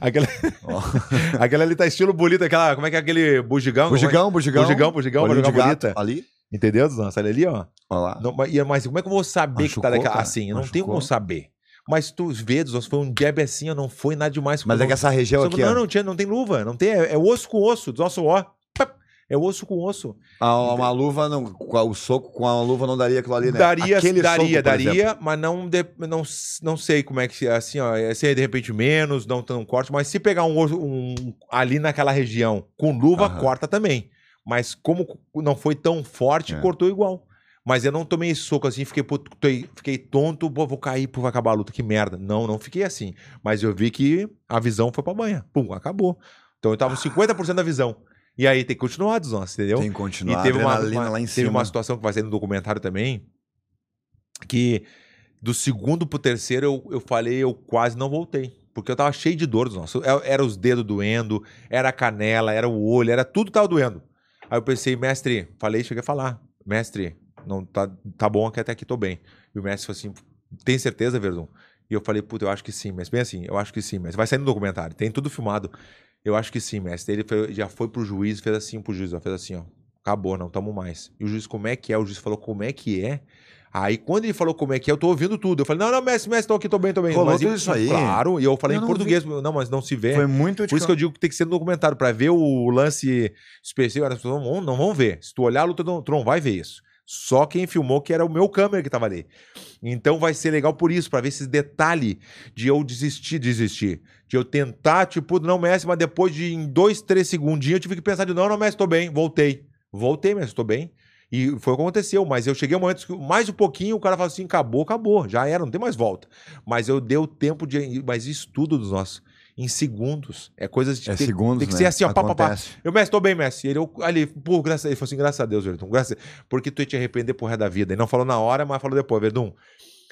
Aquela, Ó. *laughs* aquela ali tá estilo bolita, aquela. Como é que é aquele bugigão? Bugigão, bugigão. Bugigão, bugigão, Olhinho bugigão de gato, bonita. Ali, Entendeu? Nossa, olha ali, ó. olha lá. Não, mas, e- mas como é que eu vou saber que tá Machucou, daquela. cara? Assim, eu não tenho Machucou. como saber. Mas tu vê, Deus, foi um jab assim, ó, não foi nada demais. Mas é que essa região Só- aqui, Não, ó. não, tinha, não tem luva, não tem. É, é osso com osso, do nosso ó. Pap, É osso com osso. Ah, uma luva, não, com a- o soco com a luva não daria aquilo ali, né? Daria, Aquele daria, soco, por daria, exemplo. mas não, de- não, s- não sei como é que se- assim, ó, é, se de repente menos, não tão corte, mas se pegar um, osso- um- ali naquela região com luva, Aham. corta também. Mas como c- não foi tão forte, É. cortou igual. Mas eu não tomei esse soco assim, fiquei, puto- toi- fiquei tonto, pô, vou cair, pô, vai acabar a luta, que merda. Não, não fiquei assim. Mas eu vi que a visão foi pra banha. Pum, acabou. Então eu tava Ah. com 50% da visão. E aí tem que continuar, nós, entendeu? Tem que continuar, e teve uma, adrenalina uma- lá em cima. teve uma situação que vai sair no documentário também, que do segundo pro terceiro eu, eu falei, eu quase não voltei. Porque eu tava cheio de dor dos nossos. Eu- Era os dedos doendo, era a canela, era o olho, era tudo tava doendo. Aí eu pensei, mestre, falei, cheguei a falar, mestre, não tá, tá bom que até aqui tô bem. E o mestre falou assim, tem certeza, Verdun? E eu falei, puta, eu acho que sim, mas bem assim, eu acho que sim, mas vai sair no documentário, tem tudo filmado. Eu acho que sim, mestre. Ele foi- já foi pro juiz, fez assim pro juiz, ó, fez assim, ó, acabou, não tamo mais. E o juiz, como é que é? O juiz falou, como é que é? Aí quando ele falou como é que é, eu tô ouvindo tudo. Eu falei, não, não, mestre, mestre, tô aqui, tô bem, tô bem. Rolou Mas, tudo e- isso aí? Claro, e eu falei Eu em não português, não, mas não se vê. Foi muito Por isso que eu digo que tem que ser no documentário, pra ver o lance específico. As pessoas não, vão- não vão ver. Se tu olhar a luta, tu não, tu não vai ver isso. Só quem filmou que era o meu câmera que tava ali. Então vai ser legal por isso, pra ver esse detalhe de eu desistir, desistir. De eu tentar, tipo, não, Messi, mas depois de em dois, três segundinhos eu tive que pensar de não, não, Messi, tô bem, voltei. Voltei, Messi, tô bem. E foi o que aconteceu, mas eu cheguei a momentos que mais um pouquinho o cara fala assim: acabou, acabou, já era, não tem mais volta. Mas eu dei o tempo de. Mas isso tudo dos nossos, em segundos. É coisas de. É ter- segundos, tem que né? ser assim, ó, pá, pá, pá. Acontece. Eu, Messi, tô bem, Messi. Ele, eu, ali, pô, graças a Ele falou assim: graças a Deus, Verdun, graças a- porque tu ia te arrepender por resto da vida. Ele não falou na hora, mas falou depois, Verdun.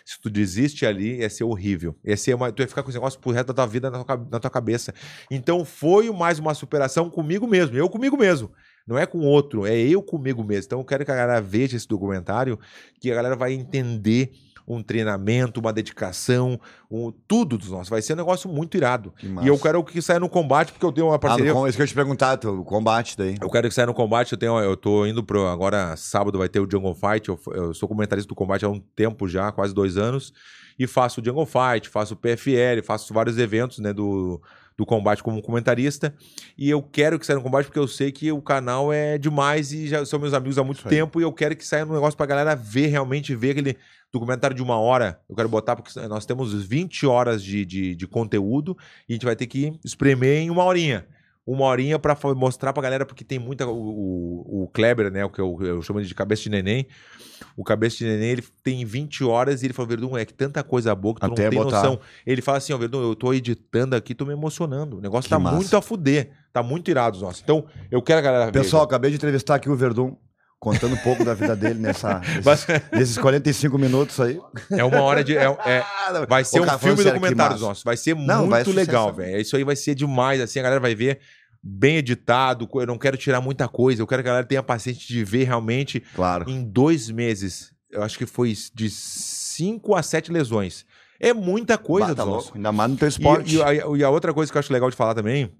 Se tu desiste ali, ia ser horrível. Ia ser uma- tu ia ficar com esse negócio pro resto da tua vida na tua, ca- na tua cabeça. Então foi mais uma superação comigo mesmo, eu comigo mesmo. Não é com outro, é eu comigo mesmo. Então eu quero que a galera veja esse documentário, que a galera vai entender um treinamento, uma dedicação, um, tudo dos nossos. Vai ser um negócio muito irado. Que E eu massa. quero que saia no combate, porque eu tenho uma Ah, parceria. no com- isso que eu ia te perguntar, tu, o combate daí. Eu quero que saia no combate. Eu, tenho, eu tô indo pro. Agora, sábado, vai ter o Jungle Fight. Eu, eu sou comentarista do combate há um tempo já, quase dois anos. E faço o Jungle Fight, faço o PFL, faço vários eventos né, do, do combate como comentarista. E eu quero que saia no combate porque eu sei que o canal é demais e já são meus amigos há muito Isso aí. tempo. E eu quero que saia um negócio pra galera ver, realmente ver aquele documentário de uma hora. Eu quero botar porque nós temos 20 horas de, de, de conteúdo e a gente vai ter que espremer em uma horinha uma horinha pra fa- mostrar pra galera, porque tem muita. O, o, o Kleber, né? O que eu, eu chamo ele de cabeça de neném. O cabeça de neném, ele tem 20 horas e ele fala, Verdun, é que tanta coisa boa que tu Até não tem botar. noção. Ele fala assim, ó, Verdun, eu tô editando aqui, tô me emocionando. O negócio Que tá massa. muito a fuder. Tá muito irado, nossa. Então, eu quero a galera ver. Pessoal, acabei de entrevistar aqui o Verdun, contando um pouco da vida *laughs* dele nessa, Mas- nesses, nesses 45 minutos aí. é uma hora de. é- é- Vai ser Ô, um cara, filme falando sério, que documentário massa. nosso. Vai ser Não, vai muito sucesso. legal, velho. Isso aí vai ser demais. Assim, a galera vai ver bem editado. Eu não quero tirar muita coisa. Eu quero que a galera tenha paciência de ver realmente Claro. em dois meses. Eu acho que foi de cinco a sete lesões. É muita coisa, Bata dos nossos. tá louco. Ainda mais no teu esporte. E, e a, e a outra coisa que eu acho legal de falar também,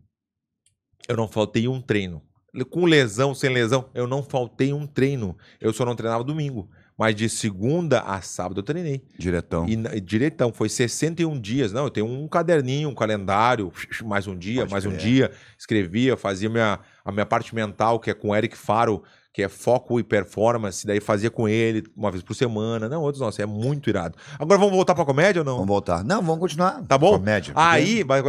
eu não faltei um treino. Com lesão, sem lesão, eu não faltei um treino. Eu só não treinava domingo. Mas de segunda a sábado eu treinei. Diretão. E, na- e direitão, foi 61 dias. Não, eu tenho um caderninho, um calendário, *laughs* mais um dia, Pode mais um crer. dia. Escrevia, fazia minha, a minha parte mental, que é com o Eric Faro, que é foco e performance. Daí fazia com ele uma vez por semana. Não, outros, nossa, é muito irado. Agora vamos voltar pra comédia ou não? Vamos voltar. Não, vamos continuar. Tá bom? Comédia. Aí, vai-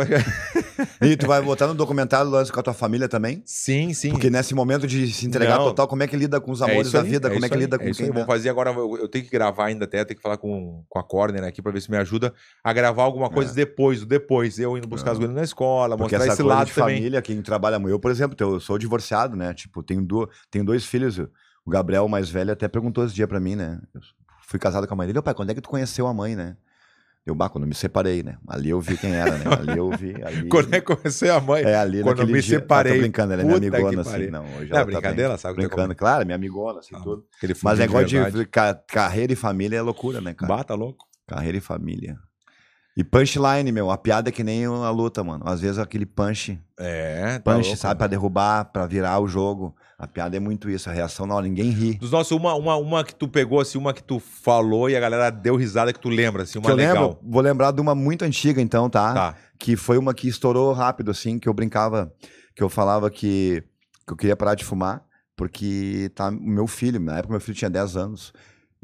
E tu vai botar no documentário lance com a tua família também? *laughs* sim, sim. Porque nesse momento de se entregar Não. total, como é que lida com os É amores isso da aí, vida? como é isso que aí, lida com isso aí. quem? Vamos fazer agora. Eu, eu tenho que gravar ainda até, tenho que falar com, com a Corner aqui pra ver se me ajuda a gravar alguma coisa depois, o depois. Eu indo buscar as coisas na escola, É. Porque mostrar essa esse coisa lado de também. família, quem trabalha muito. Eu, por exemplo, eu sou divorciado, né? Tipo, tenho, do, tenho dois filhos. O Gabriel, o mais velho, até perguntou esse dia pra mim, né? Eu fui casado com a mãe dele. Ô, pai, quando é que tu conheceu a mãe, né? Eu, bah, quando me separei, né? Ali eu vi quem era, né? Ali eu vi. *laughs* Ali... Quando é que comecei a mãe? É, ali Quando naquele me dia. separei. Ah, tô brincando, ela é minha Puta que amigona, assim. pariu. Não, hoje Não, é ela tá brincadeira, bem- sabe que tá Brincando, claro, minha amigona, assim, Ah, tudo. Aquele fundo Mas negócio de, verdade. ca- carreira e família é loucura, né, cara? Bata louco. Carreira e família. E punchline, meu. A piada é que nem a luta, mano. Às vezes aquele punch, É, tá punch, louco, sabe? Pra derrubar, pra virar o jogo. A piada é muito isso. A reação, não, ninguém ri. Dos nossos, uma, uma, uma que tu pegou, assim, uma que tu falou e a galera deu risada que tu lembra, assim, uma Que eu legal. lembro, vou lembrar de uma muito antiga, então, tá? Tá. Que foi uma que estourou rápido, assim, que eu brincava, que eu falava que, que eu queria parar de fumar, porque tá, o meu filho, na época meu filho tinha 10 anos.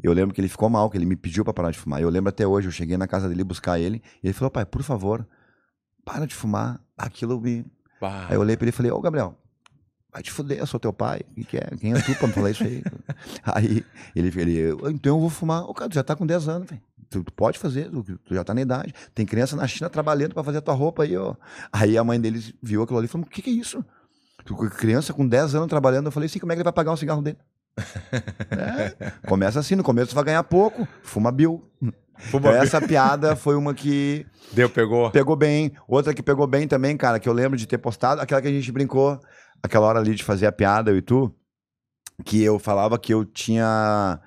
Eu lembro que ele ficou mal, que ele me pediu pra parar de fumar. Eu lembro até hoje, eu cheguei na casa dele buscar ele, e ele falou: pai, por favor, para de fumar. Aquilo me. Bah. Aí eu olhei pra ele e falei, ô Gabriel, vai te fuder, eu sou teu pai. O que, que é? Quem é tu pra me falar isso aí? *laughs* aí ele, ele "Eu- então eu vou fumar. Ô, cara, tu já tá com 10 anos, velho. Tu, tu pode fazer, tu, tu já tá na idade. Tem criança na China trabalhando pra fazer a tua roupa aí, ó. Aí a mãe dele viu aquilo ali e falou, o que, que é isso? Tu com Criança com 10 anos trabalhando, eu falei assim, como é que ele vai pagar um *laughs* cigarro dele? É, começa assim, no começo tu vai ganhar pouco, fuma Bill. Fuma Bill. Essa piada foi uma que Deu, pegou. Pegou bem. Outra que pegou bem também, cara, que eu lembro de ter postado, aquela que a gente brincou, aquela hora ali de fazer a piada, eu e tu, que eu falava que eu tinha.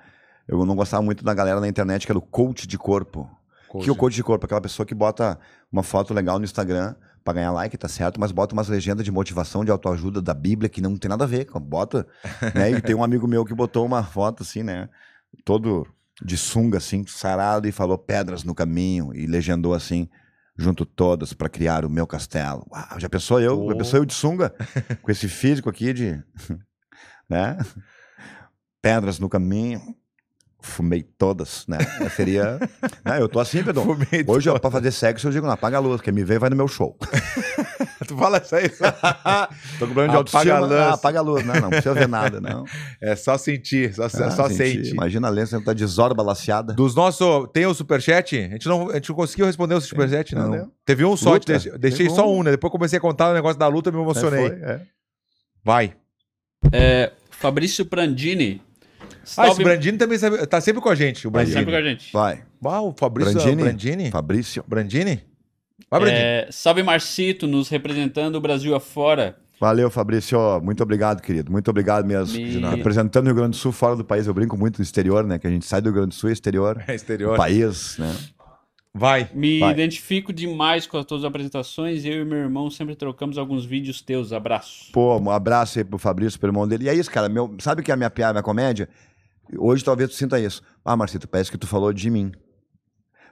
Eu não gostava muito da galera na internet, que era o coach de corpo. O Que é o coach de corpo? Aquela pessoa que bota uma foto legal no Instagram pra ganhar like, tá certo, mas bota umas legendas de motivação, de autoajuda da Bíblia, que não tem nada a ver. com- Bota. Né? E tem um amigo meu que botou uma foto assim, né? Todo de sunga, assim, sarado, e falou pedras no caminho, e legendou assim. Junto todas pra criar o meu castelo. Uau, já pensou eu? Já Oh. pensou eu de sunga? Com esse físico aqui de. *laughs* né? Pedras no caminho. Fumei todas, né? Seria. né? Eu tô assim, Pedro. Fumei Hoje, ó, pra fazer sexo, eu digo, não, apaga a luz, quer me ver, vai no meu show. *laughs* Tu fala isso aí. tá. Tô com problema Apaga de autoestima. a luz. Ah, apaga a luz. Não, não precisa ver nada, *laughs* não. é só sentir, só, Ah, só gente, sente. Imagina a lença tá de zorba laceada. Dos nossos. Tem o superchat? A gente não, a gente não conseguiu responder o superchat, né? Não. Teve um só, Luta. deixei, deixei só um, né? Depois comecei a contar o negócio da luta, me Aí emocionei. foi, é. Vai. Fabrício Prandini. Ah, esse Salve, Brandini também sabe- tá sempre com a gente, o Brandini. sempre com a gente. Vai. Ah, o Fabrício Brandini? Brandini? Fabrício. Brandini? Vai, Brandini. *laughs* É, salve Marcito, nos representando o Brasil afora. Valeu, Fabrício. Muito obrigado, querido. Muito obrigado mesmo. Me- De nada. Representando o Rio Grande do Sul fora do país. Eu brinco muito no exterior, né? Que a gente sai do Rio Grande do Sul, exterior. É exterior. País, né? Vai. Me Vai. identifico demais com as tuas apresentações. Eu e meu irmão sempre trocamos alguns vídeos teus. Abraço. Pô, um abraço aí pro Fabrício, pro irmão dele. E é isso, cara. Meu, sabe o que é a minha piada, a minha comédia? Hoje talvez tu sinta isso. Ah, Marcito, parece que tu falou de mim.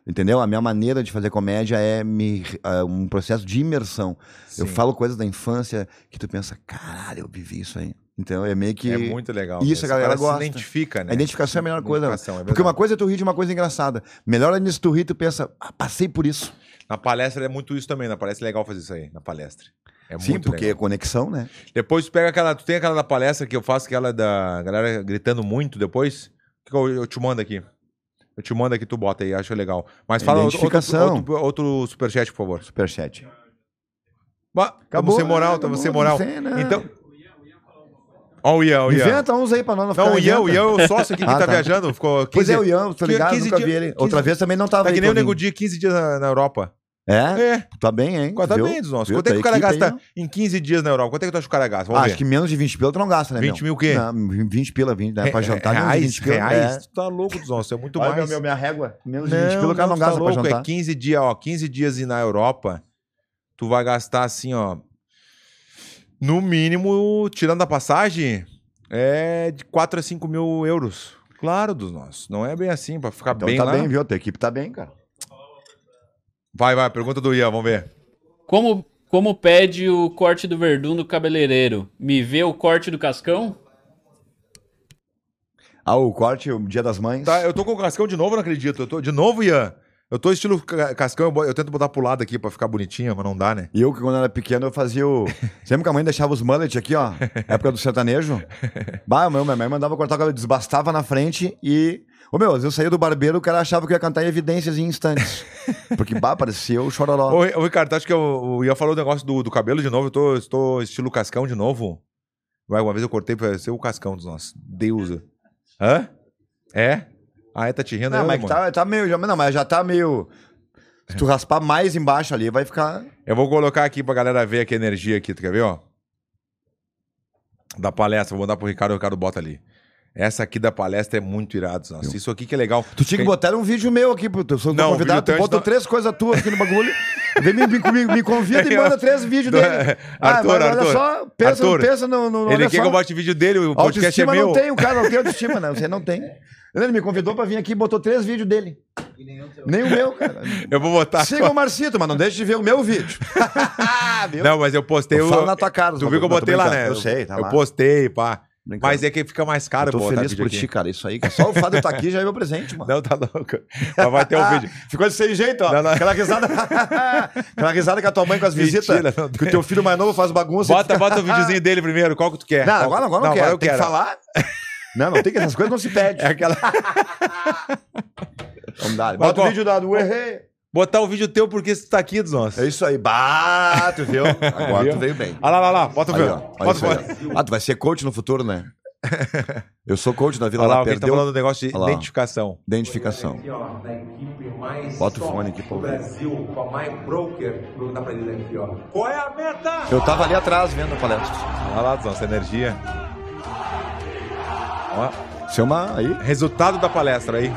Entendeu? A minha maneira de fazer comédia é me, ah, um processo de imersão. Eu Sim. falo coisas da infância que tu pensa, caralho, eu vivi isso aí. Então é meio que. É muito legal. Isso, mesmo. a galera O cara gosta. Se identifica, né? A identificação é a melhor coisa. Identificação, é Porque uma verdade. coisa é tu rir de uma coisa engraçada. Melhor é nisso tu rir, tu pensa, ah, passei por isso. Na palestra é muito isso também. Na palestra é legal fazer isso aí, na palestra. É Sim, muito porque é legal. conexão, né? Depois tu pega aquela. Tu tem aquela da palestra que eu faço, aquela da galera gritando muito depois. Que eu, eu te mando aqui. Eu te mando aqui, tu bota aí, acho legal. Mas fala outro, outro, Identificação. outro, outro superchat, por favor. Superchat. Bah, tamo sem moral, né? tamo Acabou, sem moral. não sei, né? Então. Ó, o Ian, É o Ian. Inventa uns aí pra nós não Não, o ficar Ian, o Ian é o sócio aqui que Ah, tá, tá. viajando. Ficou 15, Pois é, o Ian, tá que- ligado? 15 Nunca vi dias- ele. 15 Outra vez também não tava Tá que aí, nem o Toninho. Nego Dia, 15 dias na, na Europa. É? É. Tá bem, hein? Tá Viu? bem dos nossos. Viu? Quanto é que o Tua cara equipe gasta aí, né? em 15 dias na Europa? Quanto é que tu acha que o cara gasta? Vamos Ah, Acho ver. que menos de 20 pila tu não gasta, né, 20 meu? mil o quê? É, Não, 20 pila, 20, né? Pra jantar, menos de reais, 20 pila. reais? É. Tu tá louco dos nossos, é muito Olha, mais. meu, minha régua. Menos de Não, 20 pila o cara não não, tu tá gasta pra louco, jantar. é 15 dias, ó, 15 dias e na Europa, tu vai gastar assim, ó, no mínimo, tirando a passagem, é de 4 a 5 mil euros. Claro, dos nossos. Não é bem assim, pra ficar Então bem tá lá. bem, viu? A tua equipe tá bem, cara. Vai, vai, pergunta do Ian, vamos ver. Como, como pede o corte do Verdun do cabeleireiro? Me vê o corte do Cascão? Ah, o corte, o Dia das Mães. Tá, eu tô com o Cascão de novo, eu não acredito. Eu tô, de novo, Ian. Eu tô estilo ca- Cascão, eu, bo- eu tento botar pro lado aqui pra ficar bonitinho, mas não dá, né? E eu, que quando era pequeno, eu *laughs* fazia o. Sempre que a mãe deixava os mullet aqui, ó. Época do sertanejo. Bah, meu, minha mãe mandava cortar o cabelo, desbastava na frente e. Ô meu, às vezes eu saía do barbeiro, o cara achava que eu ia cantar evidências em instantes. Porque, bah, parecia *laughs* o chororó. né? Ô, Ri- ô, Ricardo, acho que eu, o Ian falou o negócio do, do cabelo de novo. Eu tô, estou estilo Cascão de novo. Vai, uma vez eu cortei pra ser o Cascão dos nossos. Deus. Hã? É? Ah, é, tá te rindo Não, aí, mas mano? É. que tá, tá meio. Já, não, mas já tá meio. Se tu raspar mais embaixo ali, vai ficar. Eu vou colocar aqui pra galera ver aqui a energia aqui, tu quer ver, ó? Da palestra, vou mandar pro Ricardo, o Ricardo bota ali. Essa aqui da palestra é muito irado, nossa. Isso aqui que é legal. Tu tinha que botar um vídeo meu aqui, pro teu, sou Não, não, o convidado. vídeo teu Tu bota não- três coisas tuas aqui no bagulho. Vem me, me, comigo, me *laughs* convida e manda três vídeos Não, é. dele. Ah, Arthur, mas olha Arthur. só, pensa, Arthur, pensa no. no Ele olha quer só. que eu bote vídeo dele, o podcast é autoestima meu. não tem, o cara não tem autoestima, não. Você não tem. Ele me convidou pra vir aqui e botou três vídeos dele. Nem o meu, cara. Eu vou botar. Siga o Marcito, mas não deixe de ver o meu vídeo. Viu? Não, mas eu postei Eu o. falo na tua cara, Tu viu que eu mas tô botei lá, brincando. né? Eu sei, tá Eu lá. postei, pá. Brincando. Mas é que fica mais caro, Eu tô pô, botar feliz vídeo por tá aqui. ti, cara. Isso aí, cara. Só o fato de eu estar aqui já é meu presente, mano. Não, tá louco. Mas vai *laughs* Ah, ter um vídeo. Ficou sem jeito, ó. Não, não. Aquela risada. *laughs* Aquela risada com a tua mãe com as visitas. Mentira, não que o teu filho mais novo faz bagunça. e Bota, fica- *laughs* bota o videozinho dele primeiro, qual que tu quer? Não, Qual- agora, agora não, quero. eu Tem que falar. Não, não tem que. Essas coisas não se pede. *laughs* É aquela... *laughs* Vamos dar. Mas Bota o qual- vídeo da do errei. Botar o vídeo teu porque tu tá aqui dos nossos. É isso aí. Bah, tu viu? Agora tu Viu? veio bem. Olha lá, lá, lá, bota o Aí, vídeo. ó, olha Bota isso o aí, vídeo. ó. Ah, tu vai ser coach no *laughs* futuro, né? Eu sou coach da Vila Olha lá, lá, o que tá perdeu falando do negócio de Olha lá. identificação. identificação. Aqui, ó, da equipe mais Bota o top fone aqui, do pô. Brasil, com a My Broker, vou dar pra ele aqui, ó. Qual é a meta? Eu tava ali atrás vendo a palestra. Olha lá, nossa energia. Ó, Isso é uma. Aí. resultado da palestra aí.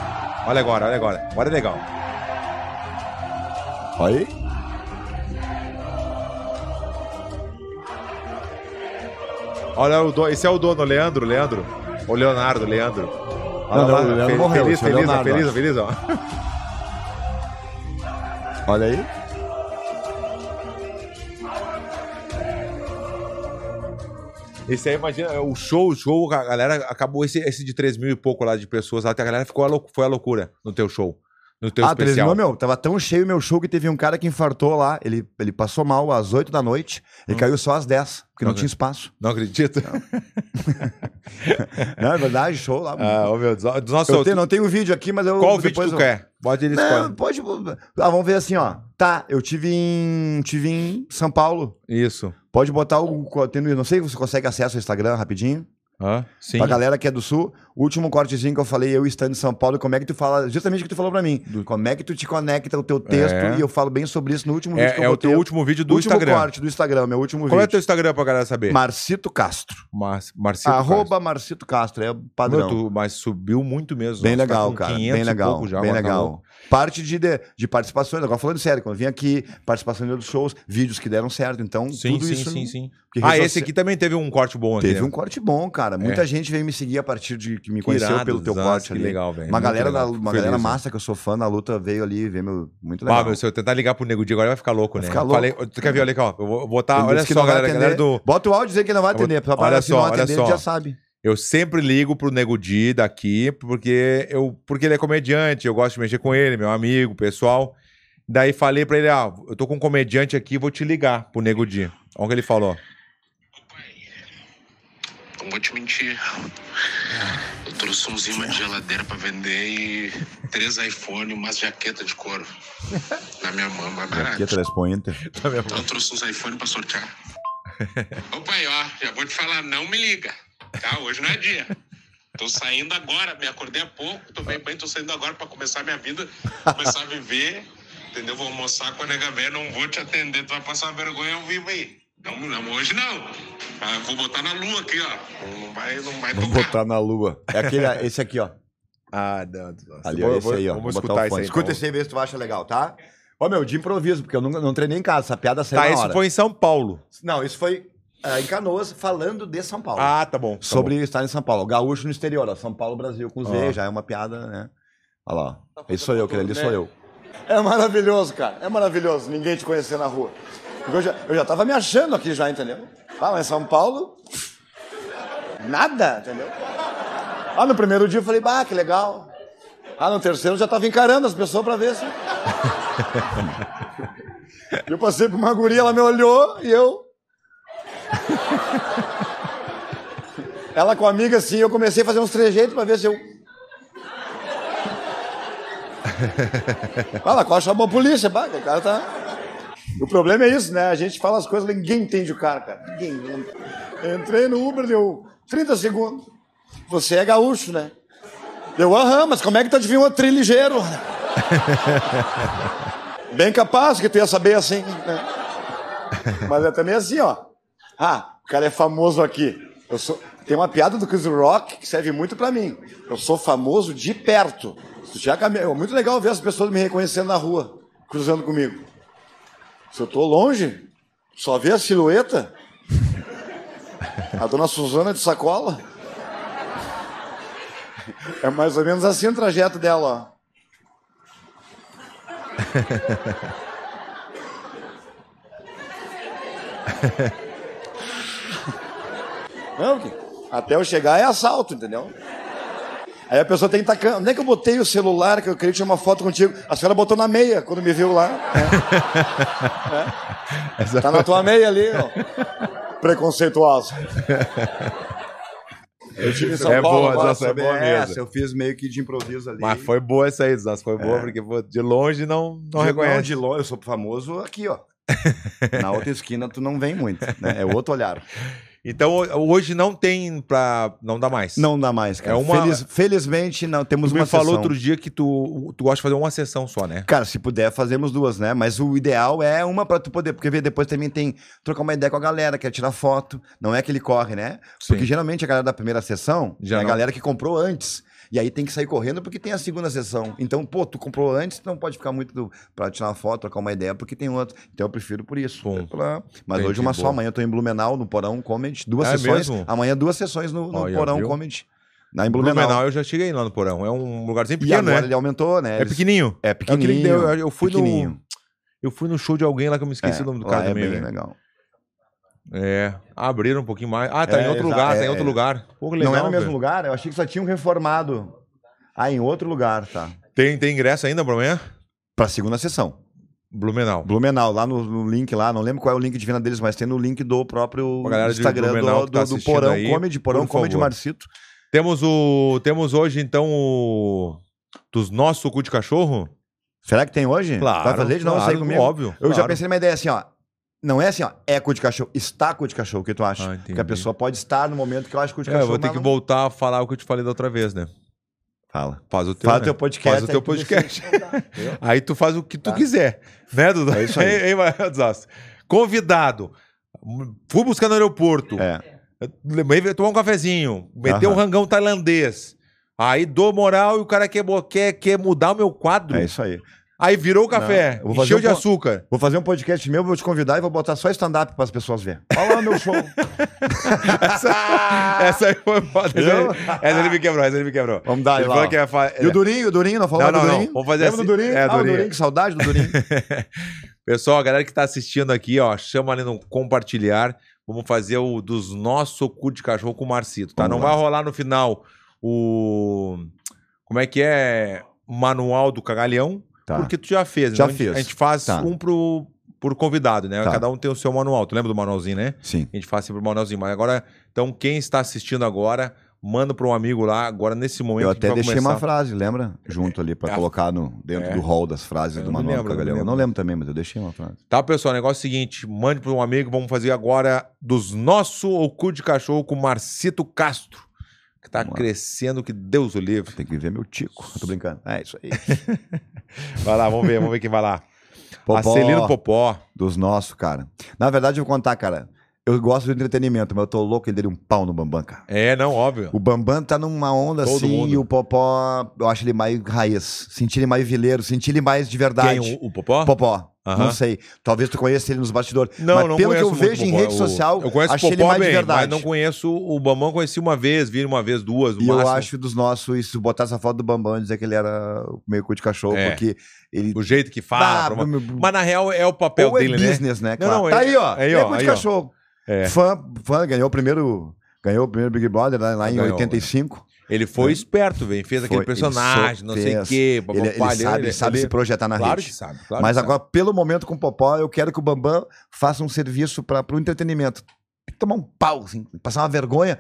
Olha agora, olha agora. Agora é legal. Aí. Olha, o dono, esse é o dono, Leandro, Leandro. O Leonardo, Leandro. Olha Não, lá, não, o Leandro fe- morreu, feliz, esse é o feliz, ó, Leonardo, feliz, acho. feliz, ó. Olha aí. Esse aí, imagina, é o show, o show, a galera acabou esse, esse de 3 mil e pouco lá de pessoas lá, até a galera ficou a lou- foi a loucura no teu show, no teu ah, um três especial. mil, meu, tava tão cheio o meu show que teve um cara que infartou lá. Ele, ele passou mal às 8 da noite Hum. e caiu só às 10, porque não Ok. tinha espaço. Não acredito. Não, é verdade, show lá. Ah, ô meu, Deus, dos nossos- eu tenho- não tenho vídeo aqui, mas eu. qual vídeo depois tu eu- quer? Pode ele Não, escolher. pode. Ah, vamos ver assim, ó. Tá, eu tive em, tive em São Paulo. Isso. Pode botar o. tem no- Não sei se você consegue acesso ao Instagram rapidinho. Hã? sim. Pra galera que é do Sul, o último cortezinho que eu falei, eu estando em São Paulo, como é que tu fala, justamente o que tu falou pra mim, como é que tu te conecta o teu texto, É. e eu falo bem sobre isso no último um vídeo que É, eu é o botei. teu último vídeo do último Instagram. corte do Instagram, meu último Qual é o vídeo. teu Instagram pra galera saber? Marcito Castro. Mar Marcito Arroba Castro. Marcito Castro, é o Meu, padrão. tu- mas subiu muito mesmo. Bem Nossa, tá legal, com cara. 500 Bem e legal. pouco já, bem mas tá legal. louco. Parte de, de, de participações, agora falando sério, quando eu vim aqui, participação de outros shows, vídeos que deram certo. Então, Sim, tudo sim, isso. sim, sim. porque Ah, rede esse social- aqui também teve um corte bom aqui. Teve né? um corte bom, cara. Muita gente veio me seguir a partir de que me Que conheceu É. irado, pelo teu Zaz, corte que ali. legal, velho. Uma Muito galera, legal. da- Fico uma feliz, galera né? massa que eu sou fã da luta veio ali ver meu. Muito legal. Ah, meu, se eu tentar ligar pro Nego Di agora, vai ficar louco, né? Vai ficar Eu Falei, tu quer ver, olha aqui, ó. Eu vou botar, Ele tá, olha disse que só, não vai galera, atender. galera do... Bota o áudio dizendo que não vai Eu vou- atender. Olha Olha se não só, olha atender, ele só. já sabe. Eu sempre ligo pro Nego Di daqui, porque, eu, porque ele é comediante, eu gosto de mexer com ele, meu amigo, pessoal. Daí falei pra ele, ah, eu tô com um comediante aqui, vou te ligar pro Nego Di. Olha o que ele *laughs* falou. Não vou te mentir. Eu trouxe uns imãs de geladeira pra vender e três iPhone e umas jaquetas de couro. Na minha mão, mais Aqui é barato. telefone *laughs* Inter. Então eu trouxe uns iPhone pra sortear. Ô pai, ó, já vou te falar, não me liga. Tá? Hoje não é dia. Tô saindo agora, me acordei há pouco, tomei banho, tô saindo agora pra começar minha vida, começar a viver. Entendeu? Vou almoçar com a nega velha, não vou te atender, tu vai passar vergonha ao vivo aí. Não, não, hoje não. Ah, vou botar na lua aqui, ó. Não vai, não vai Vamos tocar. botar na lua. É aquele, esse aqui, ó. Ah, não. não. Ali, Vou- ó, esse vou- aí, ó. Vamos Vou escutar botar o esse fone. aí. Escuta então. esse aí, vê se tu vai achar legal, tá? Ô, meu, de improviso, porque eu não, não treinei em casa. Essa piada saiu Tá, na esse hora. foi em São Paulo. Não, isso foi ah, em Canoas, falando de São Paulo. Ah, tá bom. tá sobre bom. estar em São Paulo. Gaúcho no exterior, ó. São Paulo, Brasil com Z, Ó. já é uma piada, né? Olha lá. ó. Esse sou eu, querido, esse sou eu. É maravilhoso, cara. É maravilhoso ninguém te conhecer na rua. Porque Eu já, eu já tava me achando aqui já, entendeu? Ah, mas São Paulo. Nada, entendeu? Ah, no primeiro dia eu falei, bah, que legal. Ah, no terceiro eu já tava encarando as pessoas pra ver se. eu passei por uma guria, ela me olhou e eu. Ela com a amiga assim, eu comecei a fazer uns trejeitos pra ver se eu. Fala, quase chamou a polícia, pá, que o cara tá. O problema é isso, né? A gente fala as coisas, ninguém entende o cara, cara. Ninguém. Eu entrei no Uber, deu 30 segundos. Você é gaúcho, né? Deu, aham, mas como é que tu adivinhou o tri ligeiro? *laughs* Bem capaz que tu ia saber assim. né? Mas é também assim, ó. Ah, o cara é famoso aqui. Eu sou... Tem uma piada do Chris Rock que serve muito pra mim. Eu sou famoso de perto. Se já came- É muito legal ver as pessoas me reconhecendo na rua, cruzando comigo. Se eu tô longe, só vê a silhueta. A dona Suzana de sacola. É mais ou menos assim o trajeto dela, ó. Não, que- até eu chegar é assalto, entendeu? Aí a pessoa tem que tacar. Onde é que eu botei o celular que eu queria tirar uma foto contigo? A senhora botou na meia quando me viu lá. É. É. Tá na tua meia ali, ó. Preconceituosa. Eu tive em São É Paulo. boa, agora, essa é sobre boa mesmo. essa, Eu fiz meio que de improviso ali. Mas foi boa essa aí, Zasco. Foi boa, É. porque pô, de longe não, não de, reconhece. Não, de longe, eu sou famoso *laughs* aqui, ó. Na outra esquina tu não vem muito, né? É outro olhar. Então ho- hoje não tem pra. Não dá mais. Não dá mais, cara. É uma- Feliz- felizmente, não, temos Tu me uma falou sessão. outro dia que tu, tu gosta de fazer uma sessão só, né? Cara, se puder, fazemos duas, né? Mas o ideal é uma pra tu poder, porque vê, depois também tem trocar uma ideia com a galera, quer tirar foto. Não é que ele corre, né? Porque Sim. geralmente a galera da primeira sessão Já é a não. galera que comprou antes. E aí tem que sair correndo porque tem a segunda sessão. Então, pô, tu comprou antes, tu não pode ficar muito do, pra tirar uma foto, trocar uma ideia, porque tem outro. Então eu prefiro por isso. Bom. Pela- Mas Entendi, hoje uma só, boa. amanhã eu tô em Blumenau, no Porão Comedy, duas É sessões. mesmo? Amanhã duas sessões no, no Olha, Porão viu? Comedy. Na em Blumenau. Blumenau. eu já cheguei lá no porão. É um lugarzinho E pequeno, agora né? ele aumentou, né? É Eles- pequenininho. É É o que ele pequenininho. deu. Eu fui pequenininho. no. Eu fui no show de alguém lá que eu me esqueci o nome do lá cara é também. bem velho. legal. É. Abriram um pouquinho mais. Ah, tá É, em outro exa- lugar, tá é, em outro é. lugar. Pô, que não é legal, no mesmo velho. lugar? Eu achei que só tinham reformado. Ah, em outro lugar, tá. Tem, tem ingresso ainda pra amanhã? Pra segunda sessão. Blumenau. Blumenau, lá no, no link lá, não lembro qual é o link de venda deles, mas tem no link do próprio Pra galera de Instagram Blumenau do, que tá do, do assistindo Porão aí, Comedy, Porão por Comedy favor. Marcito. Temos o. Temos hoje, então, o. Dos nossos suco de cachorro? Será que tem hoje? Claro. Vai fazer de novo claro, sair comigo? Óbvio. Eu já claro. pensei numa ideia assim, ó. Não é assim, ó, é cu de cachorro, está cu de cachorro, o que tu Ah, acha? Porque entendi. a pessoa pode estar no momento que eu acho cu de É, eu cachorro. vou ter mas que não- voltar a falar o que eu te falei da outra vez, né? Fala. Faz o teu, Faz o né? teu podcast. *laughs* Faz o teu aí tu podcast. decide. Entendeu? *laughs* Aí tu faz o que tu Tá. quiser. Né, Dudu? É isso aí. *laughs* hein, Maria Desastre? Convidado. Fui buscar no aeroporto. É. Lembrei de tomar um cafezinho. Meter um Aham. rangão tailandês. Aí dou moral e o cara quer, bo- quer, quer mudar o meu quadro. é isso aí. Aí virou o café. Não, eu vou fazer encheu um de po- açúcar. Vou fazer um podcast meu, vou te convidar e vou botar só stand-up para as pessoas verem. Olha lá *laughs* meu show. Essa, essa aí foi foda. Essa, Eu? *laughs* aí- essa ele me quebrou, essa ele me quebrou. Vamos dar ele lá, falou ó. que ia fa- E o Durinho, o Durinho, não Não, falou do não, não. Durinho? Vamos fazer Lembra assim. do Durinho? É, ah, o Durinho. Durinho, que saudade *laughs* do Durinho. Pessoal, a galera que tá assistindo aqui, ó, chama ali no compartilhar. Vamos fazer o dos nossos cu de cachorro com o Marcito, tá? Vamos Não lá. vai rolar no final o. Como é que é? Manual do cagalhão, Tá. porque tu já fez, né? Já A gente- fiz. A gente faz Tá. um pro, por convidado, né? Tá. Cada um tem o seu manual. Tu lembra do manualzinho, né? Sim. A gente faz sempre o manualzinho. Mas agora, então, quem está assistindo agora, manda para um amigo lá, agora nesse momento. Eu a gente até vai deixei começar. uma frase, lembra? Junto ali para É. colocar no, dentro É. do hall das frases Eu do não Manuel lembro, eu não Cagalhão. Eu não lembro. lembro também, mas eu deixei uma frase. Tá, pessoal? O negócio é o seguinte: mande para um amigo, vamos fazer agora dos nosso o cu de cachorro com Marcito Castro, que tá Vamos lá. crescendo que Deus o livre. Tem que ver meu tico. *laughs* Eu tô brincando. É isso aí. Vai lá, vamos ver, vamos ver quem vai lá. *laughs* Popó. Acelino Popó. Dos nossos, cara. Na verdade, eu vou contar, cara. Eu gosto do entretenimento, mas eu tô louco ele dele um pau no Bambam, cara. É, não, óbvio. O Bambam tá numa onda Todo assim mundo. e o Popó, eu acho ele mais raiz. Senti ele mais vileiro, senti ele mais de verdade. Quem, o- o Popó? Popó. Aham. Não sei. Talvez tu conheça ele nos bastidores. Não, mas não pelo que conheço eu muito vejo em Popó. rede social, eu, eu conheço achei o ele Popó mais bem, de verdade. mas não conheço o Bambam, conheci uma vez, vi ele uma vez, duas, no E máximo. eu acho dos nossos, e se botar essa foto do Bambam e dizer que ele era meio cu de cachorro, É. porque ele. O jeito que fala. Ah, pra- meu- Mas na real é o papel Ou é dele, né? business, né? Não, claro. não, tá é- aí, ó. aí, Ele é ó, cu de aí, ó. cachorro. É. Fã, fã, ganhou o primeiro. Ganhou o primeiro Big Brother né, lá, lá em Ganhou, né? 85. Ele foi esperto, velho. Fez aquele É. Foi, ele personagem, só não sei o fez. quê. Ele, ele papapá, sabe, sabe ele- é se projetar na Claro rede. que sabe, claro Mas que agora, pelo momento com o Popó, eu quero que o Bambam faça um serviço para o entretenimento. Tem que Tomar um pau, assim, passar uma vergonha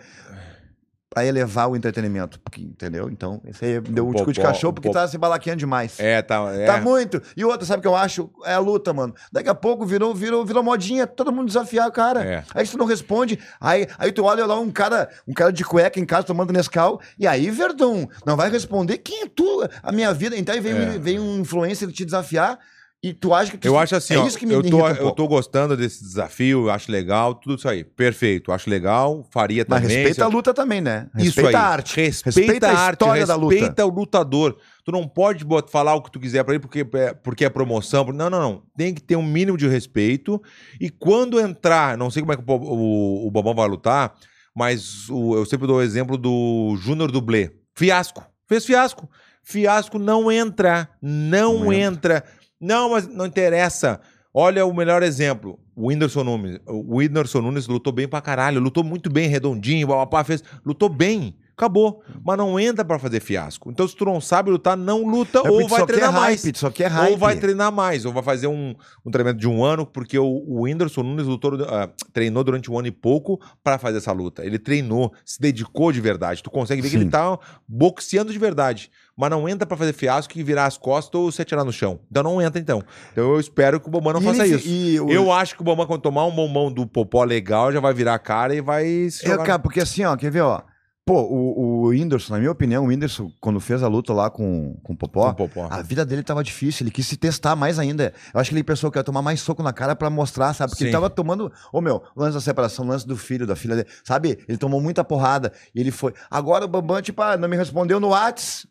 para elevar o entretenimento. Porque, entendeu? Então, esse aí deu um Popó- tico de cachorro o porque Popó- tá se balaqueando demais. É, tá. É. Tá muito. E outra, sabe o que eu acho? É a luta, mano. Daqui a pouco virou, virou, virou modinha, todo mundo desafiar o cara. É. Aí tu não responde, aí, aí tu olha lá um cara, um cara de cueca em casa tomando Nescau, e aí, Verdão, não vai responder quem é tu, a minha vida. Então aí vem, É. um, vem um influencer te desafiar e tu acha que tu, Eu acho assim, é ó, isso que me eu, irrita tô, um eu pouco. tô gostando desse desafio, eu acho legal, tudo isso aí. Perfeito, acho legal, faria Mas também. se respeita eu- a luta também, né? Isso Respeita aí. a arte. Respeita, a, arte, história da luta. Respeita o lutador. Tu não pode bot- falar o que tu quiser pra ele porque é, porque é promoção. por- Não, não, não. Tem que ter um mínimo de respeito. E quando entrar, não sei como é que o, Bob- o, o Bobão vai lutar, mas o- eu sempre dou o exemplo do Júnior Dublê. Fiasco. Fez fiasco. Fiasco não entra. Não, entra. Não, mas não interessa. Olha o melhor exemplo. O Whindersson Nunes. O Whindersson Nunes lutou bem pra caralho. Lutou muito bem, redondinho, babapá, fez. Lutou bem. Acabou. Mas não entra pra fazer fiasco. Então, se tu não sabe lutar, não luta É porque ou tu vai só quer treinar mais. hype, tu só quer É hype. Ou vai treinar mais, ou vai fazer um, um treinamento de um ano, porque o, o Whindersson Nunes lutou, ah, treinou durante um ano e pouco pra fazer essa luta. Ele treinou, se dedicou de verdade. Tu consegue ver que Sim. ele tá boxeando de verdade. Mas não entra pra fazer fiasco e virar as costas ou se atirar no chão. Então não entra, então. Então eu espero que o Bambam não E faça ele- isso. e o- Eu acho que o Bambam, quando tomar um bombão do Popó legal, já vai virar a cara e vai se É, jogar. cara, porque assim, ó, quer ver, ó. Pô, o, o Whindersson, na minha opinião, o Whindersson, quando fez a luta lá com, com o Popó, Com o Popó. a vida dele tava difícil, ele quis se testar mais ainda. Eu acho que ele pensou que ia tomar mais soco na cara pra mostrar, sabe? Porque Sim. ele tava tomando, ô meu, lance da separação, lance do filho, da filha dele, sabe? Ele tomou muita porrada e ele foi. Agora o Bambam, tipo, ah, não me respondeu no Whats.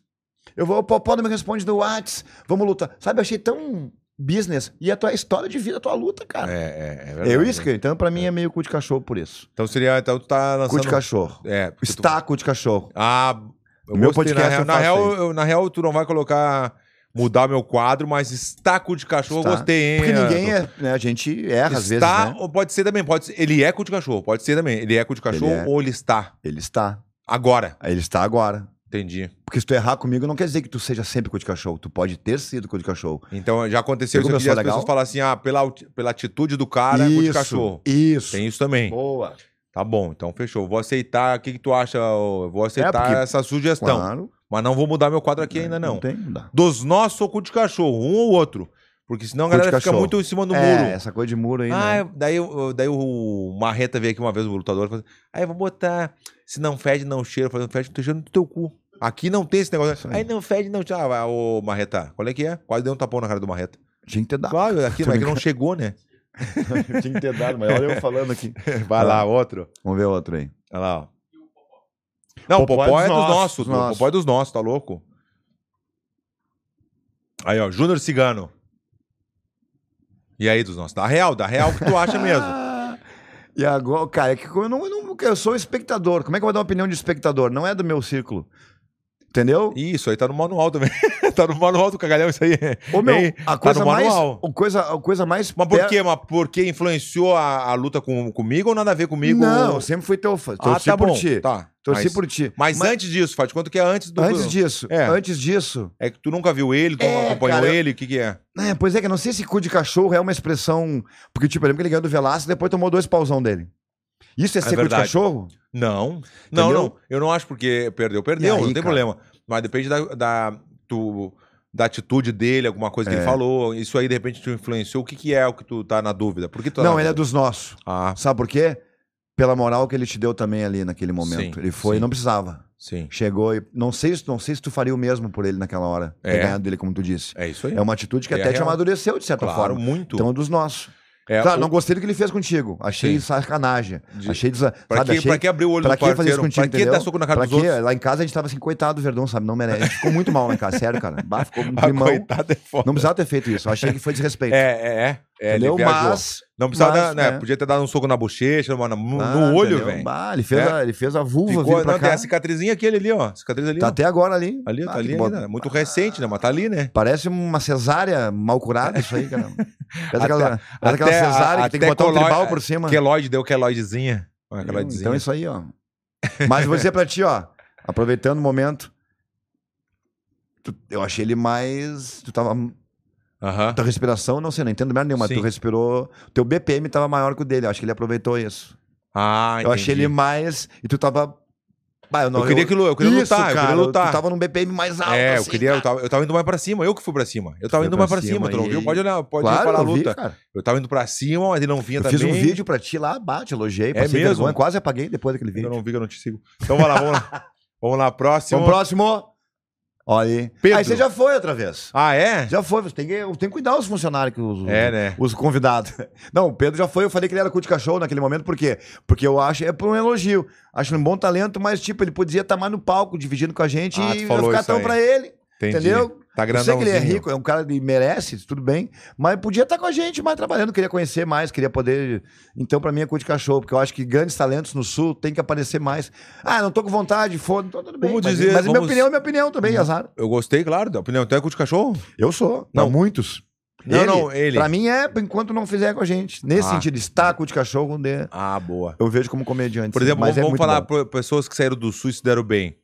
Eu vou, o Popó não me responde no Whats. Vamos lutar. Sabe, eu achei tão business. E a tua história de vida, a tua luta, cara. É, é, é verdade. É, eu isso, que- então pra mim é meio cu de cachorro por isso. Então seria. Então tu tá lançando. Cu de cachorro. É, porque tu- Estaco de cachorro. Ah, eu Meu gostei, podcast eu na real, na faço real, eu- na real, tu não vai colocar mudar meu quadro, mas estaco de cachorro Tá? eu gostei, hein? Porque ninguém Arthur? é. Né, a gente erra às vezes. Está, Né? ou pode ser também, pode ser, ele é cu de cachorro, pode ser também. Ele é cu de cachorro Ele é. ou ele está Ele está. agora. Aí Ele está agora. Entendi. Porque se tu errar comigo, não quer dizer que tu seja sempre cu de cachorro. Tu pode ter sido cu de cachorro. Então já aconteceu Pegou isso aqui, e as pessoa legal? pessoas falam assim, ah, pela, ati- pela atitude do cara, é cu de cachorro. Isso. Tem isso também. Boa. Tá bom, então fechou. Vou aceitar, o que, que tu acha? ô? Eu Vou aceitar É, porque- essa sugestão. Claro. É, Mas não vou mudar meu quadro aqui ainda não. Não tem, não dá. Dos nossos ou cu de cachorro, um ou outro. Porque senão a Cu de galera fica cachorro. muito em cima do é, muro. essa coisa de muro aí, Ah, né? eu- daí, eu- daí o Marreta veio aqui uma vez, o lutador, e falou assim, aí eu vou botar, se não fede, não cheira, eu falei, não fede, não cheira no teu cu. Aqui não tem esse negócio. Aí. não fede, não cheira. Ah, vai, ô Marreta, qual é que é? Quase deu um tapão na cara do Marreta. Tinha que ter dado. Claro, aqui, mas que não chegou, né? *laughs* Tinha que ter dado, mas olha eu falando *laughs* aqui. Vai lá, outro. Vamos ver outro aí. Olha lá, ó. Não, o Popó Popó, é dos nossos. dos nossos. O Popó é dos nossos, tá louco? Aí, ó, Júnior Cigano. E aí, dos nossos? Dá real, dá real o que tu acha mesmo. *laughs* Ah, E agora, cara, é que eu não, eu não- eu sou espectador. Como é que eu vou dar uma opinião de espectador? Não é do meu círculo. Entendeu? Isso, aí tá no manual também. *laughs* tá no manual do cagalhão isso aí. Ô, meu, Hein? a coisa tá no mais. manual. o coisa, a coisa mais. Mas por per- quê? Mas porque influenciou a, a luta com, comigo ou nada a ver comigo? Não, eu sempre fui teu fã. Torci tá por bom, ti. tá. Torci Mas- por ti. Mas, antes disso, faz de conta que é antes do. Antes disso, É. antes disso. É que tu nunca viu ele, tu É, não acompanhou cara, eu- ele, o que que é? É, pois é, que eu não sei se cu de cachorro é uma expressão. Porque, tipo, eu lembro que ele ganhou do Velasco e depois tomou dois pauzão dele. Isso é ser cu de verdade. cachorro? Não. Não, Entendeu? não. Eu não acho porque perdeu, perdeu, E aí, não tem cara? problema. Mas depende da, da, tu- da atitude dele, alguma coisa que É. ele falou. Isso aí, de repente, te influenciou. O que, que é o que tu tá na dúvida? Por que tu tá não, na ele é dúvida? dos nossos. Ah, Sabe por quê? Pela moral que ele te deu também ali naquele momento. Sim, ele foi sim. e não precisava. sim. Chegou e. Não sei, se- não sei se tu faria o mesmo por ele naquela hora. É. Ter ganhado dele, como tu disse. É isso aí. É uma atitude que É até te real. amadureceu, de certa Claro, forma. muito. Então é dos nossos. É, claro, o- não gostei do que ele fez contigo. Achei Sim. sacanagem. De- Achei desa... Pra sabe, que- achei... pra que abrir o olho pra do que fazer parceiro? isso contigo, Pra que entendeu? dar soco na cara Pra dos que? outros? Lá em casa a gente tava assim, coitado do Verdão, sabe? Não merece. A gente Ficou muito mal lá em casa, sério, cara. *laughs* Bah, ficou um Ah, climão. coitado é foda. Não precisava ter feito isso. Eu achei que foi desrespeito. É, é, é. é ele Entendeu? viajou. Mas- não precisava, mas, dar, né? né? Podia ter dado um soco na bochecha, no, no Ah, olho, entendeu? velho. Bah, ele fez É. a- ele fez a vulva Ficou, vir pra não, tem cá. a cicatrizinha aqui, ele ali, ó. Cicatriz ali. Tá ó. até agora ali. Ali, Ah, tá tem ali que botar- ainda. Muito recente, né? Mas tá ali, né? Parece uma cesárea mal curada isso *laughs* aí, cara. Parece aquela, Até- parece aquela até a- cesárea que tem que até botar um queloide- tribal por cima. Queloide deu queloidezinha. Uma queloidezinha. Então é isso aí, ó. Mas vou dizer pra ti, ó, aproveitando o momento, tu- eu achei ele mais... Tu tava... Aham. Tua respiração, não sei, não entendo merda nenhuma. Sim. Tu respirou... Teu BPM tava maior que o dele, eu acho que ele aproveitou isso. Ah, eu achei entendi. ele mais... E tu tava... Bah, não- Eu queria que lu- eu queria Isso, lutar, eu queria cara, lutar. Tu tava num BPM mais alto, É, eu assim, queria, cara. eu tava, eu tava indo mais pra cima, eu que fui pra cima. Eu tava Foi indo mais pra pra cima, cima, tu não e viu? aí? Pode olhar, pode Claro, reparar a eu vi, luta. cara. eu tava indo pra cima, mas ele não vinha Eu também. fiz um vídeo pra ti lá, bate, elogiei, É passei mesmo? vergonha, quase apaguei depois daquele vídeo. Eu não vi que eu não te sigo. Então vamos lá, vamos *laughs* lá. Vamos lá, próximo. Vamos pro próximo. Olha aí. Pedro. Aí você já foi outra vez. Ah, é? Já foi, você tem que, tem que cuidar os funcionários, que os, É, né? os convidados. *laughs* Não, o Pedro já foi, eu falei que ele era cu de cachorro naquele momento, por quê? Porque eu acho, é por um elogio. Acho ele um bom talento, mas tipo, ele podia estar mais no palco, dividindo com a gente Ah, tu e não falou ficar isso tão aí. pra ele. Entendi. Entendeu? Tá eu sei que ele é grandãozinho. rico, é um cara que merece, tudo bem, mas podia estar com a gente mais trabalhando, queria conhecer mais, queria poder. Então, pra mim, é cu de cachorro, porque eu acho que grandes talentos no sul tem que aparecer mais. Ah, não tô com vontade, foda, então tudo bem. Vamos mas dizer, mas minha vamos- Uhum. opinião é minha opinião também, azar. Eu gostei, claro, da opinião. Tu é cu de cachorro? Eu sou. Não. Pra muitos. Não, não, ele. Pra mim é, enquanto não fizer com a gente. Nesse Ah. sentido, está com o de cachorro, né? Ah, boa. eu vejo como comediante. Por sim, exemplo, mas vamos, é vamos muito falar bom. pra pessoas que saíram do Sul e se deram bem.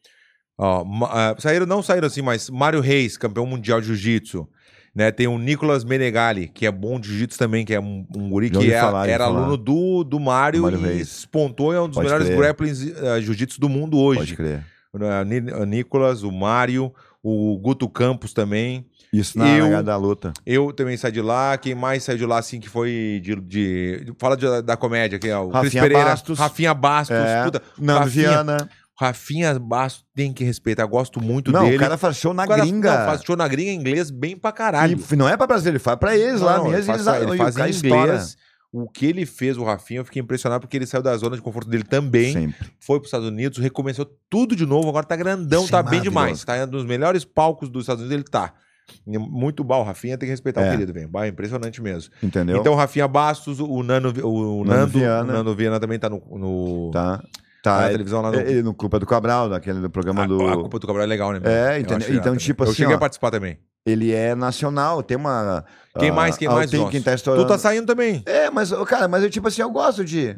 Ó, ma- ah, saíram, não saíram assim, mas Mário Reis, campeão mundial de jiu-jitsu. Né, tem o Nicolas Menegali, que é bom de jiu-jitsu também, que é um, um guri Já que ouvi é- falar, já era ouvi falar. aluno do, do Mário, Do Mário e Reis. espontou e é um dos Pode melhores crer. grapplings eh, jiu-jitsu do mundo hoje. Pode crer. Ah, Ni- ah, Nicolas, o Mário, o Guto Campos também. Isso na Eu- eu... da luta. Eu também saí de lá. Quem mais saiu de lá, assim, que foi de. de- fala de- da comédia, que é o Cris Rafinha Pereira, Bastos. Rafinha Bastos. É, Puta, Nando Viana. Rafinha Bastos tem que respeitar. Gosto muito Não, dele. o cara faz show na O cara- gringa. Não, faz show na gringa em inglês bem pra caralho. E não é pra brasileiro, ele faz pra eles lá Não, ele mesmo. faz, eles, ele e faz o cara em estoura. inglês. O que ele fez, o Rafinha, eu fiquei impressionado porque ele saiu da zona de conforto dele também. Sempre. Foi pros Estados Unidos, recomeçou tudo de novo. Agora tá grandão, Isso é tá bem maravilhoso. demais. Tá em um dos melhores palcos dos Estados Unidos, ele tá. Muito bom, o Rafinha tem que respeitar o É. querido, velho. Bah, Impressionante mesmo. Entendeu? Então, Rafinha Bastos, o Nano, o Nando Nando, Viana. o Nando Viana também tá no, no- tá. tá Tá. na ele- televisão lá no. Ele no Culpa do Cabral, naquele do programa a, do. a culpa do Cabral é legal, né? meu? É, Eu entendeu? acho irado Então, também. tipo Eu assim, cheguei ó. a participar também. Ele é nacional, tem uma. Quem ah, mais? Quem ah, mais? Tem nossa? quem tá tu estourando. tá saindo também. É, mas, ô, cara, mas eu, tipo assim, eu gosto de.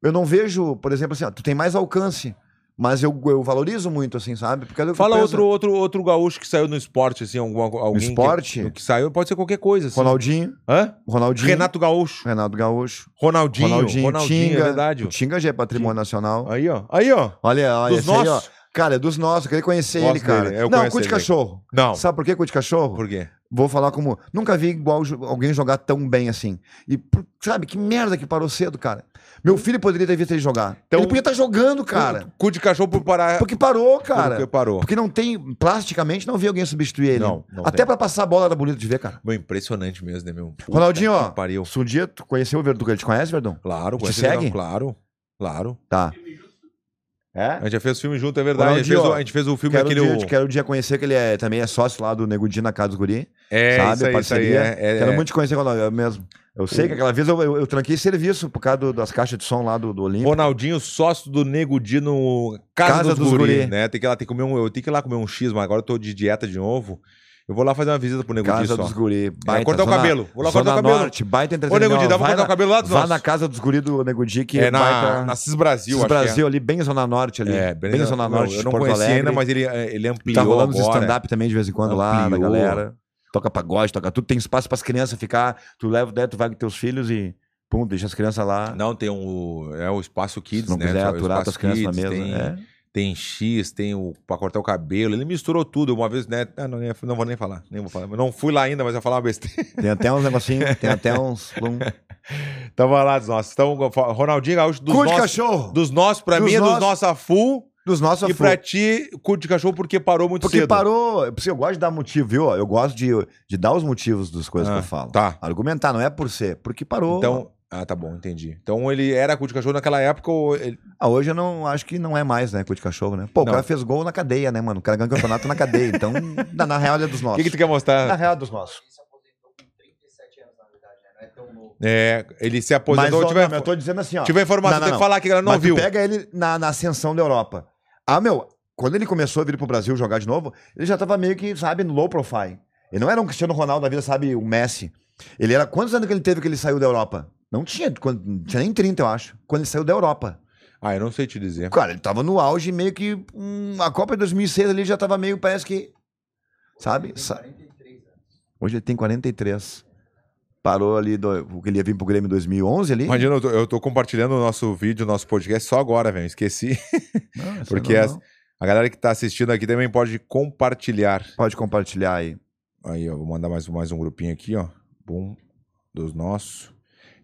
Eu não vejo, por exemplo, assim, ó, tu tem mais alcance, mas eu, eu valorizo muito, assim, sabe? Porque eu Fala penso, outro, outro, outro gaúcho que saiu no esporte, assim, alguma, alguém. esporte? Que, que saiu, pode ser qualquer coisa. Assim. Ronaldinho, Hã? Ronaldinho. Renato Gaúcho. Renato Gaúcho. Ronaldinho. Ronaldinho, Ronaldinho, Tinga. é verdade. O Tinga já é patrimônio nacional. Aí, ó. Aí, ó. Olha, olha, Dos esse aí, ó. nossos? Cara, é dos nossos, eu queria conhecer Gosto ele, cara. dele, eu não, conheço cu de ele. cachorro. Não. Sabe por que cu de cachorro? Por quê? Vou falar como. Nunca vi igual jo- alguém jogar tão bem assim. E, por- sabe, que merda que parou cedo, cara. Meu filho poderia ter visto ele jogar. Então- ele podia estar jogando, cara. Cu de cachorro por parar. Porque parou, cara. Porque parou. Porque não tem. Plasticamente, não vi alguém substituir ele. Não, não Até tem. pra passar a bola era bonito de ver, cara. Meu, impressionante mesmo, né, meu? Puta Ronaldinho, ó. que Pariu. Se um dia tu conheceu o Verdun, ele te conhece, Verdun? Claro, Te conhece ele, segue? não, Claro, claro. Tá. É? A gente já fez filme junto, é verdade. A gente, Ronaldinho, fez, o- ó, a gente fez o filme Quero, aquele. um dia, o- quero um dia conhecer que ele é, também é sócio lá do Nego Di na Casa dos Guri. É, isso sabe? aí, isso aí. parceria. É, é, Quero é. muito te conhecer quando eu mesmo. Eu sei que aquela vez eu, eu, eu tranquei serviço por causa do- das caixas de som lá do, do Olímpico. Ronaldinho, sócio do Nego Di no Casa, Casa dos, dos Guri, Guri. né? Tem que ir lá, tem que comer um, eu tenho que ir lá comer um X, mas agora eu tô de dieta de novo. Eu vou lá fazer uma visita pro Nego Di só. Casa dos Guri. É, cortar o zona- cabelo. Vou lá zona cortar o cabelo. Norte, baita Ô, Nego Di, dá entretenimento. pra Vai cortar na- o cabelo lá dos Vá nossos. na Casa dos Guri do Nego Di, que é, na, baita- na Cis Brasil, Esse acho que é. Brasil ali, bem Zona Norte ali. É, bem, bem, Zona não, Norte, Eu não Porto conheci Alegre. ainda, mas ele, é, ele ampliou Tá rolando os agora. stand-up também de vez em quando lá, da Ampliou. galera. Toca pagode, toca tudo. Tem espaço pras crianças ficar. Tu leva, daí tu vai com teus filhos e... Pum, deixa as crianças lá. Não, tem o, é o Espaço Kids, Se não né? quiser É o aturar Espaço tuas crianças na Kids, mesa. Tem, é. tem X, tem o pra cortar o cabelo. Ele misturou tudo. Uma vez, né? ah, não, ia- não vou nem falar. Nem vou falar. Eu Não fui lá ainda, mas eu ia falar uma besteira. *laughs* Tem até uns negocinhos, tem até uns. Um... Então vai lá dos nossos. Então, Ronaldinho Gaúcho dos Cu de nossos. cachorro! Dos nossos, pra Dos mim, é dos nossos. nossos a full. Dos nossos E afro. pra ti, curte cachorro porque parou muito Porque cedo. parou. Porque eu gosto de dar motivo, viu? Eu gosto de, de dar os motivos das coisas Ah, que eu falo. tá. Argumentar, não é por ser. Porque parou. Então, ah, tá bom, entendi. Então ele era cu de cachorro naquela época ou ele... Ah, hoje eu não acho que não é mais, né? Cu de cachorro, né? Pô, o Não. cara fez gol na cadeia, né, mano? O cara ganhou campeonato na cadeia. Então, *laughs* na, na real, é dos O nossos. que, que tu quer Na mostrar? real, é dos nossos. É, ele se Mas, aposentou. ó, eu tive- não, eu tô dizendo assim, ó. Tiver informação, tem que falar que ela não Mas tu viu. pega ele na, na ascensão da Europa. Ah, meu, quando ele começou a vir pro Brasil jogar de novo, ele já tava meio que, sabe, no low profile. Ele não era um Cristiano Ronaldo da vida, sabe, o Messi. Ele era. Quantos anos que ele teve que ele saiu da Europa? Não tinha, quando- não tinha nem 30, eu acho. Quando ele saiu da Europa. Ah, eu não sei te dizer. Cara, ele tava no auge, meio que. hum, a Copa de 2006 ali já tava meio, parece que. Sabe? Sa- Hoje ele tem 43. Parou ali, do, porque ele ia vir pro Grêmio em 2011 ali. Imagina, eu tô, eu tô compartilhando o nosso vídeo, o nosso podcast só agora, velho. Esqueci. Não, isso é Porque não, as- não. a galera que tá assistindo aqui também pode compartilhar. Pode compartilhar aí. Aí, ó, vou mandar mais, mais um grupinho aqui, ó. Bum, dos nossos.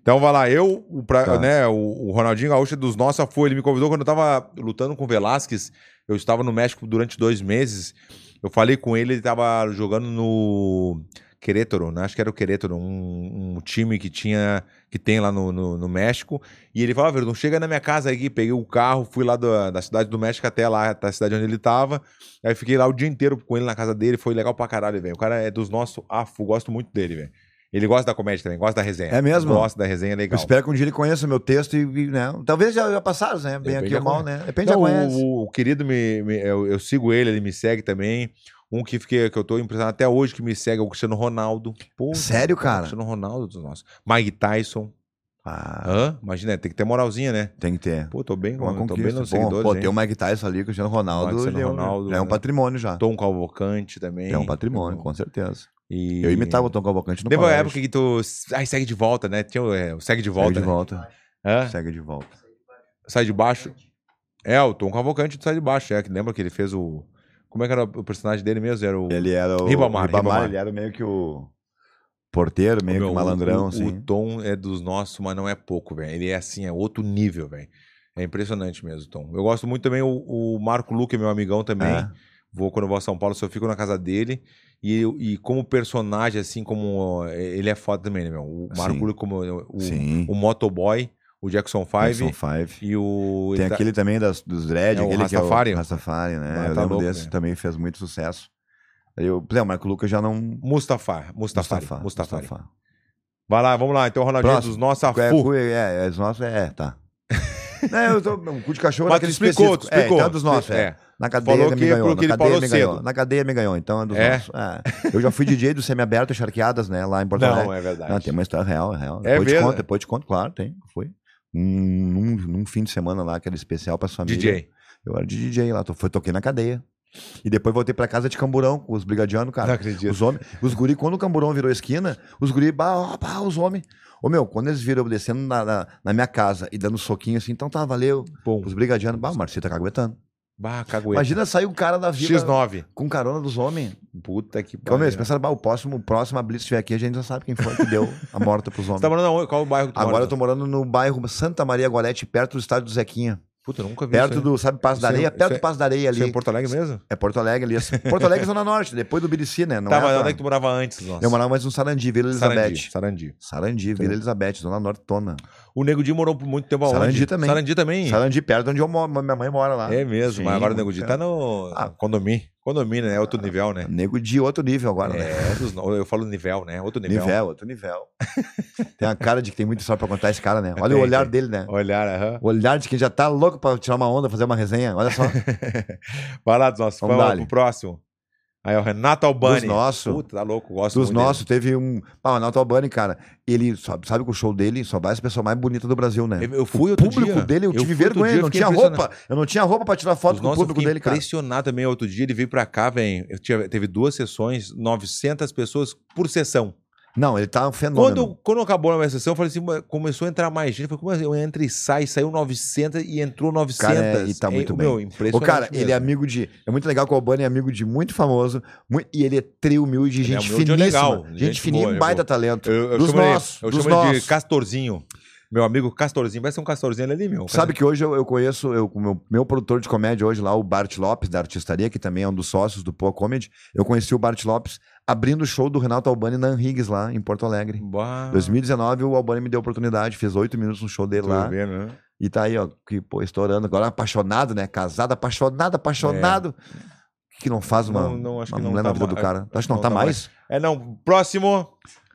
Então vai lá, eu, o, pra- Tá. né, o, o Ronaldinho Gaúcho é dos nossos foi. Ele me convidou quando eu tava lutando com o Velasquez. Eu estava no México durante dois meses. Eu falei com ele, ele tava jogando no Querétaro, né? acho que era o Querétaro, um, um time que tinha que tem lá no, no, no México. E ele falou: "Ah, Verdun, chega na minha casa aqui. Peguei o carro, fui lá da, da cidade do México até lá, da cidade onde ele tava. Aí fiquei lá o dia inteiro com ele na casa dele. Foi legal pra caralho, velho. O cara é dos nossos afo, gosto muito dele, velho. Ele gosta da comédia também, gosta da resenha. É mesmo? Gosta da resenha, é Eu legal. espero que um dia ele conheça o meu texto e, e, né? Talvez já, já passaram, né? Bem Depende aqui já ou mal, conhece. né? Depende, Então, já conhece. O, o querido me, me- eu, eu sigo ele, ele me segue também. Um que, fiquei, que eu tô impressionado até hoje que me segue é o Cristiano Ronaldo. Pô, Sério, O cara? Cristiano Ronaldo dos nossos. Mike Tyson. Ah, Hã? Imagina, tem que ter moralzinha, né? tem que ter. Pô, tô bem, Uma mano. Tô bem conquista. nos Bom, seguidores, pô, hein? tem o Mike Tyson ali, o Cristiano Ronaldo. Cristiano ele é um- Ronaldo, já é um né? tá patrimônio já. Tom Calvocante também. É um patrimônio, com certeza. E... Eu imitava o Tom Cavalcante no Teve uma colégio. época que tu... Ai, segue de volta, né? Tinha o é, o segue de volta, Segue de né? volta. Hã? Segue de volta. Sai de baixo. É, o Tom Cavalcante do Sai de Baixo. É, que lembra que ele fez o... Como é que era o personagem dele mesmo? Era o... Ele era o. Ribamar, Ribamar. Ele era meio que o porteiro, meio Meu, que o- o malandrão, o, assim. O Tom é dos nossos, mas não é pouco, velho. Ele é assim, é outro nível, velho. É impressionante mesmo, Tom. Eu gosto muito também o, o Marco Luque, meu amigão também. É. Vou quando eu vou a São Paulo, só fico na casa dele. E, eu- e como personagem, assim, como. ó, Ele é foda também, né, meu? O Marco Sim. Luque, como é, o, Sim. o Motoboy, o Jackson Five Jackson Five. e o. Tem ele tá- aquele também das, dos dread, É, o aquele Rastafari. que é o Rastafari, né? Ah, eu tá lembro louco, desse, né? também fez muito sucesso. Aí Eu, é, o Marco Lucas já não... Mustafa, Mustafa, Mustafa, Mustafa. Mustafa. Vai lá, vamos lá. Então, Ronaldinho Próximo. dos nossos É, Afu. cu- é, é, os nossos, *laughs* é, tá. é, eu tô, o cu de cachorro Mas tu daquele explicou, tu específico. É, explicou. então é dos nossos, é. É. Na cadeia Falou ele que me ganhou, porque ele na cadeia falou me ganhou. cedo. Na cadeia me ganhou, então é dos É? nossos. É. Eu já fui DJ do semiaberto e charqueadas, né, lá em Porto Alegre. Não, é verdade. Não, tem uma história real, é real. É depois te mesmo? conto, depois te conto, claro, tem. Foi. Num, num- num fim de semana lá, que era especial pra sua família. DJ. Eu era de DJ lá, to- foi, toquei na cadeia. E depois voltei pra casa de camburão com os brigadianos, cara. Não acredito. Os homens, os guri, quando o camburão virou esquina, os guri, bah, ó, bah, os homens. Ô meu, quando eles viram eu descendo na, na, na minha casa e dando soquinho assim, então tá, valeu. Bom. Os brigadianos, bah, o Marcinho tá caguetando. Bah, cagueta. Imagina sair um cara da vila X9. com carona dos homens. Puta que Então, meu, eles pariu. pensaram, bah, o próximo, o próximo a Blitz estiver aqui, a gente já sabe quem foi que deu a *laughs* morta pros homens. Você tá morando aonde? é Qual o bairro que tu Agora mora? eu tô morando no bairro Santa Maria Gorete, perto do estádio do Zequinha. Puta, eu nunca vi Perto isso aí. do, sabe, Passo Isso é- da Areia? isso Perto é- do Passo da Areia ali. Isso é em Porto Alegre mesmo? É Porto Alegre *laughs* ali. assim. Porto Alegre é Zona Norte, depois do Birici, né? Não tá, é mas pra- onde é que tu morava antes? Nossa. Eu morava mais no Sarandi, Vila Sarandi, Elizabeth. Sarandi. Sarandi, Vila Elizabeth, Zona Nortona. O Nego Di morou por muito tempo aonde? Sarandi também. Sarandi também? Sarandi, perto onde eu moro, minha mãe mora lá. É mesmo, Sim, mas agora o muito Nego Di perto. tá no Ah. condomínio. Condomínio, né? É outro nível, né? Nego de outro nível agora, né? É, dos no- eu falo nível, né? Outro nível. Nível, outro nível. *laughs* tem a cara de que tem muita história pra contar esse cara, né? Olha o Tem, olhar tem. dele, né? Olhar, aham. O olhar de quem já tá louco pra tirar uma onda, fazer uma resenha. Olha *laughs* só. Vai lá dos nossos, Vamos vamos lá dali. pro próximo. Aí, ó, Renato Albani. Dos nossos. Puta, tá louco, gosto Dos muito nossos, teve um. Ah, o Ronaldo Albani, cara. Ele sabe, sabe que o show dele só vai as pessoas mais bonitas do Brasil, né? dele. Eu fui o outro público dia. dele, eu, tive fui outro vergonha, dia, não fiquei tinha impressionado. roupa. Eu não tinha roupa pra tirar foto Os com o nossos, eu público fiquei dele, cara. impressionado também. Outro dia ele veio pra cá, velho. Eu tinha- Teve duas sessões, 900 pessoas por sessão. Não, ele tá um fenômeno. Quando, quando acabou a minha sessão, eu falei assim, "Mas começou a entrar mais gente. Eu falei, como assim? Eu entro e sai, saiu 900 e entrou 900. Cara, é, e tá muito bem. Meu, impressionante o cara, ele é mesmo. amigo de. É muito legal que o Albani é amigo de muito famoso. mui- e ele é tri humilde, Ele é gente humilde e finíssima. legal, Gente, gente fininha, boa, é um baita eu- talento. Eu, eu dos chamo, ele- nossos, eu dos chamo ele de nossos. Castorzinho. Meu amigo Castorzinho, vai ser um Castorzinho ali, meu. Sabe que hoje eu, eu conheço, eu, o meu, meu produtor de comédia hoje lá, o Bart Lopes, da Artistaria, que também é um dos sócios do Poa Comedy. Eu conheci o Bart Lopes abrindo o show do Renato Albani na Henrigues lá, em Porto Alegre. Bah. 2019, o Albani me deu a oportunidade, fez oito minutos no show Tô dele lá. vendo, né? E tá aí, ó, que, pô, estourando. Agora apaixonado, né? Casado, apaixonado, apaixonado. Que, que não faz uma, É. Não, não, acho uma que não mulher tá na vida ma- do cara? acho Acho que não, tá, mais. É, não. Próximo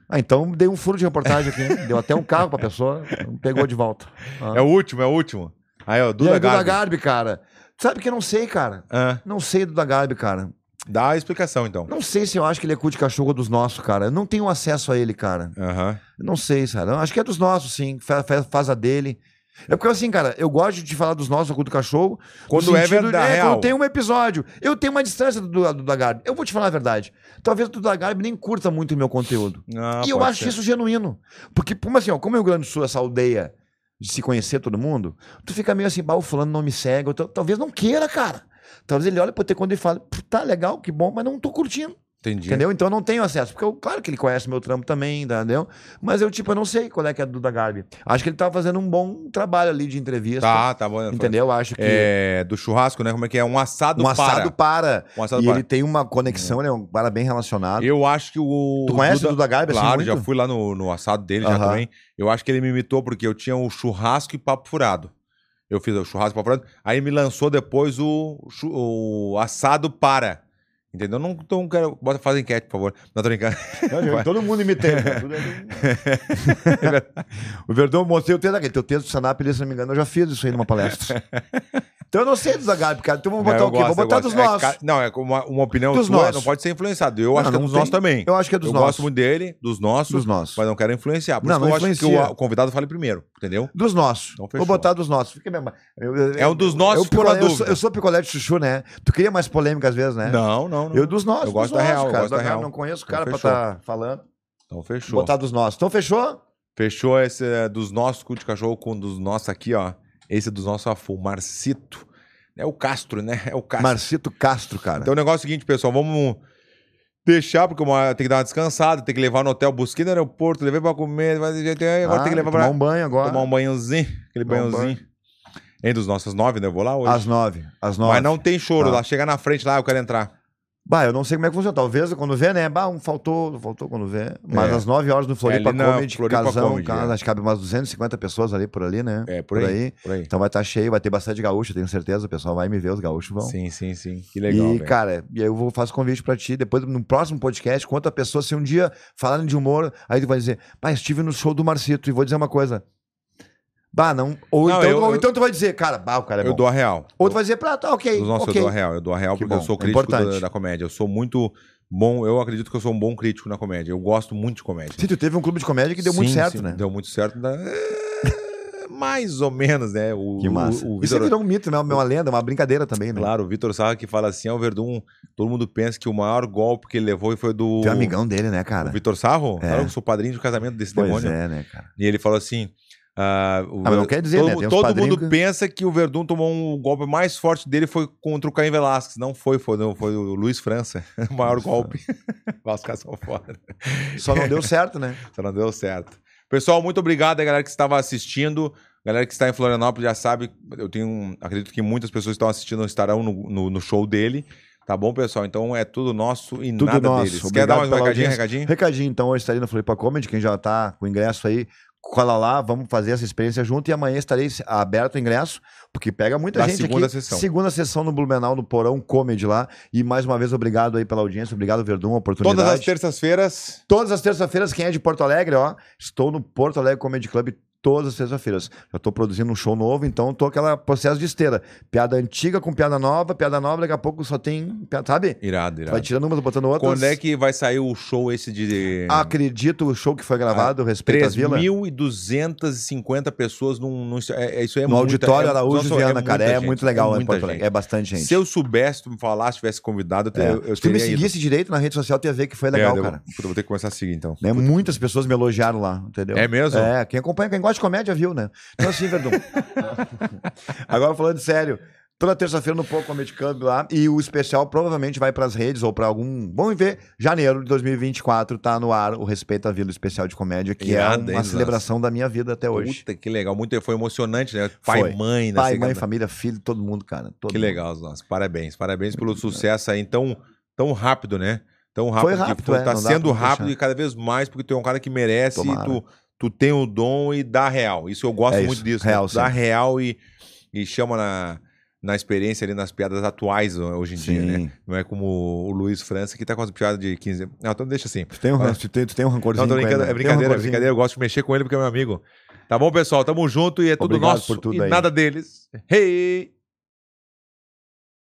Ah, então dei um furo de reportagem aqui. né? Deu até um carro pra pessoa, não pegou de volta. Ah. é o último, é o último. Aí, ó, *laughs* E Duda aí, Duda Garbi. Garbi, cara. Sabe que eu não sei, cara. Ah, Não sei Duda Garbi, cara. dá a explicação, então. Não sei se eu acho que ele é cu de cachorro dos nossos, cara. Eu não tenho acesso a ele, cara. Aham. Eu não sei, sabe? Eu acho que é dos nossos, sim. Fa- fa- Faz a dele. É porque assim, cara, eu gosto de falar dos nossos, cu do cachorro. no Quando é sentido- verdade, real. Quando tem um episódio. Eu tenho uma distância do Duda Duda Garbi. Eu vou te falar a verdade. Talvez o Duda Garbi nem curta muito o meu conteúdo. Ah, e eu pode acho ser. isso genuíno. Porque, como assim, ó, como o Rio Grande do Sul, essa aldeia de se conhecer todo mundo, tu fica meio assim, bah, o fulano não me segue, ou tal- talvez não queira, cara. Talvez ele olhe pro teu quando e fale, "Pô, tá legal, que bom, mas não tô curtindo. Entendi. Entendeu? Então eu não tenho acesso. Porque, eu, claro que ele conhece meu trampo também, entendeu? Mas eu, tipo, eu não sei qual é que é do Duda Garbi. Acho que ele tá fazendo um bom trabalho ali de entrevista. Tá, tá bom. Entendeu? Acho que. É, do churrasco, né? Como é que é? Um assado Um assado para. Um assado e para. ele tem uma conexão, ele é um cara bem relacionado. Eu acho que o. Tu conhece o Duda Garbi, assim, Claro, já muito? fui lá no, no assado dele já Aham. também. Eu acho que ele me imitou porque eu tinha o churrasco e papo furado. Eu fiz o churrasco e papo furado. Aí me lançou depois o, chu- o assado para. Entendeu? Não, então, quero. Bota, faz enquete, por favor. Não tô brincando. *laughs* Vai. É Todo mundo imitando. né? é *laughs* o Verdão mostrei o texto daquele. Teu texto do Sanap, se não me engano, eu já fiz isso aí *laughs* numa palestra. então eu não sei dos Agarpe, cara. Então vamos botar Não, eu o quê? gosto, Vamos eu botar gosto. É, dos nossos. ca- não, é uma, uma opinião Dos sua, nossos. não pode ser influenciado. Eu Não, acho que é não dos tem- nossos também. Eu acho que é dos eu nossos. gosto muito dele, dos nossos, Dos nossos. mas não quero influenciar. Por Não, isso que eu não acho influencia. que o convidado fale primeiro, entendeu? Dos nossos. Então, fechou. Vou botar dos nossos. Fica mesmo. Eu- eu- É um dos nossos, eu, ficou na picolé- eu, sou, dúvida. eu sou picolé de chuchu, né? Tu queria mais polêmica às vezes, né? Não, não, não. Eu dos nossos. Eu gosto da dos nossos, real, eu cara. gosto da Eu real. Não conheço o Então, cara pra fechou. estar falando. Então fechou. Botar dos nossos. Então fechou? Fechou esse é, dos nossos cu de cachorro com dos nossos aqui, ó. Esse é dos nossos afu, Marcito. É o Castro, né? É o Castro. Marcito Castro, cara. Então o negócio é o seguinte, pessoal, vamos deixar, porque uma, tem que dar uma descansada, tem que levar no hotel, busquei no aeroporto, levei pra comer, mas agora Ah, tem que levar tomar pra um banho agora. tomar um banhozinho, aquele Tomar um banhozinho. Hein, dos nossos nove, né? Eu vou lá hoje. Às nove. Às nove. Mas não tem choro Tá. lá, chega na frente lá, eu quero entrar. Bah, eu não sei como é que funciona. Talvez quando vê, né? Bah, um faltou, faltou quando vê. Mas É. às 9 horas no Floripa ali na Comedy, Floripa casão, Comedy, casa, é. acho que cabe umas 250 pessoas ali por ali, né? É, por aí, por aí. Então vai estar cheio, vai ter bastante gaúcho, eu tenho certeza. O pessoal vai me ver, os gaúchos vão. Sim, sim, sim. Que legal, e, velho. cara, e aí eu vou faço convite pra ti. Depois, no próximo podcast, conta a pessoa, se um dia falarem de humor, aí tu vai dizer, pá, estive no show do Marcito e vou dizer uma coisa. Bah, não. Ou, Não, então, eu- ou eu- então tu vai dizer, cara, bah, o cara é eu bom. dou a real. Ou tu vai dizer, pá, tá, ok. Dos nossos ok. eu dou a real. Eu dou a real Que porque eu bom, sou é crítico da, importante. da comédia. Eu sou muito bom, eu acredito que eu sou um bom crítico na comédia. Eu gosto muito de comédia. Sim, tu teve um clube de comédia que deu muito Sim, certo, sim, né? Deu muito certo. né? É, Mais ou menos, né? O, Que massa. O, o Isso é Vitor- virou um mito, né? Uma lenda, uma brincadeira também, né? Claro, o Vitor Sarra que fala assim, é o Verdun, todo mundo pensa que o maior golpe que ele levou foi do... Tem um amigão dele, né, O cara? Vitor Sarro? É. Claro que eu sou padrinho de um casamento desse Pois demônio. é, né, cara? E ele falou assim... ah, o- Ah, mas não quer dizer, todo, né? Tem uns todo padrinhos mundo que- pensa que o Verdun tomou um golpe mais forte dele foi contra o Caim Velasquez. Não foi, foi, não, foi o Luiz França. *laughs* O maior golpe. *laughs* Os caras são foda. Só *laughs* não deu certo, né? Só não deu certo. Pessoal, muito obrigado a galera que estava assistindo. Galera que está em Florianópolis já sabe, eu tenho, um, acredito que muitas pessoas que estão assistindo estarão no, no- no show dele. Tá bom, pessoal? Então é tudo nosso e Tudo nada nosso. deles. Quer Obrigado dar um pela recadinho, audiência. recadinho? Recadinho, então, hoje estarei na Floripa Comedy. Quem já tá com o ingresso aí, cola lá, vamos fazer essa experiência junto. E amanhã estarei aberto o ingresso, porque pega muita Da gente segunda aqui. sessão. Segunda sessão no Blumenau, no Porão Comedy lá. E mais uma vez, obrigado aí pela audiência. Obrigado, Verdun, a oportunidade. Todas as terças-feiras. Todas as terças-feiras, quem é de Porto Alegre, ó, estou no Porto Alegre Comedy Club todas as terças-feiras. Eu tô produzindo um show novo, então tô aquela processo de esteira. Piada antiga com piada nova, piada nova, daqui a pouco só tem, piada- sabe? Irado, Vai irado. tirando umas, botando outras. Quando é que vai sair o show esse de Ah, Acredito o show que foi Ah, gravado, respeito à vila. 3.250 pessoas num, num- é, é- isso aí é No muita- auditório é- Araújo nossa, Viana, muita cara, é gente, muito legal lá em muita Porto Alegre. gente. É bastante gente. Se eu soubesse, tu me falasse, tivesse convidado, eu, te- É. eu, eu Se tu me teria ido. seguisse direito na rede social, tu ia ver que foi legal, É, eu- cara. puta, Eu vou ter que começar a seguir, então. Né? Muitas pessoas me elogiaram lá, entendeu? É mesmo? É, *laughs* quem acompanha, quem gosta de comédia viu, né? Então assim, Verdun. Agora falando sério, Toda terça-feira no Pouco Comedy Club lá. E o especial provavelmente vai pras redes ou pra algum. Vamos ver. Janeiro de 2024 tá no ar o Respeito à Vida o Especial de Comédia, que Irado, é hein, uma Zaz? celebração da minha vida até hoje. Puta, que legal. Muito, foi emocionante, né? Pai, Foi. mãe, né? Pai, Você- mãe, família, filho, todo mundo, cara. Todo Que mundo. legal, Zaz. Parabéns. Parabéns pelo sucesso aí então tão rápido, né? Tão rápido. Foi que rápido, é, Tá não dá sendo pra deixar. rápido e cada vez mais, porque tu é um cara que merece Tomara. e tu, tu tem o dom e dá real. Isso eu gosto É muito isso, disso. real, né? Dá sim. real e, e chama na, na experiência ali nas piadas atuais ó, hoje em dia, Sim. né? Não é como o Luiz França que tá com as piadas de 15. Não, então deixa assim. Tu tem um, Olha. tu tem, tu tem um Não, rancorzinho. tô com brincando, ele, né? é brincadeira, Tem é um rancorzinho. brincadeira. Eu gosto de mexer com ele porque é meu amigo. Tá bom, pessoal? Tamo junto e é tudo Obrigado nosso por tudo e aí. nada deles. Hey!